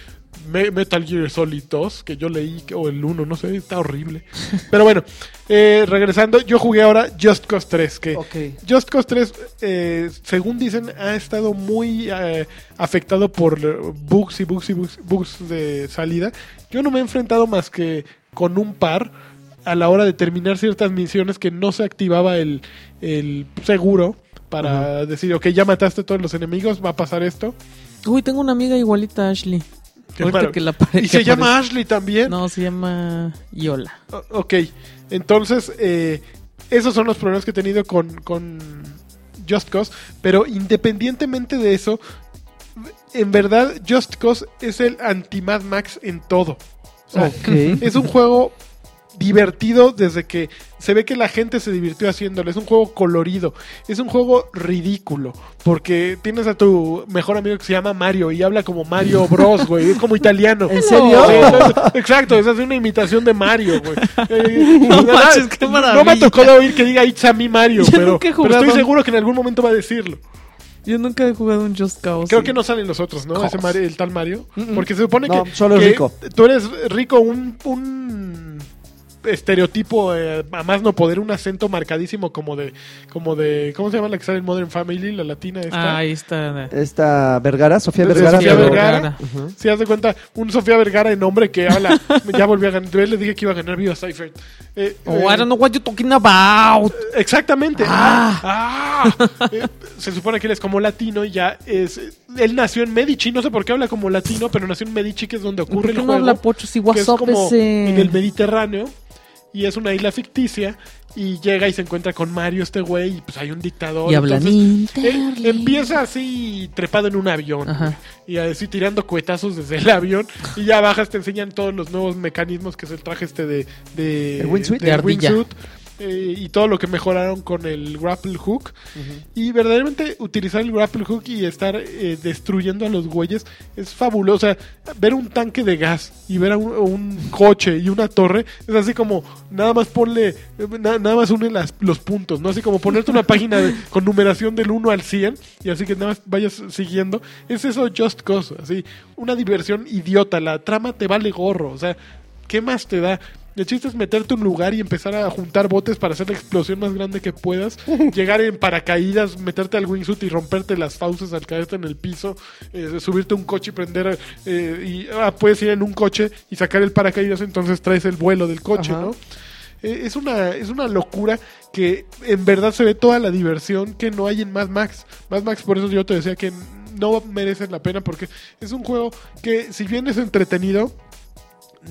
S1: Me- Metal Gear Solid 2, que yo leí, que- o el 1, no sé, está horrible. Pero bueno, eh, regresando, yo jugué ahora Just Cause 3, que
S3: Ok.
S1: Just Cause 3, eh, según dicen, ha estado muy eh, afectado por eh, bugs y bugs y bugs, bugs de salida. Yo no me he enfrentado más que con un par a la hora de terminar ciertas misiones que no se activaba el, el seguro para decir, ok, ya mataste a todos los enemigos, va a pasar esto.
S4: Uy, tengo una amiga igualita a Ashley.
S1: Qué
S4: Ahorita
S1: marav-
S4: que la pare-
S1: y
S4: que
S1: se llama
S4: aparece.
S1: Ashley también.
S4: No, se llama Yola.
S1: O- Ok, entonces eh, esos son los problemas que he tenido con, con Just Cause, pero independientemente de eso, en verdad Just Cause es el anti-Mad Max en todo. O sea,
S3: Ok.
S1: Es un juego divertido desde que se ve que la gente se divirtió haciéndolo. Es un juego colorido, es un juego ridículo, porque tienes a tu mejor amigo que se llama Mario y habla como Mario Bros, güey, es como italiano.
S3: ¿En serio?
S1: Sí, entonces, exacto, es hace una imitación de Mario, güey. Eh,
S4: No
S1: nada,
S4: manches, qué
S1: no me
S4: maravilla.
S1: tocó de oír que diga It's a me Mario,
S4: Yo
S1: pero,
S4: nunca he
S1: pero estoy
S4: jugado.
S1: seguro que en algún momento va a decirlo.
S4: Yo nunca he jugado un Just
S3: Oh,
S4: Cause.
S1: Creo que no salen los otros, ¿no? Ese Mario- el tal Mario. Porque se supone
S3: No,
S1: que.
S3: solo es
S1: que
S3: rico.
S1: Tú eres rico, un. un estereotipo eh, a más no poder un acento marcadísimo como de como de cómo se llama la que sale en Modern Family la latina esta
S4: Ahí está. Eh,
S3: Esta Vergara, Sofía
S1: Entonces,
S3: Vergara.
S1: Sofía
S3: pero-
S1: Vergara.
S3: Ujú.
S1: Si haz de cuenta, un Sofía Vergara en nombre que habla. ya volvió a ganar. Yo le dije que iba a ganar Viva Seifert. Eh,
S4: Oh,
S1: eh,
S4: I don't know what you're talking about.
S1: Exactamente.
S4: Ah.
S1: Ah. Eh, se supone que él es como latino y ya es. Él nació en Medici, no sé por qué habla como latino, pero nació en Medici, que es donde
S4: ¿Por
S1: ocurre
S4: qué
S1: el
S4: no
S1: juego.
S4: habla Pocho si
S1: que es
S4: WhatsApp
S1: como
S4: es eh,
S1: en el Mediterráneo y es una isla ficticia y llega y se encuentra con Mario este güey y pues hay un dictador
S4: Y hablan
S1: entonces, eh, él
S4: Interlingua.
S1: empieza así trepado en un avión
S4: Ajá.
S1: y así tirando cuetazos desde el avión y ya bajas te enseñan todos los nuevos mecanismos que es el traje este de de,
S3: El wingsuit.
S1: del
S4: De ardilla.
S1: wingsuit, eh, y todo lo que mejoraron con el grapple hook y verdaderamente utilizar el grapple hook y estar eh, destruyendo a los güeyes es fabuloso. O sea, ver un tanque de gas y ver a un, un coche y una torre es así como nada más ponle, eh, na- nada más une las- los puntos, ¿no? Así como ponerte una página de- con numeración del 1 al 100 y así que nada más vayas siguiendo. Es eso Just Cause, así. Una diversión idiota. La trama te vale gorro. O sea, ¿qué más te da? El chiste es meterte a un lugar y empezar a juntar botes para hacer la explosión más grande que puedas. llegar en paracaídas, meterte al wingsuit y romperte las fauces al caerte en el piso. eh, subirte a un coche y prender. eh, y ah, puedes ir en un coche y sacar el paracaídas, entonces traes el vuelo del coche,
S3: Ajá.
S1: ¿no? Eh, Es una, es una locura que en verdad se ve toda la diversión que no hay en Mad Max. Mad Max, por eso yo te decía que no merece la pena porque es un juego que si bien es entretenido,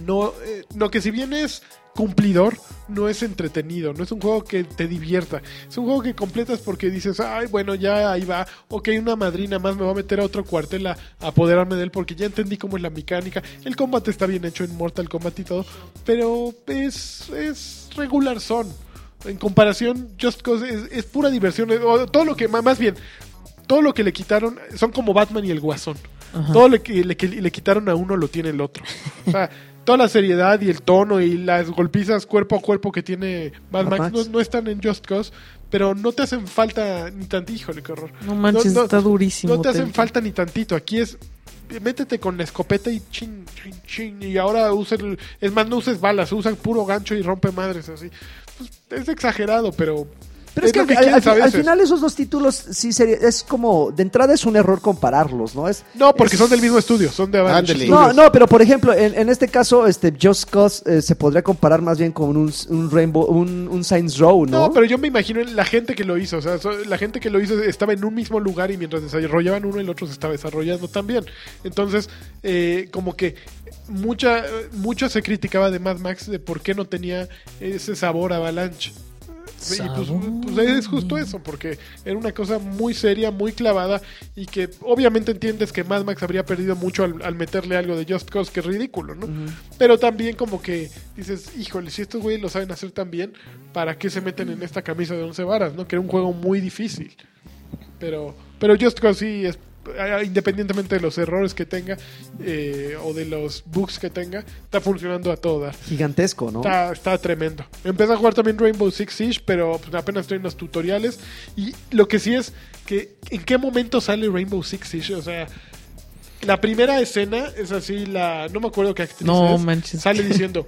S1: no, eh, no que si bien es cumplidor, no es entretenido, no es un juego que te divierta, es un juego que completas porque dices, ay, bueno, ya ahí va, ok, una madrina más me va a meter a otro cuartel a a apoderarme de él porque ya entendí cómo es la mecánica, el combate está bien hecho en Mortal Kombat y todo, pero es, es regular son. En comparación, Just Cause es, es pura diversión, eh, o todo lo que, ma- más bien, todo lo que le quitaron son como Batman y el Guasón. Todo lo que le, que le quitaron a uno lo tiene el otro. O sea, toda la seriedad y el tono y las golpizas cuerpo a cuerpo que tiene Mad
S3: Mad
S1: Max,
S3: Max.
S1: No, no están en Just Cause, pero no te hacen falta ni tantito, híjole, qué horror.
S4: No manches, está durísimo.
S1: No te hacen
S4: Tel.
S1: falta ni tantito. Aquí es métete con la escopeta y chin, chin, chin. Y ahora usa el- es más, no uses balas, usan puro gancho y rompe madres así. Pues, es exagerado, pero.
S3: Pero es, que,
S1: lo
S3: al,
S1: quieres
S3: al-
S1: a
S3: al
S1: veces.
S3: final esos dos títulos sí sería, es como, de entrada es un error compararlos, ¿no? Es,
S1: No, porque
S3: es-
S1: son del mismo estudio, son de Avalanche
S2: Ándele.
S1: Studios.
S3: No, no, pero por ejemplo, en, en este caso, este Just Cause eh, se podría comparar más bien con un, un Rainbow, un, un Saints Row, ¿no?
S1: No, pero yo me imagino la gente que lo hizo. O sea, so- la gente que lo hizo estaba en un mismo lugar y mientras desarrollaban uno, el otro se estaba desarrollando también. Entonces, eh, como que mucha, eh, mucho se criticaba de Mad Max de por qué no tenía ese sabor avalanche. Y pues, pues es justo eso, porque era una cosa muy seria, muy clavada y que obviamente entiendes que Mad Max habría perdido mucho al, al meterle algo de Just Cause, que es ridículo, ¿no? Pero también como que dices, híjole, si estos güeyes lo saben hacer tan bien, ¿para qué se meten en esta camisa de 11 varas, no? Que era un juego muy difícil. Pero, pero Just Cause sí es ah, independientemente de los errores que tenga eh, o de los bugs que tenga, está funcionando a todo dar.
S3: Gigantesco, ¿no?
S1: Está, está tremendo. Empecé a jugar también Rainbow Six Siege, pero pues, apenas estoy en los tutoriales. Y lo que sí es que en qué momento sale Rainbow Six Siege. O sea, la primera escena es así, la no me acuerdo qué actriz
S4: No
S1: es,
S4: manches.
S1: sale diciendo,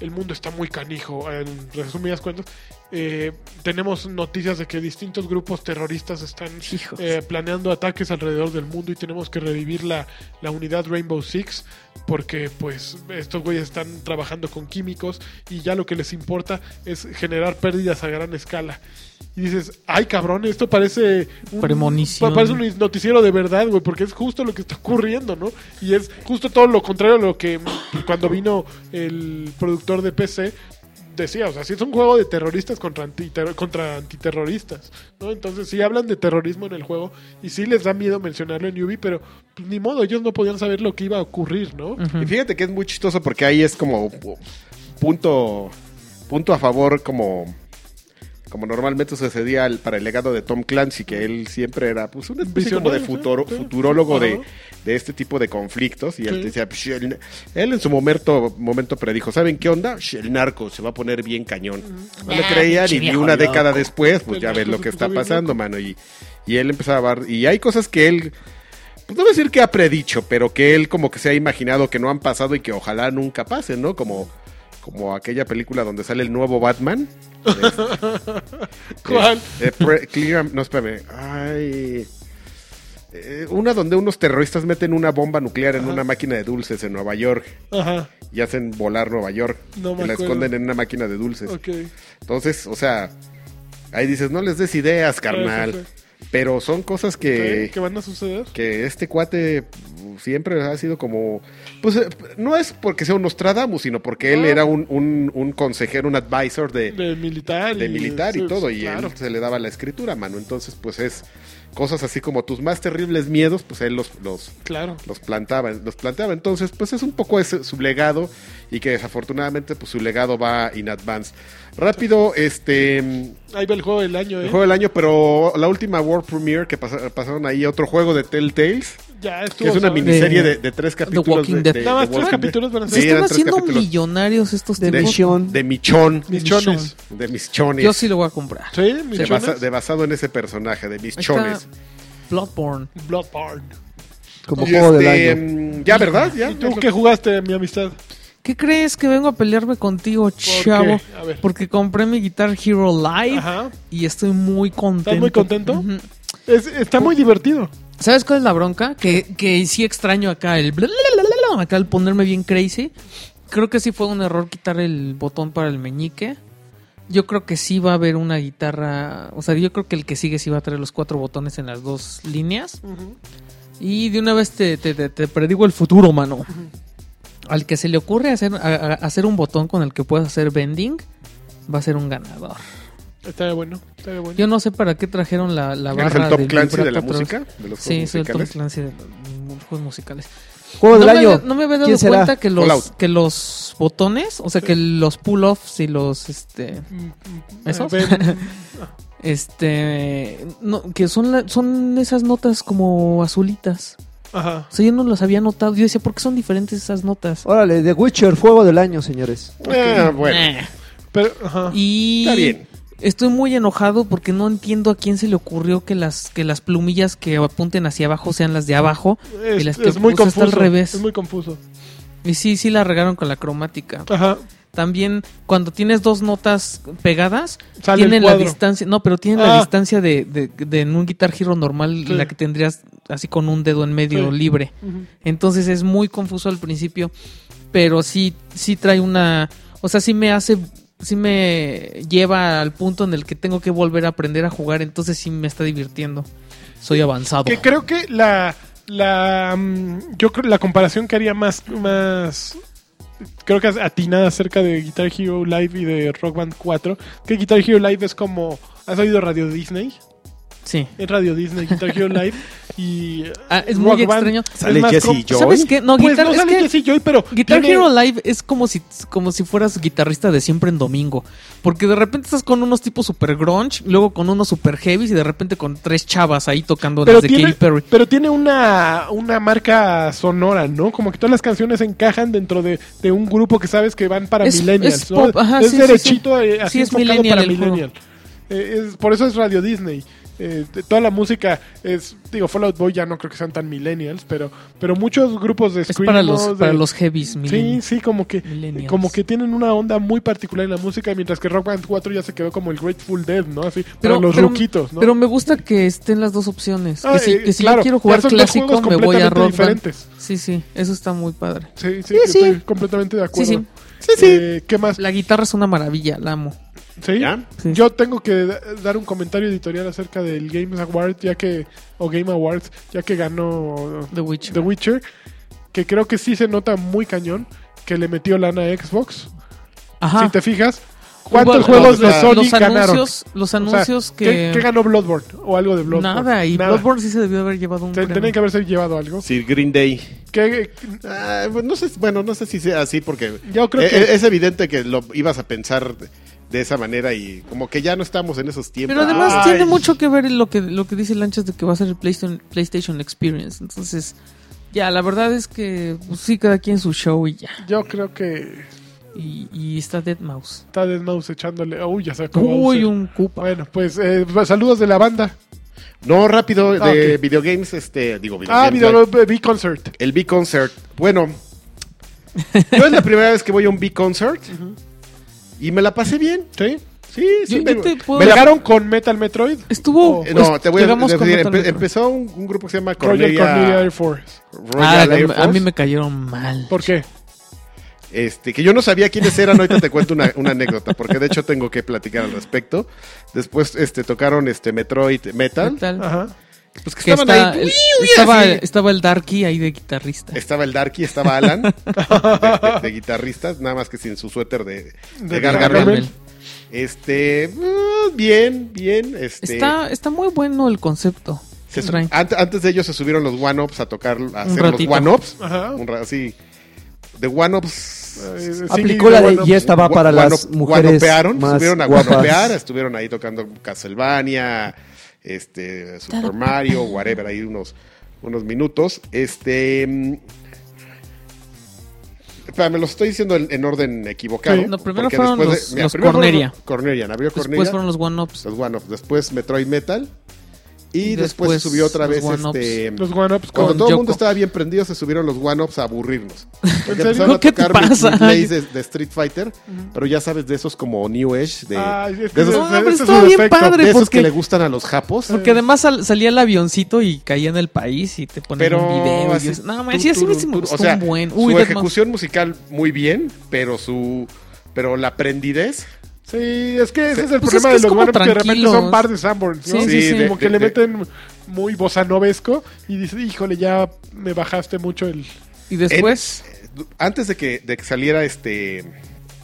S1: el mundo está muy canijo, en resumidas cuentas. eh, tenemos noticias de que distintos grupos terroristas están
S4: Hijos.
S1: eh, planeando ataques alrededor del mundo y tenemos que revivir la, la unidad Rainbow Six porque pues estos güeyes están trabajando con químicos y ya lo que les importa es generar pérdidas a gran escala. Y dices, ay cabrón, esto parece un,
S4: Premonición.
S1: pa- Parece un noticiero de verdad, güey, porque es justo lo que está ocurriendo, ¿no? Y es justo todo lo contrario a lo que cuando vino el productor de PC decía, o sea, sí es un juego de terroristas contra, antiter- contra antiterroristas, ¿no? Entonces sí hablan de terrorismo en el juego y sí les da miedo mencionarlo en Ubi, pero pues, ni modo, ellos no podían saber
S2: Mm.
S1: lo que iba a ocurrir, ¿no?
S4: Ujú.
S2: Y fíjate que es muy chistoso porque ahí es como pu- punto punto a favor como como normalmente sucedía al- para el legado de Tom Clancy, que él siempre era pues una especie como de
S1: Visionario,
S2: futuro,
S1: sí, sí.
S2: futurólogo
S1: Ajá.
S2: de, de este tipo de conflictos. Y él
S1: Sí.
S2: decía, "Pues, el- él en su momento, momento predijo, ¿saben qué onda? Sh, El narco se va a poner bien cañón. No le
S4: Ah,
S2: creían
S4: pinche
S2: y ni
S4: viejo
S2: una
S4: loco.
S2: década después, pues
S1: El
S2: ya
S1: narco
S2: ves lo
S1: se
S2: que
S1: puso
S2: está
S1: bien
S2: pasando, mano. Y, y él empezaba a... bar- Y hay cosas que él... Pues no voy a decir que ha predicho, pero que él como que se ha imaginado que no han pasado y que ojalá nunca pasen, ¿no? Como, como aquella película donde sale el nuevo Batman.
S1: ¿Cuál?
S2: Eh, eh, pre- clear- no, espérame. Ay. Eh, una donde unos terroristas meten una bomba nuclear en una máquina de dulces en Nueva York
S1: Ajá,
S2: y hacen volar Nueva York.
S1: No
S2: y
S1: me
S2: la
S1: acuerdo.
S2: esconden en una máquina de dulces.
S1: ok.
S2: Entonces, o sea, ahí dices, no les des ideas, carnal.
S1: sí,
S2: Pero son cosas
S1: ¿Qué?
S2: que,
S1: ¿Qué van a suceder?
S2: que este cuate uh, siempre ha sido como. Pues eh, no es porque sea un Nostradamus, sino porque él
S1: No.
S2: era un, un- un consejero, un advisor de,
S1: De militar.
S2: de militar y
S1: sí,
S2: todo, y
S1: claro.
S2: él se le daba la escritura, mano. Entonces, pues es cosas así como tus más terribles miedos, pues él los, los,
S1: Claro.
S2: los plantaba, los planteaba. Entonces, pues es un poco ese, su legado y que desafortunadamente, pues su legado va in advance. Rápido, este el
S1: Ahí va el juego del año, ¿eh?
S2: juego del año, pero la última World Premiere que pasa- pasaron ahí, otro juego de Telltales,
S1: Ya
S2: que
S1: estuvo.
S2: es una
S1: suave.
S2: miniserie
S4: De-
S2: de, de tres capítulos.
S4: Walking
S2: de-
S4: Dead.
S2: de-
S1: Nada más tres
S2: de Walking Dead.
S1: capítulos van a
S4: Se
S1: ser.
S2: Sí,
S4: están
S2: eran tres
S4: haciendo
S2: capítulos.
S4: millonarios estos
S3: De
S2: De,
S4: tipos.
S3: Michón.
S2: de Michón,
S1: Mis chones.
S2: de Michones.
S4: Yo sí lo voy a comprar.
S1: Sí, mis
S2: de, basa-
S1: chones.
S2: de basado en ese personaje, de
S4: Ahí está
S2: Michones.
S4: Bloodborne.
S1: Bloodborne.
S3: Como
S2: Y
S3: juego
S2: este,
S3: del año.
S2: mm, Ya, ¿verdad? Ya.
S1: ¿Y tú qué jugaste, mi amistad?
S4: ¿Qué crees que vengo a pelearme contigo, chavo?
S1: qué? A ver.
S4: Porque compré mi Guitar Hero Live
S1: Ajá.
S4: y estoy muy contento.
S1: muy contento?
S4: Ujú.
S1: Es- está muy divertido.
S4: ¿Sabes cuál es la bronca? Que, que sí extraño acá el bla, bla, bla, bla, bla, acá el ponerme bien crazy. Creo que sí fue un error quitar el botón para el meñique. Yo creo que sí va a haber una guitarra. O sea, yo creo que el que sigue sí va a traer los cuatro botones en las dos líneas. Y de una vez te, te, te- te predigo el futuro, mano. Al que se le ocurre hacer, a- a- hacer un botón con el que puedas hacer bending, va a ser un ganador.
S1: Está bueno. Está bueno.
S4: Yo no sé para qué trajeron la, la
S2: ¿Eres
S4: barra
S2: el Tom
S4: del
S2: Clancy de la
S4: vibrato, pero-
S2: música? De los
S4: Sí,
S2: juegos
S4: soy el Tom
S2: musicales.
S4: Clancy de los juegos musicales.
S3: Juego
S4: No
S3: del
S4: me,
S3: año.
S4: había, no me había dado
S3: ¿Quién será?
S4: cuenta que los,
S2: Fallout.
S4: que los botones, o sea, que los pull-offs y los, este,
S1: Mm, mm, mm,
S4: ¿Esos?
S1: eh, ven.
S4: este, no, que son, la- son esas notas como azulitas.
S1: Ajá.
S4: O sea, yo no las había notado. Yo decía, ¿por qué son diferentes esas notas?
S3: Órale, The Witcher, juego del año, señores.
S2: Ah, bueno,
S4: Eh.
S1: Pero, ajá.
S4: Y
S2: Ah, está bien.
S4: estoy muy enojado porque no entiendo a quién se le ocurrió que las, que las plumillas que apunten hacia abajo sean las de abajo. y
S1: Es,
S4: las que
S1: es muy
S4: puse está
S1: confuso.
S4: al revés.
S1: Es muy confuso.
S4: Y sí, sí la regaron con la cromática.
S1: Ajá.
S4: También cuando tienes dos notas pegadas,
S1: Sale el
S4: tienen la
S1: cuadro.
S4: distancia, no, pero tienen
S1: Ah.
S4: la distancia de, de- de en un Guitar Hero normal,
S1: Sí.
S4: la que tendrías así con un dedo en medio
S1: Sí.
S4: libre.
S1: Ujú.
S4: Entonces es muy confuso al principio, pero sí, sí trae una, o sea, sí me hace, sí me lleva al punto en el que tengo que volver a aprender a jugar, entonces sí me está divirtiendo. Soy avanzado.
S1: Que creo que la. la mm, yo creo la comparación que haría más. más creo que atinada acerca de Guitar Hero Live y de Rock Band 4. Que Guitar Hero Live es como. ¿Has oído Radio Disney?
S4: Sí.
S1: Es Radio Disney, Guitar Hero Live. Y. eh,
S4: Ah, es
S1: Rock
S4: muy
S1: Band.
S4: extraño.
S2: Sale
S1: Es más,
S2: Jesse
S1: como-
S2: y Joy.
S4: ¿Sabes qué? No,
S1: Pues
S4: Guitar,
S1: no
S4: es
S1: sale
S4: que-
S1: Jesse Joy, pero.
S4: Guitar
S1: tiene-
S4: Hero Live es como si, como si fueras guitarrista de siempre en domingo. Porque de repente estás con unos tipos super grunge, luego con unos super heavy y de repente con tres chavas ahí tocando
S1: Pero
S4: las de Katy
S1: tiene,
S4: Perry.
S1: pero tiene una, una marca sonora, ¿no? Como que todas las canciones encajan dentro de, de un grupo que sabes que van para
S4: Es-
S1: millennials,
S4: es
S1: ¿no?
S4: pop, ajá,
S1: es
S4: sí, sí,
S1: derechito,
S4: sí.
S1: eh, así
S4: Sí, es
S1: enfocado
S4: millennial
S1: para
S4: el juego.
S1: millennial. Eh, es- por eso es Radio Disney. Eh, de- toda la música es, digo, Fallout Boy ya no creo que sean tan millennials, pero, pero muchos grupos de
S4: Es para
S1: screamo,
S4: los, para
S1: de-
S4: los heavies,
S1: Sí,
S4: milenio.
S1: sí, como que,
S4: Millennials.
S1: como que tienen una onda muy particular en la música, mientras que Rock Band 4 ya se quedó como el Grateful Dead, ¿no? Así, para los ruquitos, ¿no?
S4: pero me gusta que estén las dos opciones.
S1: Ah,
S4: que si,
S1: eh,
S4: que si
S1: claro,
S4: yo quiero
S1: ya
S4: jugar
S1: son dos
S4: clásico,
S1: juegos
S4: me voy a
S1: completamente
S4: Rock Band.
S1: diferentes.
S4: Sí, sí, eso está muy padre.
S1: Sí, sí,
S3: Sí,
S1: yo estoy
S3: sí.
S1: completamente de acuerdo.
S4: Sí, sí.
S1: Eh, ¿Qué más?
S4: La guitarra es una maravilla, la amo.
S1: ¿Sí?
S2: ¿Ya?
S4: Sí.
S1: Yo tengo que da- dar un comentario editorial acerca del Games Award, ya que, o Game Awards, ya que ganó
S4: The Witcher.
S1: The Witcher, que creo que sí se nota muy cañón que le metió lana a Xbox.
S4: Ajá.
S1: Si te fijas, ¿cuántos
S4: Ah. Hubo-
S1: juegos de
S2: los-
S1: Sony
S4: los
S1: ganaron?
S4: anuncios, los
S1: O sea,
S4: anuncios
S1: ¿qué-
S4: que...
S1: ¿qué, ganó Bloodborne? O algo de Bloodborne.
S4: Nada, y Bloodborne sí se debió haber llevado un
S1: Te-
S4: premio.
S1: Tenían que haberse llevado algo.
S2: Sí, Green Day.
S1: ¿Qué-
S2: pues Ah, no sé, bueno, no sé si sea así porque
S1: Yo creo
S2: e-
S1: que-
S2: es evidente que lo ibas a pensar de esa manera y como que ya no estamos en esos tiempos.
S4: Pero además
S2: Ay.
S4: tiene mucho que ver lo que, lo que dice Lanchas de que va a ser el PlayStation, PlayStation Experience. Entonces, ya, la verdad es que pues, sí, cada quien su show y ya.
S1: Yo creo que
S4: Y, y está Dead Mouse.
S1: está Deadmau5 echándole. Uy, ya se acabó.
S4: Uy,
S1: Bowser.
S4: un Koopa.
S1: Bueno, pues eh, saludos de la banda.
S2: No, rápido, de
S1: Ah, ok.
S2: videogames, este, digo, videogames.
S1: Ah, video, B-Concert.
S2: El B-Concert. Bueno, yo es la primera vez que voy a un B-Concert y me la pasé bien.
S1: ¿Sí?
S2: Sí, sí.
S4: Yo-
S2: me,
S4: yo te puedo-
S2: me la-
S1: ¿Pegaron con Metal Metroid?
S4: Estuvo. pues,
S1: Oh.
S2: Eh, no, te voy a
S4: llegamos con
S2: decir,
S4: Metal
S2: empe-
S4: Gear.
S2: empezó un, un grupo que se llama
S1: Royal
S2: Cornelia,
S1: Cornelia Air Force.
S4: Ah,
S2: Royal Air
S4: a- a mí
S2: Force,
S4: me cayeron mal.
S1: ¿Por qué?
S2: este, que yo no sabía quiénes eran, ahorita te cuento una, una anécdota, porque de hecho tengo que platicar al respecto. Después este, tocaron este Metroid Metal,
S4: Metal.
S1: Ajá.
S2: pues que
S4: Que
S2: estaban
S4: está-
S2: ahí,
S4: el-
S2: uy, uy,
S4: estaba,
S2: así. Este,
S4: estaba el Darky ahí de guitarrista.
S2: Estaba el Darky, estaba Alan, de, de- de guitarristas, nada más que sin su suéter de, de
S1: De
S2: Gargamel.
S1: Gargamel.
S2: Este, mm, bien, bien. Este,
S4: Está, está muy bueno el concepto.
S2: se su-
S4: Traen.
S2: ant- antes de ellos se subieron los one-ups a tocar, a hacer
S4: ratito.
S2: los one-ups.
S1: Ajá.
S2: un ra- Así, de one-ups.
S1: Eh,
S3: Aplicó
S1: Cindy
S3: la de
S1: Wallop.
S3: y esta va
S2: Gua-
S3: para las
S2: guano-
S3: mujeres
S2: guanopearon,
S3: más
S2: subieron a
S3: guapas.
S2: guanopear, estuvieron ahí tocando Castlevania, este, Super Mario, whatever, ahí unos, unos minutos. Este. mm, espera, me lo estoy diciendo en, en orden equivocado.
S1: Sí.
S4: No, primero
S2: porque
S4: fueron
S2: después
S4: los-
S2: mira,
S4: los
S2: primero fueron
S4: Cornelia.
S2: los- Cornelia, abrió
S4: Después
S2: Cornelia,
S4: fueron los one-ups.
S2: los One Ups, después Metroid Metal. Y,
S4: Y
S2: después,
S4: después
S2: se subió otra
S4: los
S2: vez
S4: One Ups.
S2: este.
S1: Los one-ups
S2: Cuando
S1: con...
S4: Con
S2: todo el
S4: Yoko.
S2: mundo estaba bien prendido, se subieron los one-ups a aburrirnos. Porque
S1: serio?
S2: empezaron a
S4: ¿Qué te
S2: tocar mi-
S4: pasa?
S2: mi plays de, de Street Fighter, pero ya sabes, de esos como New Age, de,
S1: Ay, es que
S2: de esos,
S1: no,
S4: Ah, pero
S1: ese es
S4: estuvo
S1: su
S4: bien
S1: defecto.
S2: de
S4: padre
S2: esos
S4: porque,
S2: que le gustan a los japos.
S4: porque además sal- salía el avioncito y caía en el país y te ponían
S2: Pero
S4: un video. y
S2: así,
S4: yo- no, man,
S2: tú,
S4: sí, así
S2: tú,
S4: me- sí me
S2: tú,
S4: gustó
S2: o sea,
S4: un buen. Uy,
S2: su
S4: Dead Mouse.
S2: ejecución musical muy bien, pero su pero la prendidez
S1: Sí, es que ese es el
S4: Pues es
S1: problema
S4: que
S1: de
S4: es
S1: los
S4: como
S1: one-ups que de repente
S4: tranquilos.
S1: son par de Sanborns, ¿no?
S4: Sí, sí, Sí, sí.
S1: Como
S2: de-
S1: que
S2: de-
S1: le meten muy bosanovesco y dices, híjole, ya me bajaste mucho el...
S4: Y después,
S2: antes de que, de que saliera este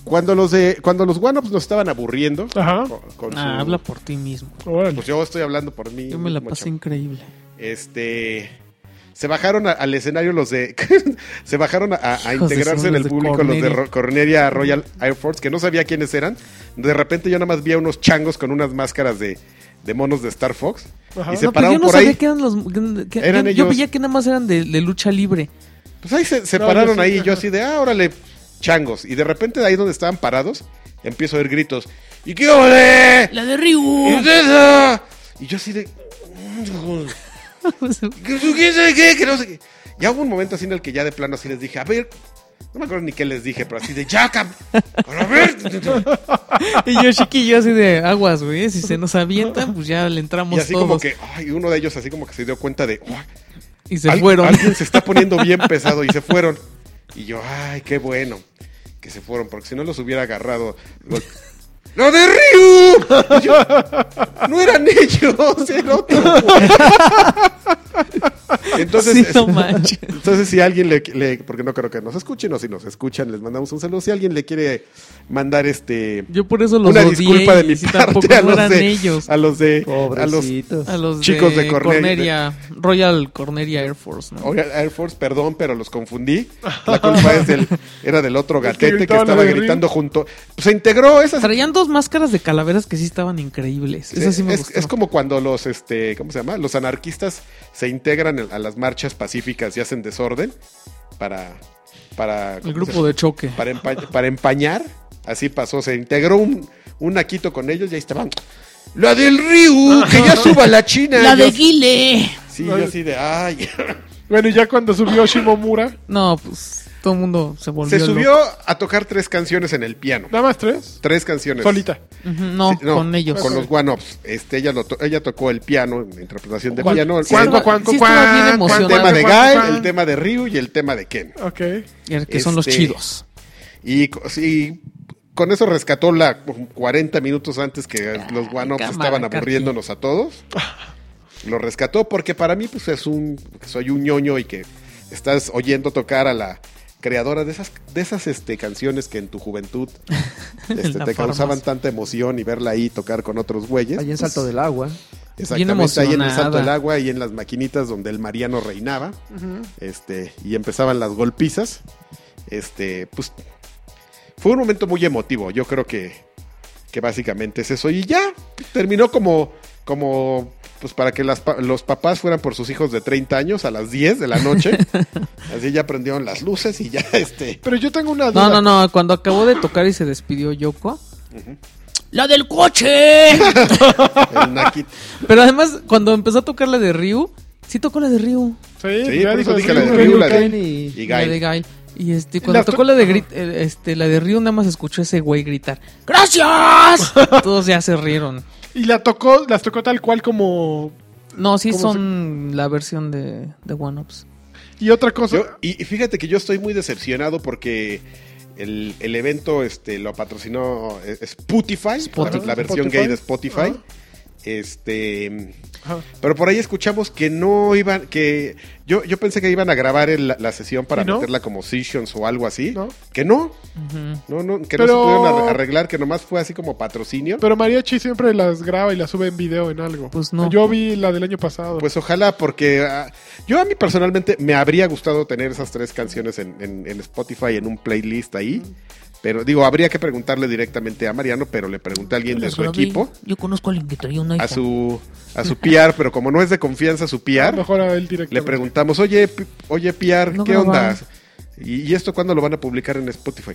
S2: cuando los de cuando los one-ups nos estaban aburriendo
S1: Ajá.
S2: con- con
S4: Ah,
S2: su-
S4: habla por ti mismo.
S1: Órale.
S2: pues yo estoy hablando por mí.
S4: Yo me la
S2: mismo,
S4: pasé
S2: chavo.
S4: increíble.
S2: Este. Se bajaron a- al escenario los de. se bajaron a, a
S4: Hijos de
S2: integrarse
S4: su-
S2: en
S4: los
S2: el
S4: de
S2: público los de
S4: Cornelia.
S2: Ro- Cornelia Royal Air Force, que no sabía quiénes eran. De repente yo nada más vi a unos changos con unas máscaras de, de monos de Star Fox.
S1: Ajá.
S2: Y se
S4: No, pero
S2: pararon
S4: yo no
S2: por
S4: sabía
S2: ahí.
S4: que eran los. que- que-
S2: Eran
S4: yo
S2: ellos.
S4: veía que nada más eran de, de lucha libre.
S2: Pues ahí se, se
S1: No,
S2: pararon
S1: yo sí,
S2: ahí. y Yo
S1: ajá.
S2: así de, ah, órale, changos. Y de repente de ahí donde estaban parados, empiezo a oír gritos. ¡Y qué ole!
S4: La de Ryu.
S2: ¿Es esa?". Y yo así de. "Mm, que tú quién sabe qué, que no sé qué. Y hubo un momento así en el que ya de plano así les dije, a ver, no me acuerdo ni qué les dije, pero así de, ya, cam- pero a ver.
S4: y yo, Shiki, yo así de aguas, güey. Si se nos avientan, pues ya le entramos
S2: Y así
S4: todos.
S2: como que, ay, uno de ellos así como que se dio cuenta de, "Uah,
S4: y se
S2: al-
S4: fueron.
S2: alguien se está poniendo bien pesado y se fueron. Y yo, ay, qué bueno que se fueron, porque si no los hubiera agarrado. gol- ¡Lo de Ryu! Y yo, no eran ellos, era otro. güey". Entonces,
S4: sí, no manches.
S2: Entonces, si alguien le, le- porque no creo que nos escuchen, o si nos escuchan, les mandamos un saludo. Si alguien le quiere mandar este
S4: Yo por eso los
S2: una
S4: odié.
S2: disculpa de mi
S4: y si
S2: parte
S4: tampoco
S2: a los
S4: eran
S2: de,
S4: ellos.
S2: a los de a los
S3: Pobrecitos.
S4: A los
S2: chicos de Cornelia-
S4: Cornelia, Royal Cornelia Air Force, ¿no?
S2: Royal Air Force, perdón, pero los confundí. La culpa es del, era del otro
S1: Es que
S2: gatete que
S1: gritaban
S2: estaba
S1: a la de
S2: gritando junto. Pues, se integró esas.
S4: Traían dos máscaras de calaveras que sí estaban increíbles. Eso sí me
S2: es,
S4: gustó.
S2: es como cuando los este, ¿cómo se llama? Los anarquistas se integran en- a las marchas pacíficas y hacen desorden para para
S4: El
S2: ¿cómo se
S4: grupo de choque.
S2: para, empa- para empañar. Así pasó, se integró un, un Aquito con ellos y ahí estaban. La del Ryu, que ya suba la China. Yo-
S4: Guile.
S2: Sí, yo así de, ay.
S1: Bueno, y ya cuando subió Shimomura,
S4: No, pues todo el mundo se volvió.
S2: Se
S4: loco.
S2: subió a tocar tres canciones en el piano.
S1: nada más tres,
S2: Tres canciones.
S1: solita.
S4: Ujú, no,
S2: Sí, no,
S4: con ellos.
S2: Con los One Ups. Este, ella, lo to- ella tocó el piano, en interpretación de
S1: ¿Cuál-
S2: piano.
S4: sí estaba-
S1: cuán,
S4: sí
S1: cuán,
S4: estaba bien
S1: cuán,
S2: el
S4: emocionante.
S2: tema de Guy,
S1: cuán.
S2: el tema de Ryu y el tema de Ken.
S1: Ok.
S4: Que son los
S2: Este,
S4: chidos.
S2: Y, co- sí, con eso rescató la 40 minutos antes que los One Ups
S4: Ah, cámara,
S2: estaban
S4: Karki.
S2: aburriéndonos a todos. Lo rescató porque para mí pues es un que soy un ñoño y que estás oyendo tocar a la creadora de esas de esas este canciones que en tu juventud este,
S4: la
S2: te causaban
S4: farmacia.
S2: tanta emoción y verla ahí tocar con otros güeyes.
S3: Allí en
S2: pues,
S3: Salto del Agua.
S2: Exactamente, ahí en el
S4: emocionada.
S2: Salto del Agua y en las maquinitas donde el Mariano reinaba. Este, y empezaban las golpizas. Este, pues fue un momento muy emotivo. Yo creo que que básicamente es eso. Y ya terminó como, como pues para que las pa- los papás fueran por sus hijos de 30 años a las 10 de la noche. Así ya prendieron las luces y ya este.
S1: Pero yo tengo una duda.
S4: No, no, no, cuando acabó de tocar y se despidió Yoko. ¡La del coche!
S2: El Naki-
S4: Pero además, cuando empezó a tocar la de Ryu, sí tocó la de Ryu.
S1: Sí,
S2: Sí,
S1: ya
S2: por
S1: dijo
S2: eso dije
S1: así,
S2: la de
S1: güey.
S2: Ryu, la de-
S3: Ken y-
S2: y
S4: La de
S2: Guy.
S4: Gail. Y este, cuando
S1: las to-
S4: tocó la de Grit, eh, este, la de Ryu, nada más escuchó a ese güey gritar ¡Gracias! Todos ya se rieron.
S1: Y la tocó, las tocó tal cual como.
S4: No, sí
S1: ¿Cómo
S4: son la versión de, de One Ups.
S1: Y otra cosa.
S2: Yo- y y fíjate que yo estoy muy decepcionado porque el, el evento este, lo patrocinó eh, Spotify,
S4: Spotify.
S2: la versión
S1: Spotify.
S2: gay de Spotify.
S1: Ajá.
S2: Este,
S1: Ajá.
S2: pero por ahí escuchamos que no iban, que yo, yo pensé que iban a grabar el- la sesión para
S1: ¿Y no?
S2: meterla como sessions o algo así.
S1: ¿No?
S2: Que no,
S4: Ujú.
S2: no, no, que no
S1: Pero-
S2: se pudieron arre- arreglar, que nomás fue así como patrocinio.
S1: Pero Mariachi siempre las graba y las sube en video en algo.
S4: Pues no.
S1: Yo vi la del año pasado.
S2: Pues ojalá, porque ah, yo a mí personalmente me habría gustado tener esas tres canciones en, en- en Spotify, en un playlist ahí. Pero digo, habría que preguntarle directamente a Mariano, pero le pregunté a alguien
S4: Pues
S2: de su equipo,
S4: Yo conozco a alguien que traía un
S2: a su, a su PR, pero como no es de confianza su
S1: A lo
S2: PR,
S1: mejor a él directamente.
S2: le preguntamos, oye, pi- oye PR,
S4: Ah, No
S2: ¿qué
S4: grabaron.
S2: onda? ¿Y, y esto cuándo lo van a publicar en Spotify?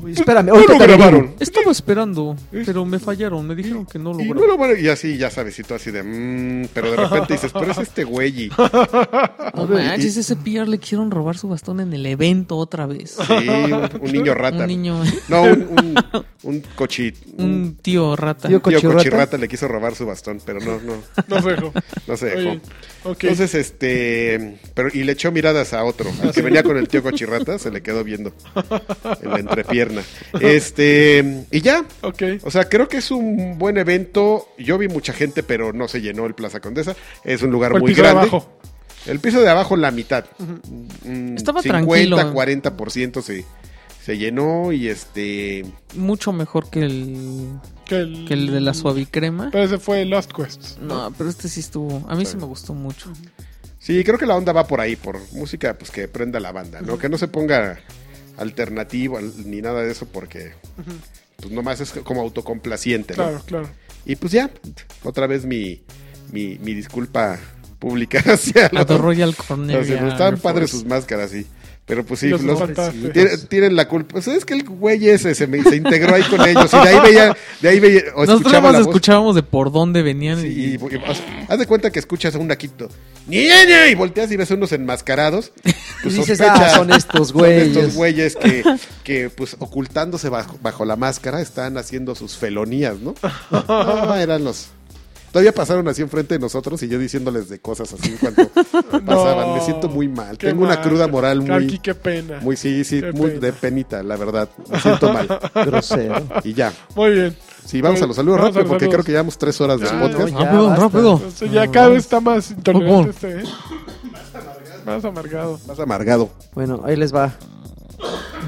S3: Uy, Espérame,
S2: No
S3: ahorita
S2: lo
S3: te digo.
S2: grabaron.
S4: Estaba esperando, pero me fallaron. Me dijeron que no lo
S2: Y, no
S4: grabó.
S2: lo van a- y así, ya sabes, y tú así de, "Mm", pero de repente dices, pero es este güey y...
S4: No
S2: eh,
S4: manches, ese PR le quisieron robar su bastón en el evento otra vez.
S2: Sí, un, un niño rata.
S4: Un niño,
S2: No, un, un, un cochi- un
S4: un tío rata.
S3: Tío
S2: tío
S3: cochirrata.
S2: cochirrata le quiso robar su bastón, pero no, no,
S1: No se dejó.
S2: no se dejó.
S1: Oye, ok.
S2: Entonces, este, pero, y le echó miradas a otro, al
S1: Ah,
S2: que venía con el tío cochirrata, se le quedó viendo en la entrepierna. Este, y ya,
S1: ok.
S2: o sea, creo que es un buen evento, yo vi mucha gente, pero no se llenó el Plaza Condesa, es un lugar
S1: Fue el
S2: muy
S1: piso de
S2: grande.
S1: abajo.
S2: El piso de abajo, la mitad. Mm,
S4: Estaba
S2: 50,
S4: tranquilo.
S2: 40% se, se llenó y este...
S4: Mucho mejor que el,
S1: Que el,
S4: que el de la suavicrema.
S1: Pero ese fue Lost Quest.
S4: No, pero este sí estuvo. A mí sí me gustó mucho.
S2: Sí, creo que la onda va por ahí, por música pues que prenda la banda, ¿no? Que no se ponga alternativo al- ni nada de eso porque pues nomás es como autocomplaciente, ¿no?
S1: Claro, claro.
S2: Y pues ya, otra vez mi, mi, mi disculpa pública hacia
S4: La de
S2: los-
S4: Royal
S2: los-
S4: Cornelia.
S2: pues, Estaban
S4: Air
S2: padres
S4: Force.
S2: sus máscaras, sí. Pero pues sí,
S1: Y los
S2: los,
S1: espantaste.
S2: tienen, tienen la culpa. ¿Sabes que el güey ese se, me- se integró ahí con ellos? Y de ahí veía, de ahí veía, o
S4: Nosotros
S2: escuchaba
S4: nada
S2: la
S4: más
S2: voz.
S4: escuchábamos de por dónde venían.
S2: Sí,
S4: y-
S2: y, y- haz, haz de cuenta que escuchas a un naquito. ¡Niña! Y volteas y ves unos enmascarados.
S3: Y
S2: Pues
S3: dices,
S2: sospechas,
S3: ah, son estos güeyes.
S2: estos güeyes que, que, pues, ocultándose bajo, bajo la máscara, están haciendo sus felonías, ¿no? No, eran los. Todavía pasaron así enfrente de nosotros y yo diciéndoles de cosas así cuando pasaban. Me siento muy mal.
S1: Qué
S2: Tengo una
S1: mal.
S2: cruda moral
S1: Karki,
S2: muy.
S1: qué pena.
S2: Muy, sí, sí,
S1: Qué
S2: muy
S1: pena.
S2: de penita, la verdad. Me siento mal.
S3: Grosero. Ah,
S2: Y ya.
S1: Muy bien.
S2: Sí, vamos
S1: Muy-
S2: a los saludos
S1: vamos a
S2: rápido
S1: los
S2: porque
S1: saludos.
S2: creo que llevamos tres horas de
S1: Ya,
S2: podcast.
S3: no,
S4: Rápido,
S3: basta.
S4: rápido.
S1: Entonces, ya cada vez está más
S4: Fútbol.
S1: intolerante este, ¿eh? Más amargado.
S2: Más amargado.
S3: Bueno, ahí les va.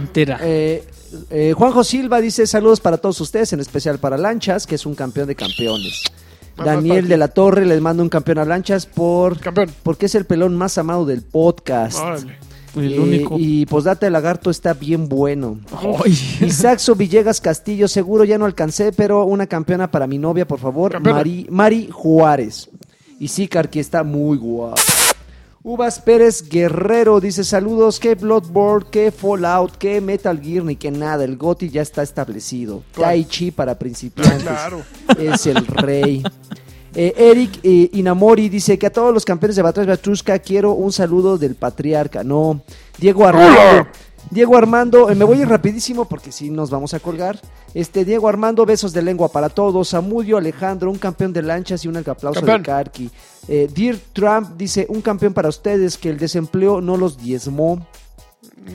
S4: Entera.
S3: Eh, eh, Juanjo Silva dice saludos para todos ustedes, en especial para Lanchas, que es un campeón de campeones.
S1: Vamos para
S3: Daniel
S1: ti.
S3: de la Torre les manda un campeón a Lanchas por
S1: Campeón.
S3: porque es el pelón más amado del
S4: Este.
S3: podcast.
S1: Órale.
S4: el
S3: Eh,
S4: único.
S3: Y Posdata de Lagarto está bien bueno.
S4: Ay.
S3: Y Saxo Villegas Castillo, seguro ya no alcancé, pero una campeona para mi novia, por favor,
S1: Campeona.
S3: Mari, Mari Juárez. Y sí, Carqui está muy guapo. Uvas Pérez Guerrero dice saludos, que Bloodborne, que Fallout, que Metal Gear, ni que nada, el Goti ya está establecido.
S1: Claro.
S3: Tai Chi para principiantes
S1: claro.
S3: es el rey. Eh, Eric eh, Inamori dice que a todos los campeones de Batrash Batrushka quiero un saludo del patriarca. No, Diego Armando. Diego Armando, eh, me voy a ir rapidísimo porque si nos vamos a colgar. Este Diego Armando, besos de lengua para todos. Samudio Alejandro, un campeón de lanchas y un aplauso
S1: Campeón.
S3: de Karki. Eh, Dear Trump dice, un campeón para ustedes, que el desempleo no los diezmó.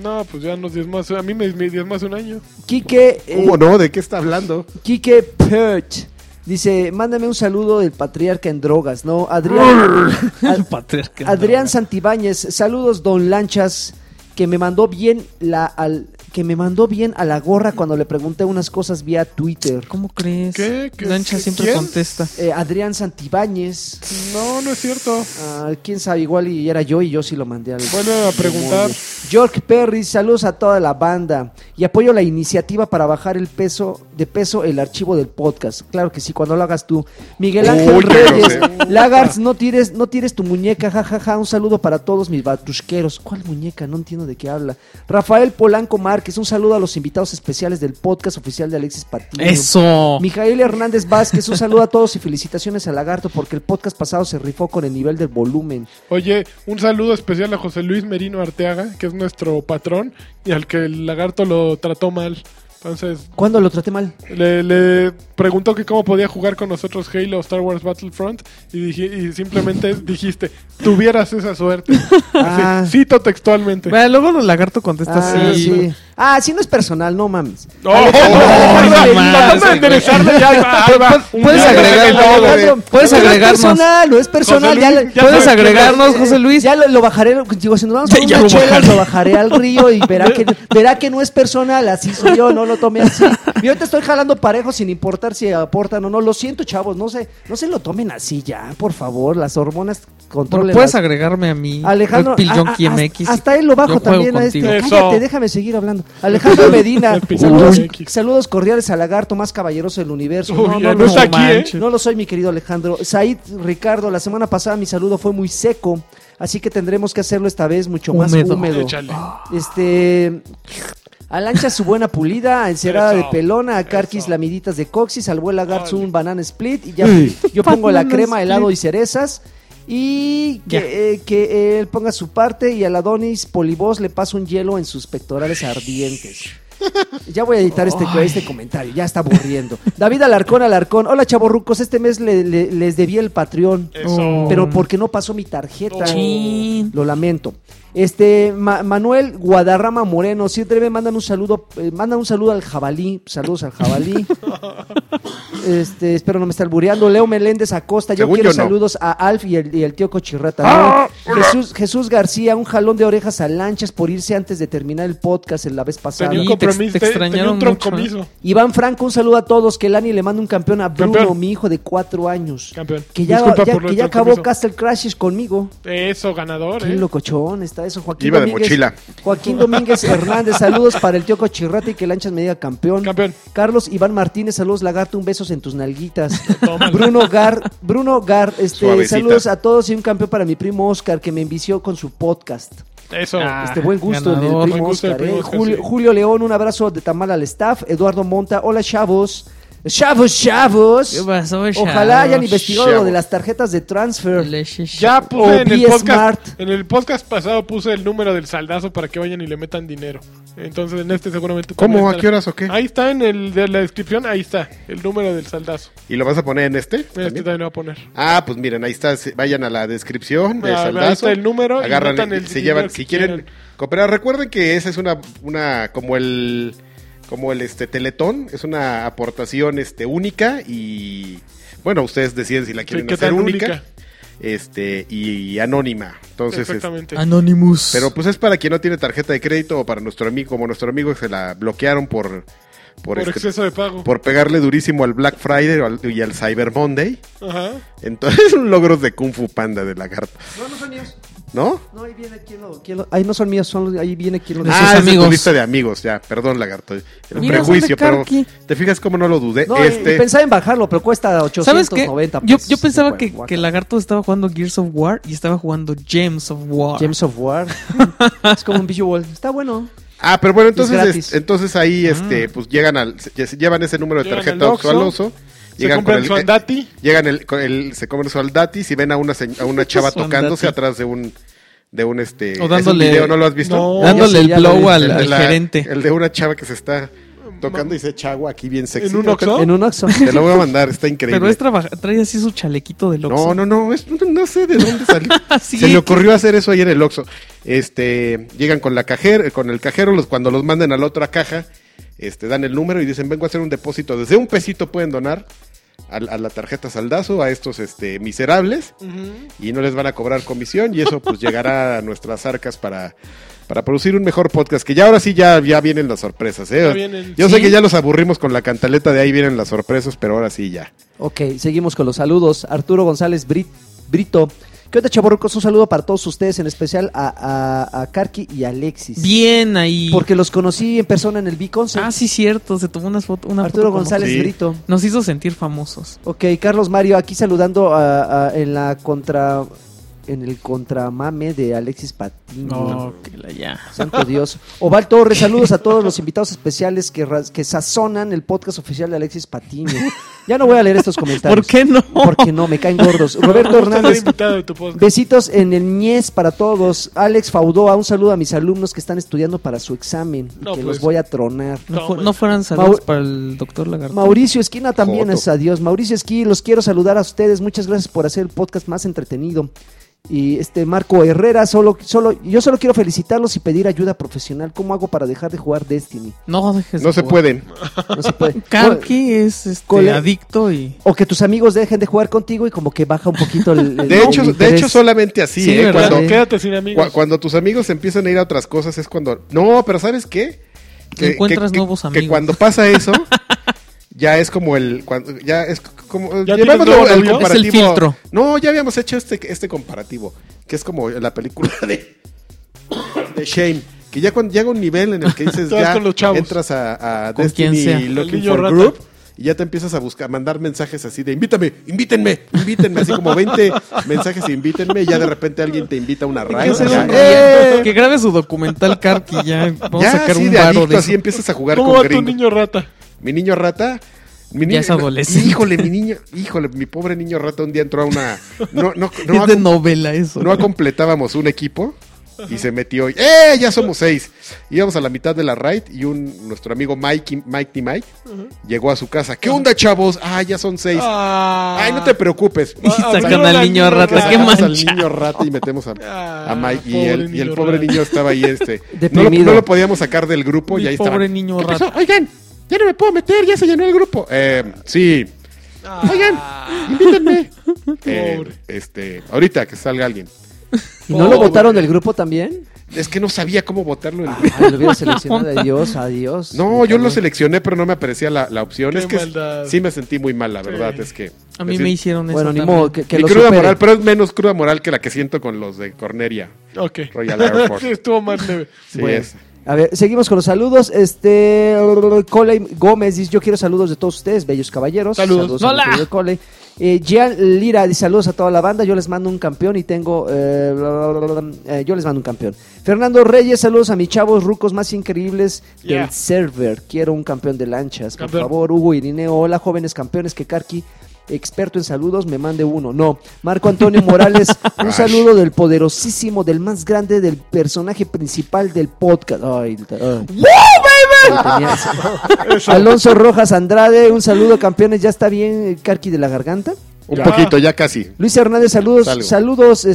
S1: No, pues ya nos diezmó hace- A mí me, me diezmó hace un año.
S3: Quique, eh,
S2: ¿Cómo no? ¿De qué está hablando?
S3: Quique Perch dice, mándame un saludo del patriarca en drogas, ¿no? Adrián, Ad-
S4: Patriarca.
S3: Adrián Santibáñez, saludos don Lanchas, que me mandó bien la al- que me mandó bien a la gorra cuando le pregunté unas cosas vía Twitter.
S4: ¿Cómo crees?
S1: ¿Qué? ¿Qué?
S4: Lancha
S1: ¿Qué?
S4: siempre
S1: ¿Quién?
S4: contesta.
S3: Eh, Adrián Santibáñez.
S1: No, no es cierto.
S3: Ah, quién sabe, igual y era yo y yo sí lo mandé al.
S1: Vuelve a preguntar.
S3: demonio. York Perry, saludos a toda la banda y apoyo la iniciativa para bajar el peso de peso el archivo del podcast. Claro que sí, cuando lo hagas tú. Miguel Ángel
S2: Uy, qué
S3: Reyes,
S2: grosero.
S3: Lagarts, no tires, no tires tu muñeca, jajaja. Un saludo para todos mis batusqueros. ¿Cuál muñeca? No entiendo de qué habla. Rafael Polanco Márquez, un saludo a los invitados especiales del podcast oficial de Alexis Patiño.
S4: Eso.
S3: Mijael Hernández Vázquez, un saludo a todos y felicitaciones a Lagarto porque el podcast pasado se rifó con el nivel del volumen.
S1: Oye, un saludo especial a José Luis Merino Arteaga, que es nuestro patrón y al que el lagarto lo trató mal. Entonces,
S3: ¿Cuándo lo traté mal?
S1: le, le preguntó que cómo podía jugar con nosotros Halo o Star Wars Battlefront y, dije, y simplemente dijiste, tuvieras esa suerte. Así,
S3: Ah.
S1: cito textualmente.
S4: Bueno, luego los lagarto contesta
S3: Ah,
S4: así.
S3: sí. Ah, sí, no es personal, no mames.
S1: ¡Oh!
S4: no
S1: Tratando de
S4: mames,
S1: enderezarle ya, ahí va, ahí va. Un
S4: Puedes
S1: dedo
S4: agregar
S1: en el
S2: todo,
S1: lodo.
S2: güey.
S3: No,
S4: Puedes
S3: no
S4: agregar
S3: es personal, no es
S1: José
S3: personal.
S1: Luis, ya
S3: ya,
S1: sabes
S4: Puedes
S1: quién
S4: agregarnos,
S1: eres.
S4: José Luis.
S3: ya lo, lo bajaré, digo, si nos vamos
S4: Ya-
S3: a
S4: ya
S3: unas
S4: lo
S3: chelas,
S4: bajaré.
S3: lo bajaré al río y verá que, verá que no es personal, así soy yo, no lo tomé así. Y ahorita estoy jalando parejo sin importar si aportan o no. Lo siento, chavos, no se, no se lo tomen así ya, por favor, las hormonas controlen.
S4: Puedes agregarme a mí.
S3: Alejandro, ah,
S4: El Piljón
S3: a- a-
S4: KMX.
S3: hasta, hasta él lo bajo
S4: Yo juego
S3: también a este.
S4: contigo.
S1: Eso.
S3: Cállate, déjame seguir hablando. Alejandro Medina,
S1: El Piljón
S3: saludos,
S1: KMX.
S3: saludos cordiales al lagarto más caballeroso del universo.
S1: Uy,
S3: ah, no,
S1: ya
S3: no,
S1: no
S3: no,
S1: está aquí, ¿eh?
S4: manches.
S3: no lo soy, mi querido Alejandro. Said Ricardo, la semana pasada mi saludo fue muy seco, así que tendremos que hacerlo esta vez mucho más
S4: Húmedo.
S3: húmedo.
S1: Échale.
S3: Este. Alancha su buena pulida, a encerada
S1: Eso,
S3: de pelona, a Carquis
S1: eso.
S3: lamiditas de coxis, al buen lagarto
S1: Ole.
S3: un banana split y ya yo pongo la
S4: Banana
S3: crema,
S4: split.
S3: helado y cerezas. Y que, eh, que él ponga su parte y al Adonis Polibos le paso un hielo en sus pectorales ardientes. Ya voy a editar este, este comentario, ya está aburriendo. David Alarcón, Alarcón. Hola, chavorrucos, este mes le- le- les debí el Patreon,
S1: Eso.
S3: pero porque no pasó mi tarjeta.
S4: Chin.
S3: Lo lamento. Este, Ma- Manuel Guadarrama Moreno, siempre me mandan un saludo, eh, mandan un saludo al jabalí, saludos al jabalí. este, espero no me esté albureando. Leo Meléndez Acosta, yo
S2: Según
S3: quiero
S2: yo, no.
S3: saludos a Alf y el, y el tío Cochirrata.
S1: Ah,
S3: ¿no? Jesús, Jesús García, un jalón de orejas a lanchas por irse antes de terminar el podcast en la vez pasada.
S1: Tenía un
S4: Y te-
S1: compromiso,
S4: te
S1: te- tenía
S4: extrañaron
S1: un
S4: mucho,
S1: troncomiso.
S3: Iván Franco, un saludo a todos. Que Lani le manda un campeón a Bruno,
S1: Campeón.
S3: mi hijo de cuatro años.
S1: Campeón.
S3: Que ya,
S1: Disculpa
S3: ya-
S1: por lo
S3: que
S1: del
S3: ya acabó
S1: compromiso.
S3: Castle Crashes conmigo.
S1: Eso, ganador,
S3: Qué
S1: ¿eh?
S3: locochón está eso, Joaquín
S2: Iba de
S3: Domínguez.
S2: mochila.
S3: Joaquín Domínguez Hernández, saludos para el tío Cochirrata y que Lanchas me diga campeón.
S1: Campeón.
S3: Carlos Iván Martínez, saludos Lagarto, un besos en tus nalguitas.
S1: Tómala.
S3: Bruno Gar, Bruno Gar, este,
S2: Suavecita.
S3: saludos a todos y un campeón para mi primo Oscar que me envició con su podcast.
S1: Eso.
S4: Ah,
S3: Este buen gusto
S4: ganador.
S3: del primo
S1: Buen gusto del
S3: Oscar,
S1: primo
S3: ¿eh?
S1: Oscar,
S3: Julio,
S1: sí.
S3: Julio León, un abrazo de Tamal al staff. Eduardo Monta, hola chavos. Chavos, chavos.
S4: ¿Qué pasó,
S3: Ojalá hayan investigado lo
S2: Chavos.
S3: de las tarjetas de transfer.
S4: Ya.
S1: Ya puse
S3: O
S1: en el
S3: Be
S1: podcast.
S3: Smart.
S1: En el podcast pasado puse el número del saldazo para que vayan y le metan dinero. Entonces en este seguramente.
S2: ¿Cómo?
S1: también
S2: ¿A qué
S1: estará.
S2: horas o qué?
S1: Ahí está en el de la descripción, ahí está. El número del saldazo.
S2: ¿Y lo vas a poner en este?
S1: Este también,
S2: ¿También?
S1: lo voy a poner.
S2: Ah, pues miren, ahí está. se- Vayan a la descripción del
S1: Ah, ahí
S2: saldazo.
S1: está el número y
S2: Agarran
S1: metan
S2: y
S1: el
S2: se
S1: dinero
S2: llevan.
S1: que
S2: Si quieren
S1: quieran.
S2: cooperar, recuerden que esa es una, una como el, como el este teletón, es una aportación este única y bueno, ustedes deciden si la quieren
S1: ¿qué
S2: hacer
S1: tan
S2: única,
S1: única?
S2: este y, anónima. Entonces, este,
S1: Exactamente.
S4: Ah, Anonymous.
S2: pero pues es para quien no tiene tarjeta de crédito o para nuestro amigo, como nuestro amigo que se la bloquearon por por,
S1: por
S2: este-
S1: exceso de pago.
S2: por pegarle durísimo al Black Friday o al- y al Cyber Monday.
S1: Ajá.
S2: Entonces, logros de Kung Fu Panda de lagarto.
S3: No, no son míos.
S2: ¿no?
S3: No, ahí viene quien lo. quien lo- ahí no son míos, son, ahí viene quien lo.
S4: De
S2: ah,
S4: sus
S2: es de tu
S4: amigos.
S2: lista de amigos, ya, perdón, lagarto. El
S4: Mira, son
S2: prejuicio,
S4: de
S2: pero.
S4: Karki.
S2: ¿Te fijas cómo no lo dudé?
S3: No,
S2: este.
S3: y- y pensaba en bajarlo, pero cuesta
S4: ¿Sabes qué?
S3: 890
S4: Yo,
S3: pesos.
S4: yo pensaba que,
S3: Guaca.
S4: que Lagarto estaba jugando Gears of War y estaba jugando Gems of War.
S3: James of War. es como un visual. Está bueno.
S2: Ah, pero bueno,
S3: Es
S2: entonces,
S3: gratis.
S2: es- entonces ahí,
S4: Ah.
S2: este, pues llegan al. se- se llevan ese número de
S1: Llegan
S2: tarjeta
S1: al
S2: Oxxo al
S1: Oxxo,
S2: Oxxo,
S1: Se
S2: Llegan con
S1: compran
S2: el.
S1: su
S2: eh,
S1: andati.
S2: llegan el, con el- se comen su aldati y ven a una, se- a una chava
S4: Su
S2: tocándose
S4: andati.
S2: atrás de un. De un este.
S4: O
S2: es
S4: dándole-
S2: un video, ¿no lo has visto?
S1: No.
S4: Dándole
S3: Ya sé,
S4: el
S3: ya lo vi.
S4: blow al,
S2: de
S4: al
S2: la-
S4: gerente.
S2: El de una chava que se está tocando y se echa agua aquí bien sexy.
S1: ¿En un Oxxo?
S3: En un Oxxo.
S2: Te lo voy a mandar, está increíble.
S4: Pero es trabaja- trae así su chalequito de
S2: No,
S4: loco.
S2: no, no, es- no sé de dónde salió.
S4: Así
S2: Se me
S4: que-
S2: ocurrió hacer eso ayer en el Oxxo. Este, llegan con la cajera, con el cajero, los, cuando los mandan a la otra caja, este, dan el número y dicen, vengo a hacer un depósito. Desde un pesito pueden donar a, la- a la tarjeta saldazo a estos este, miserables
S1: Ujú.
S2: y no les van a cobrar comisión y eso pues llegará a nuestras arcas para, para producir un mejor podcast. Que ya ahora sí ya, ya vienen las sorpresas. ¿eh?
S1: Ya vienen,
S2: Yo sé
S4: sí.
S2: que ya los aburrimos con la cantaleta de ahí vienen las sorpresas, pero ahora sí ya.
S3: Ok, seguimos con los saludos. Arturo González Brit- Brito. ¿Qué onda, chavorrucos? Un saludo para todos ustedes, en especial a, a, a Karki y Alexis.
S4: Bien ahí.
S3: Porque los conocí en persona en el B-Concert.
S4: Ah, sí, cierto. Se tomó unas foto, una
S3: Arturo
S4: foto con
S3: González
S2: Sí.
S3: Brito.
S4: nosotros. Nos hizo sentir famosos.
S3: Ok, Carlos Mario, aquí saludando a- a- en la contra. En el contramame de Alexis Patiño.
S4: No, que la ya.
S3: Santo Dios. Oval Torres, saludos a todos los invitados especiales que, ras- que sazonan el podcast oficial de Alexis Patiño. Ya no voy a leer estos comentarios.
S4: ¿Por qué no?
S3: Porque no, me caen gordos.
S1: Me
S3: Roberto
S1: gusta ser
S3: Hernández,
S1: invitado de tu podcast.
S3: Besitos en el Ñez para todos. Alex Faudoa, un saludo a mis alumnos que están estudiando para su examen. y
S1: No,
S3: que
S1: pues.
S3: los voy a tronar.
S4: No,
S1: No,
S4: fu-
S1: man.
S4: no fueran saludos
S3: Mau-
S4: para el doctor Lagarto.
S3: Mauricio Esquina también
S2: Joto.
S3: es adiós. Mauricio Esquina, los quiero saludar a ustedes. Muchas gracias por hacer el podcast más entretenido. Y este Marco Herrera, solo, solo, yo solo quiero felicitarlos y pedir ayuda profesional. ¿Cómo hago para dejar de jugar Destiny?
S4: no dejes.
S2: No
S4: de
S2: se
S4: jugar.
S2: pueden.
S3: No se puede.
S4: Karki es este,
S3: Cole-
S4: adicto y.
S3: O que tus amigos dejen de jugar contigo y como que baja un poquito el, el-
S2: De
S3: el
S2: hecho, de
S3: interés.
S2: hecho solamente así,
S4: Sí,
S2: ¿eh?
S4: ¿verdad?
S2: Cuando,
S1: Claro, quédate sin amigos.
S2: Cu- cuando tus amigos empiezan a ir a otras cosas es cuando... No, pero ¿sabes qué?
S4: Encuentras nuevos amigos.
S2: Que cuando pasa eso, ya es como el... cuando- ya es c- como...
S1: ¿Ya
S2: llevamos
S1: tienes nuevo
S2: el
S1: novio?
S4: Es el filtro.
S2: No, ya habíamos hecho este, este comparativo, que es como la película de, de Shame. Que ya cuando llega un nivel en el que dices,
S1: Te vas
S2: ya
S1: con los chavos.
S2: entras a, a
S4: Con quien
S2: Destiny
S4: sea.
S2: y
S1: El
S2: Looking
S1: niño
S2: for
S1: rata.
S2: Group, y ya te empiezas a buscar, mandar mensajes así de invítame, invítenme, invítenme, así como 20 mensajes invítenme, y ya de repente alguien te invita a una
S4: Hay que
S2: raid.
S4: hacer
S2: ya,
S4: un-
S2: ¡eh!
S4: Que grabe su documental Karki ya. Vamos
S2: Ya
S4: a sacar
S2: así
S4: un
S2: de
S4: varo
S2: adicto,
S4: de
S2: así
S4: eso.
S2: empiezas a jugar
S1: ¿Cómo
S2: con
S1: va tu
S2: gringos.
S1: niño rata?
S2: Mi niño rata. Mi
S4: es adolescente.
S2: Híjole, mi niño, híjole, mi pobre niño rata un día entró a una. No, no, no,
S4: es de
S2: acom-
S4: novela eso.
S2: no completábamos un equipo y se metió. y, ¡Eh! Ya somos seis. Íbamos a la mitad de la raid y un nuestro amigo Mikey, Mikey Mike llegó a su casa. ¿Qué onda, chavos? Ah, ya son seis. Ay, no te preocupes.
S4: Y sacan al niño rata. Qué
S2: Sacamos al
S4: mancha.
S2: niño rata y metemos a,
S1: Ah,
S2: a Mike y
S1: pobre
S2: el, y el
S1: niño
S2: pobre
S1: rata.
S2: niño estaba ahí este. no lo-
S3: Deprimido.
S2: No, lo podíamos sacar del
S1: Oh,
S2: grupo y
S4: Mi
S2: ahí estaba.
S4: pobre niño
S2: ¿Qué
S4: rata.
S2: pasó? Oigan, ya no me puedo meter, ya se llenó el grupo. Eh, sí. Oigan, invítenme. Eh,
S1: Ah. Pobre.
S2: este, ahorita que salga alguien.
S3: ¿Y no lo
S2: Oh,
S1: Pobre.
S3: votaron del grupo también?
S2: Es que no sabía cómo votarlo. en-
S3: Ah, lo hubiera seleccionado. Adiós, adiós.
S2: No,
S3: Me
S2: yo
S3: cagué.
S2: lo seleccioné, pero no me aparecía la, la opción.
S1: Qué
S2: es que
S1: maldad.
S2: sí me sentí muy mal, la verdad.
S1: Sí.
S2: Es que.
S4: A mí
S2: es
S4: me
S2: decir,
S4: hicieron eso.
S3: Bueno, ni
S4: también.
S3: modo, que, que
S2: mi
S3: lo
S2: cruda
S3: supere.
S2: moral, pero es menos cruda moral que la que siento con los de Corneria.
S1: Ok.
S2: Royal Air Force.
S1: Sí, estuvo más leve.
S2: Sí,
S3: Bueno,
S4: Pues,
S2: es.
S3: A ver, seguimos con los saludos. Este Cole Gómez dice: Yo quiero saludos de todos ustedes, bellos caballeros.
S1: Saludos.
S3: a mi
S4: ¡Hola!
S3: querido Cole. Eh, Gian Lira dice saludos a toda la banda. Yo les mando un campeón y tengo. eh, bla, bla, bla, bla, eh, yo les mando un campeón. Fernando Reyes, saludos a mis chavos rucos más increíbles
S1: Yeah.
S3: del server. Quiero un campeón de lanchas. Por
S1: Campeón.
S3: favor, Hugo Irineo. Hola, jóvenes campeones. Que Karki, experto en saludos, me mande uno. No. Marco Antonio Morales, un
S2: Ash.
S3: saludo del poderosísimo, del más grande, del personaje principal del podcast. Ay, ay. Lo tenía. Alonso Rojas Andrade, un saludo campeones, ya está bien Carqui de la garganta.
S2: Un
S1: Ya.
S2: poquito, ya casi.
S3: Luis Hernández, saludos,
S2: Salgo.
S3: saludos,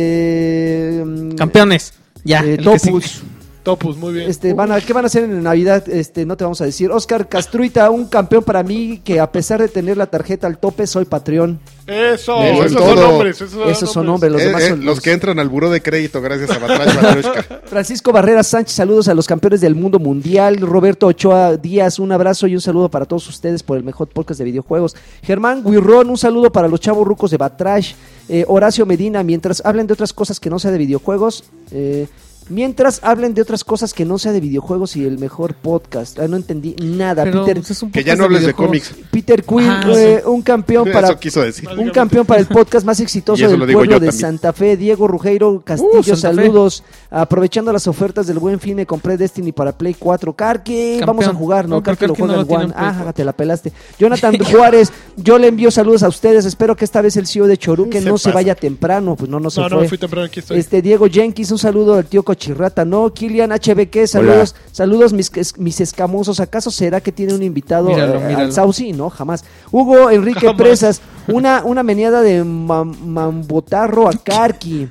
S3: este mm,
S4: Campeones. Ya.
S3: eh,
S4: el que sigue.
S3: Topus,
S1: Topus, muy bien.
S3: este, van a, ¿qué van a hacer en Navidad? Este, no te vamos a decir. Oscar Castruita, un campeón para mí que a pesar de tener la tarjeta al tope, soy Patreon.
S1: Eso,
S2: Eso es
S1: esos son
S2: todo.
S1: hombres. Esos,
S3: Esos son hombres, los
S2: Eh,
S3: demás
S2: eh,
S3: son
S2: los que entran al buró de crédito gracias a Batrash Batrushka.
S3: Francisco Barrera Sánchez, saludos a los campeones del mundo mundial. Roberto Ochoa Díaz, un abrazo y un saludo para todos ustedes por el mejor podcast de videojuegos. Germán Guirrón, un saludo para los chavos rucos de Batrash. Eh, Horacio Medina, mientras hablen de otras cosas que no sea de videojuegos. eh, mientras hablen de otras cosas que no sea de videojuegos y el mejor podcast. Ah, no entendí nada.
S4: Pero,
S3: Peter,
S4: pues, es un
S2: Que
S4: podcast
S2: ya no hables de
S4: videojuegos.
S2: cómics.
S3: Peter Quinn,
S4: Ah,
S3: eh, un campeón para
S2: Eso quiso decir.
S1: Vale.
S3: un campeón para el podcast más exitoso
S2: Y eso
S3: del
S2: lo digo
S3: pueblo
S2: yo
S3: de
S2: también.
S3: Santa Fe, Diego Rugeiro Castillo,
S4: Uh, Santa Fe.
S3: saludos. Aprovechando las ofertas del buen fin, me compré Destiny para Play 4. Carque,
S4: Campeón.
S3: vamos a jugar, ¿no?
S4: No,
S3: Carque lo
S4: Carque no
S3: juega
S4: lo
S3: en
S4: tiene
S3: One.
S4: en Play
S3: Ajá,
S4: 4.
S3: te la pelaste. Jonathan Juárez, yo le envío saludos a ustedes. Espero que esta vez el CEO de Choruque
S2: Se
S3: no se
S2: pasa.
S3: vaya temprano. Pues no, no se
S1: no, no,
S3: fue.
S1: fui temprano, aquí estoy.
S3: Este Diego Jenkins, un saludo al tío Cochirrata, ¿no? Kilian HBQ, saludos, saludos mis, es- mis escamosos. ¿Acaso será que tiene un invitado
S4: Míralo,
S3: eh,
S4: míralo.
S3: al Saucy? No, jamás. Hugo Enrique
S1: Jamás.
S3: Presas, una, una meneada de mam- mambotarro a Carqui.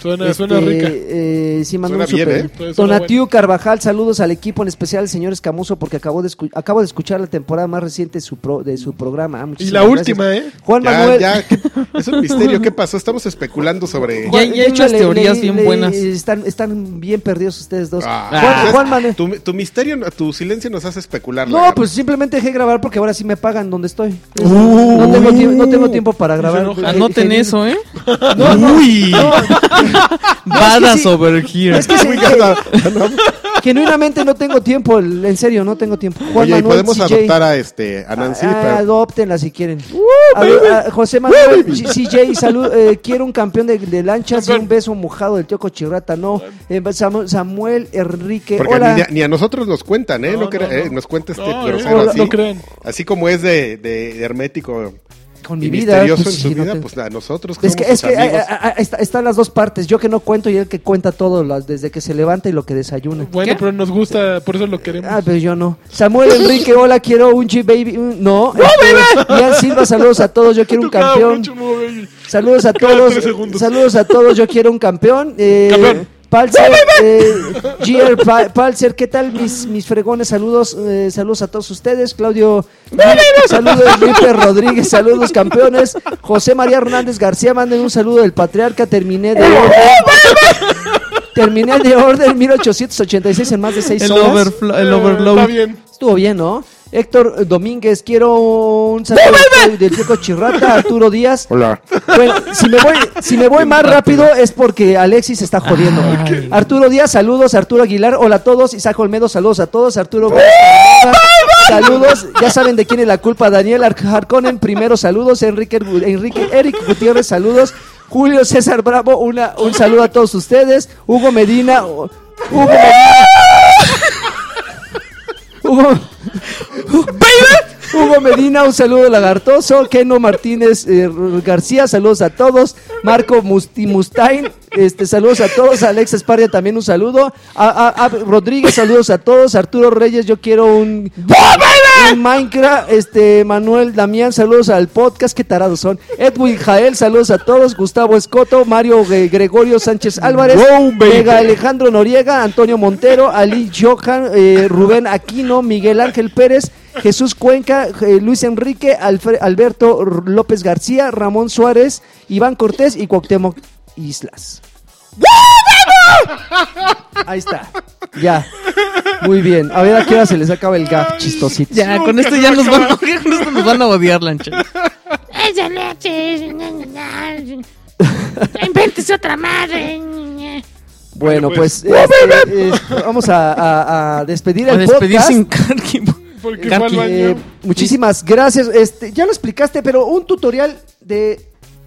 S1: Suena, suena
S3: Este,
S1: rica.
S3: eh, sí, mandó
S2: Suena
S3: un
S2: bien,
S3: super.
S2: ¿eh?
S1: Entonces, suena
S3: Donatiu Carvajal, saludos al equipo, en especial al señor Escamoso, porque acabo de, escu- acabo de escuchar la temporada más reciente de su, pro- de su programa. Ah,
S1: Y
S3: muchísimas
S1: la
S3: gracias.
S1: última, ¿eh?
S3: Juan
S2: Ya,
S3: Manuel.
S2: ya, ¿qué- es un misterio. ¿Qué pasó? Estamos especulando sobre.
S4: Ya- ya hay unas
S3: le-
S4: teorías
S3: le-
S4: bien
S3: le-
S4: buenas.
S3: Están, están bien perdidos ustedes dos.
S2: Ah,
S3: Juan,
S2: entonces,
S3: Juan Manuel.
S2: Tu, tu misterio, tu silencio nos hace especular.
S3: No,
S2: Lagarto.
S3: pues simplemente dejé grabar porque ahora sí me pagan donde estoy.
S1: Uh.
S3: no, tengo tiempo, no tengo tiempo para
S1: Se
S3: grabar.
S1: enoja.
S4: Anoten
S3: Dejé-
S4: eso, ¿eh?
S3: No, no,
S2: Uy.
S4: Badass
S3: sí.
S4: over here.
S3: es que se-
S2: Uy, gana.
S3: genuinamente no tengo tiempo, el- en serio, no tengo tiempo. Juan
S2: Oye, ¿y
S3: Manuel,
S2: podemos
S3: CJ.
S2: adoptar a este a Nancy.
S3: Ah,
S2: Pero-
S3: Adóptenla si quieren.
S4: Uh,
S3: A- a- José Manuel, CJ, salud. eh, quiero un campeón de, de lanchas y
S1: Campeón.
S3: un beso mojado del tío Cochirrata, no. Eh, Samu- Samuel Enrique,
S2: Porque
S3: hola.
S2: ni, a- ni a nosotros nos cuentan, ¿eh?
S1: No,
S2: No, crea-
S1: no, no.
S2: eh, nos cuenta este
S1: No, eh,
S2: grosero
S1: hola,
S2: así.
S1: no crean.
S2: Así como es de, de- de hermético
S3: Con
S2: y
S3: mi vida.
S2: misterioso
S3: pues,
S2: en su
S3: sí, no
S2: vida,
S3: te-
S2: pues a nosotros que
S3: Es que,
S2: somos
S3: es
S2: sus
S3: que ah,
S2: amigos.
S3: ah, ah, está- están las dos partes. Yo que no cuento y él que cuenta todo, las- desde que se levanta y lo que desayuna.
S1: Bueno,
S4: ¿Qué?
S1: pero nos gusta, por eso lo queremos.
S3: Ah, pero yo no. Samuel Enrique, hola, quiero un G-Baby. un- No, este, Ian Silva, saludos a todos. Yo quiero un
S1: Tú, cabrón,
S3: campeón.
S1: chumo, baby.
S3: Saludos a
S1: Cada
S3: todos.
S1: tres segundos.
S3: Saludos a todos. Yo quiero un campeón. Eh,
S1: Campeón.
S3: Palser, eh, GR Pa- Palser, ¿qué tal mis, mis fregones? Saludos, eh, saludos a todos ustedes. Claudio, saludos Ripper Rodríguez, saludos campeones. José María Hernández García, manden un saludo del patriarca. Terminé
S1: ¡Eh,
S3: de orden. Terminé de orden 1886 en más de seis
S4: El,
S3: horas.
S4: overflow, el
S1: Eh,
S4: overload.
S1: Está bien.
S3: Estuvo bien, ¿no? Héctor eh, Domínguez, quiero un saludo del- del Checo Chirrata, Arturo Díaz.
S2: Hola.
S3: Bueno, si me voy, si me voy más rápido es porque Alexis se está jodiendo.
S4: Ay.
S3: Arturo Díaz, saludos. Arturo Aguilar, hola a todos. Isaac Olmedo, saludos a todos. Arturo Gómez, saludos. Ya saben de quién es la culpa. Daniel Ar- Harkonnen, primero saludos. Enrique, Gu- Enrique Eric Gutiérrez, saludos. Julio César Bravo, una, un saludo a todos ustedes. Hugo Medina, o- Hugo Medina. Hugo, Hugo Medina, un saludo lagartoso. Keno Martínez eh, García, saludos a todos. Marco Musti Mustain, este, saludos a todos. Alex Esparria, también un saludo. A, a- a- Rodríguez, saludos a todos. Arturo Reyes, yo quiero un, un Minecraft. Este, Manuel Damián, saludos al podcast. Qué tarados son. Edwin Jael, saludos a todos. Gustavo Escoto, Mario Gre- Gregorio Sánchez Álvarez, Vega Alejandro Noriega, Antonio Montero, Ali Johan, eh, Rubén Aquino, Miguel Ángel Pérez. Jesús Cuenca, eh, Luis Enrique, Alfre- Alberto R- López García, Ramón Suárez, Iván Cortés y Cuauhtémoc Islas. Ahí está. Ya. Muy bien. A ver a qué hora se les acaba el gag chistosito.
S4: Ya, con esto ya nos van, a- con esto nos van a odiar, Lancha.
S5: Esa leche. Inventes otra madre.
S3: Bueno, pues, este, este, vamos a, a- a despedir
S4: A
S3: el
S4: despedir
S3: podcast.
S4: sin cargo.
S1: Porque
S4: Karki,
S1: fue al baño.
S3: Eh, muchísimas gracias. Este, ya lo explicaste, pero un tutorial de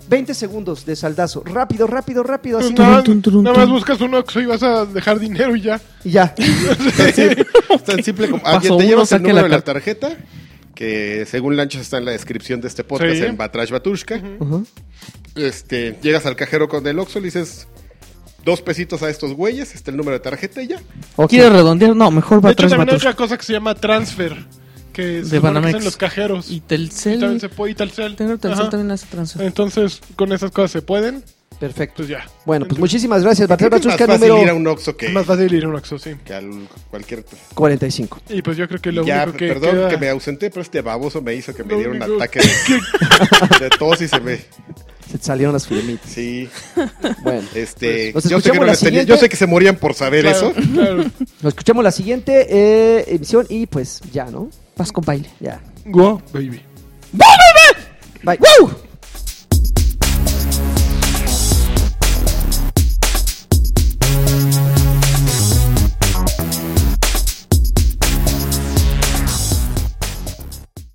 S3: 20 segundos de saldazo. Rápido, rápido, rápido.
S1: Pues
S3: Así.
S1: nada,
S4: Tun, tun, tun,
S1: nada más
S4: tun.
S1: buscas un Oxxo y vas a dejar dinero y ya.
S3: Y ya.
S2: Tan simple, tan simple como. Ah,
S4: Paso
S2: ya te
S4: uno,
S2: llevas el
S4: saque
S2: número
S4: la
S2: de la tarjeta. Que según Lanchas está en la descripción de este podcast
S1: Sí.
S2: en Batrash Batushka.
S3: Ujú.
S2: Este, llegas al cajero con el Oxxo y le dices dos pesitos a estos güeyes, está el número de tarjeta y ya.
S3: Ok.
S4: ¿Quieres redondear? No, mejor va
S1: De hecho,
S4: atrás
S1: también hay
S4: Batushka.
S1: otra cosa que se llama transfer. Que
S4: De
S1: se supone que
S4: Banamex.
S1: hacen los cajeros.
S4: Y
S1: Y,
S4: Telcel.
S1: también se puede, y Telcel.
S4: Tengo Telcel
S1: Ajá.
S4: también hace transfer.
S1: Entonces, con esas cosas se pueden.
S3: Perfecto.
S1: Pues ya.
S3: Bueno, pues
S1: Entonces,
S3: muchísimas gracias.
S2: Creo
S3: Batel
S2: que es más
S3: Bachushka
S2: fácil ir a
S3: número
S2: un Oxxo que,
S1: Es más fácil ir a un Oxxo, sí.
S2: que al cualquier.
S3: 45.
S1: Y pues yo creo que lo
S2: Ya,
S1: único que.
S2: perdón
S1: queda-
S2: que me ausenté, pero este baboso me hizo que me
S1: Lo
S2: diera un
S1: único
S2: ataque de, de tos y se me.
S3: Se te salieron las filmitas.
S2: Sí.
S3: Bueno,
S2: Este,
S3: Pues, nos
S2: yo, sé que
S3: escuchamos
S2: no
S3: la
S2: les tenía-
S3: siguiente.
S2: yo sé que se morían por saber
S1: Claro,
S2: eso.
S1: claro.
S3: nos escuchamos la siguiente eh, emisión y pues ya, ¿no?
S4: Vas con baile.
S3: Ya.
S1: Go, baby.
S3: Bye.
S4: ¡Woo!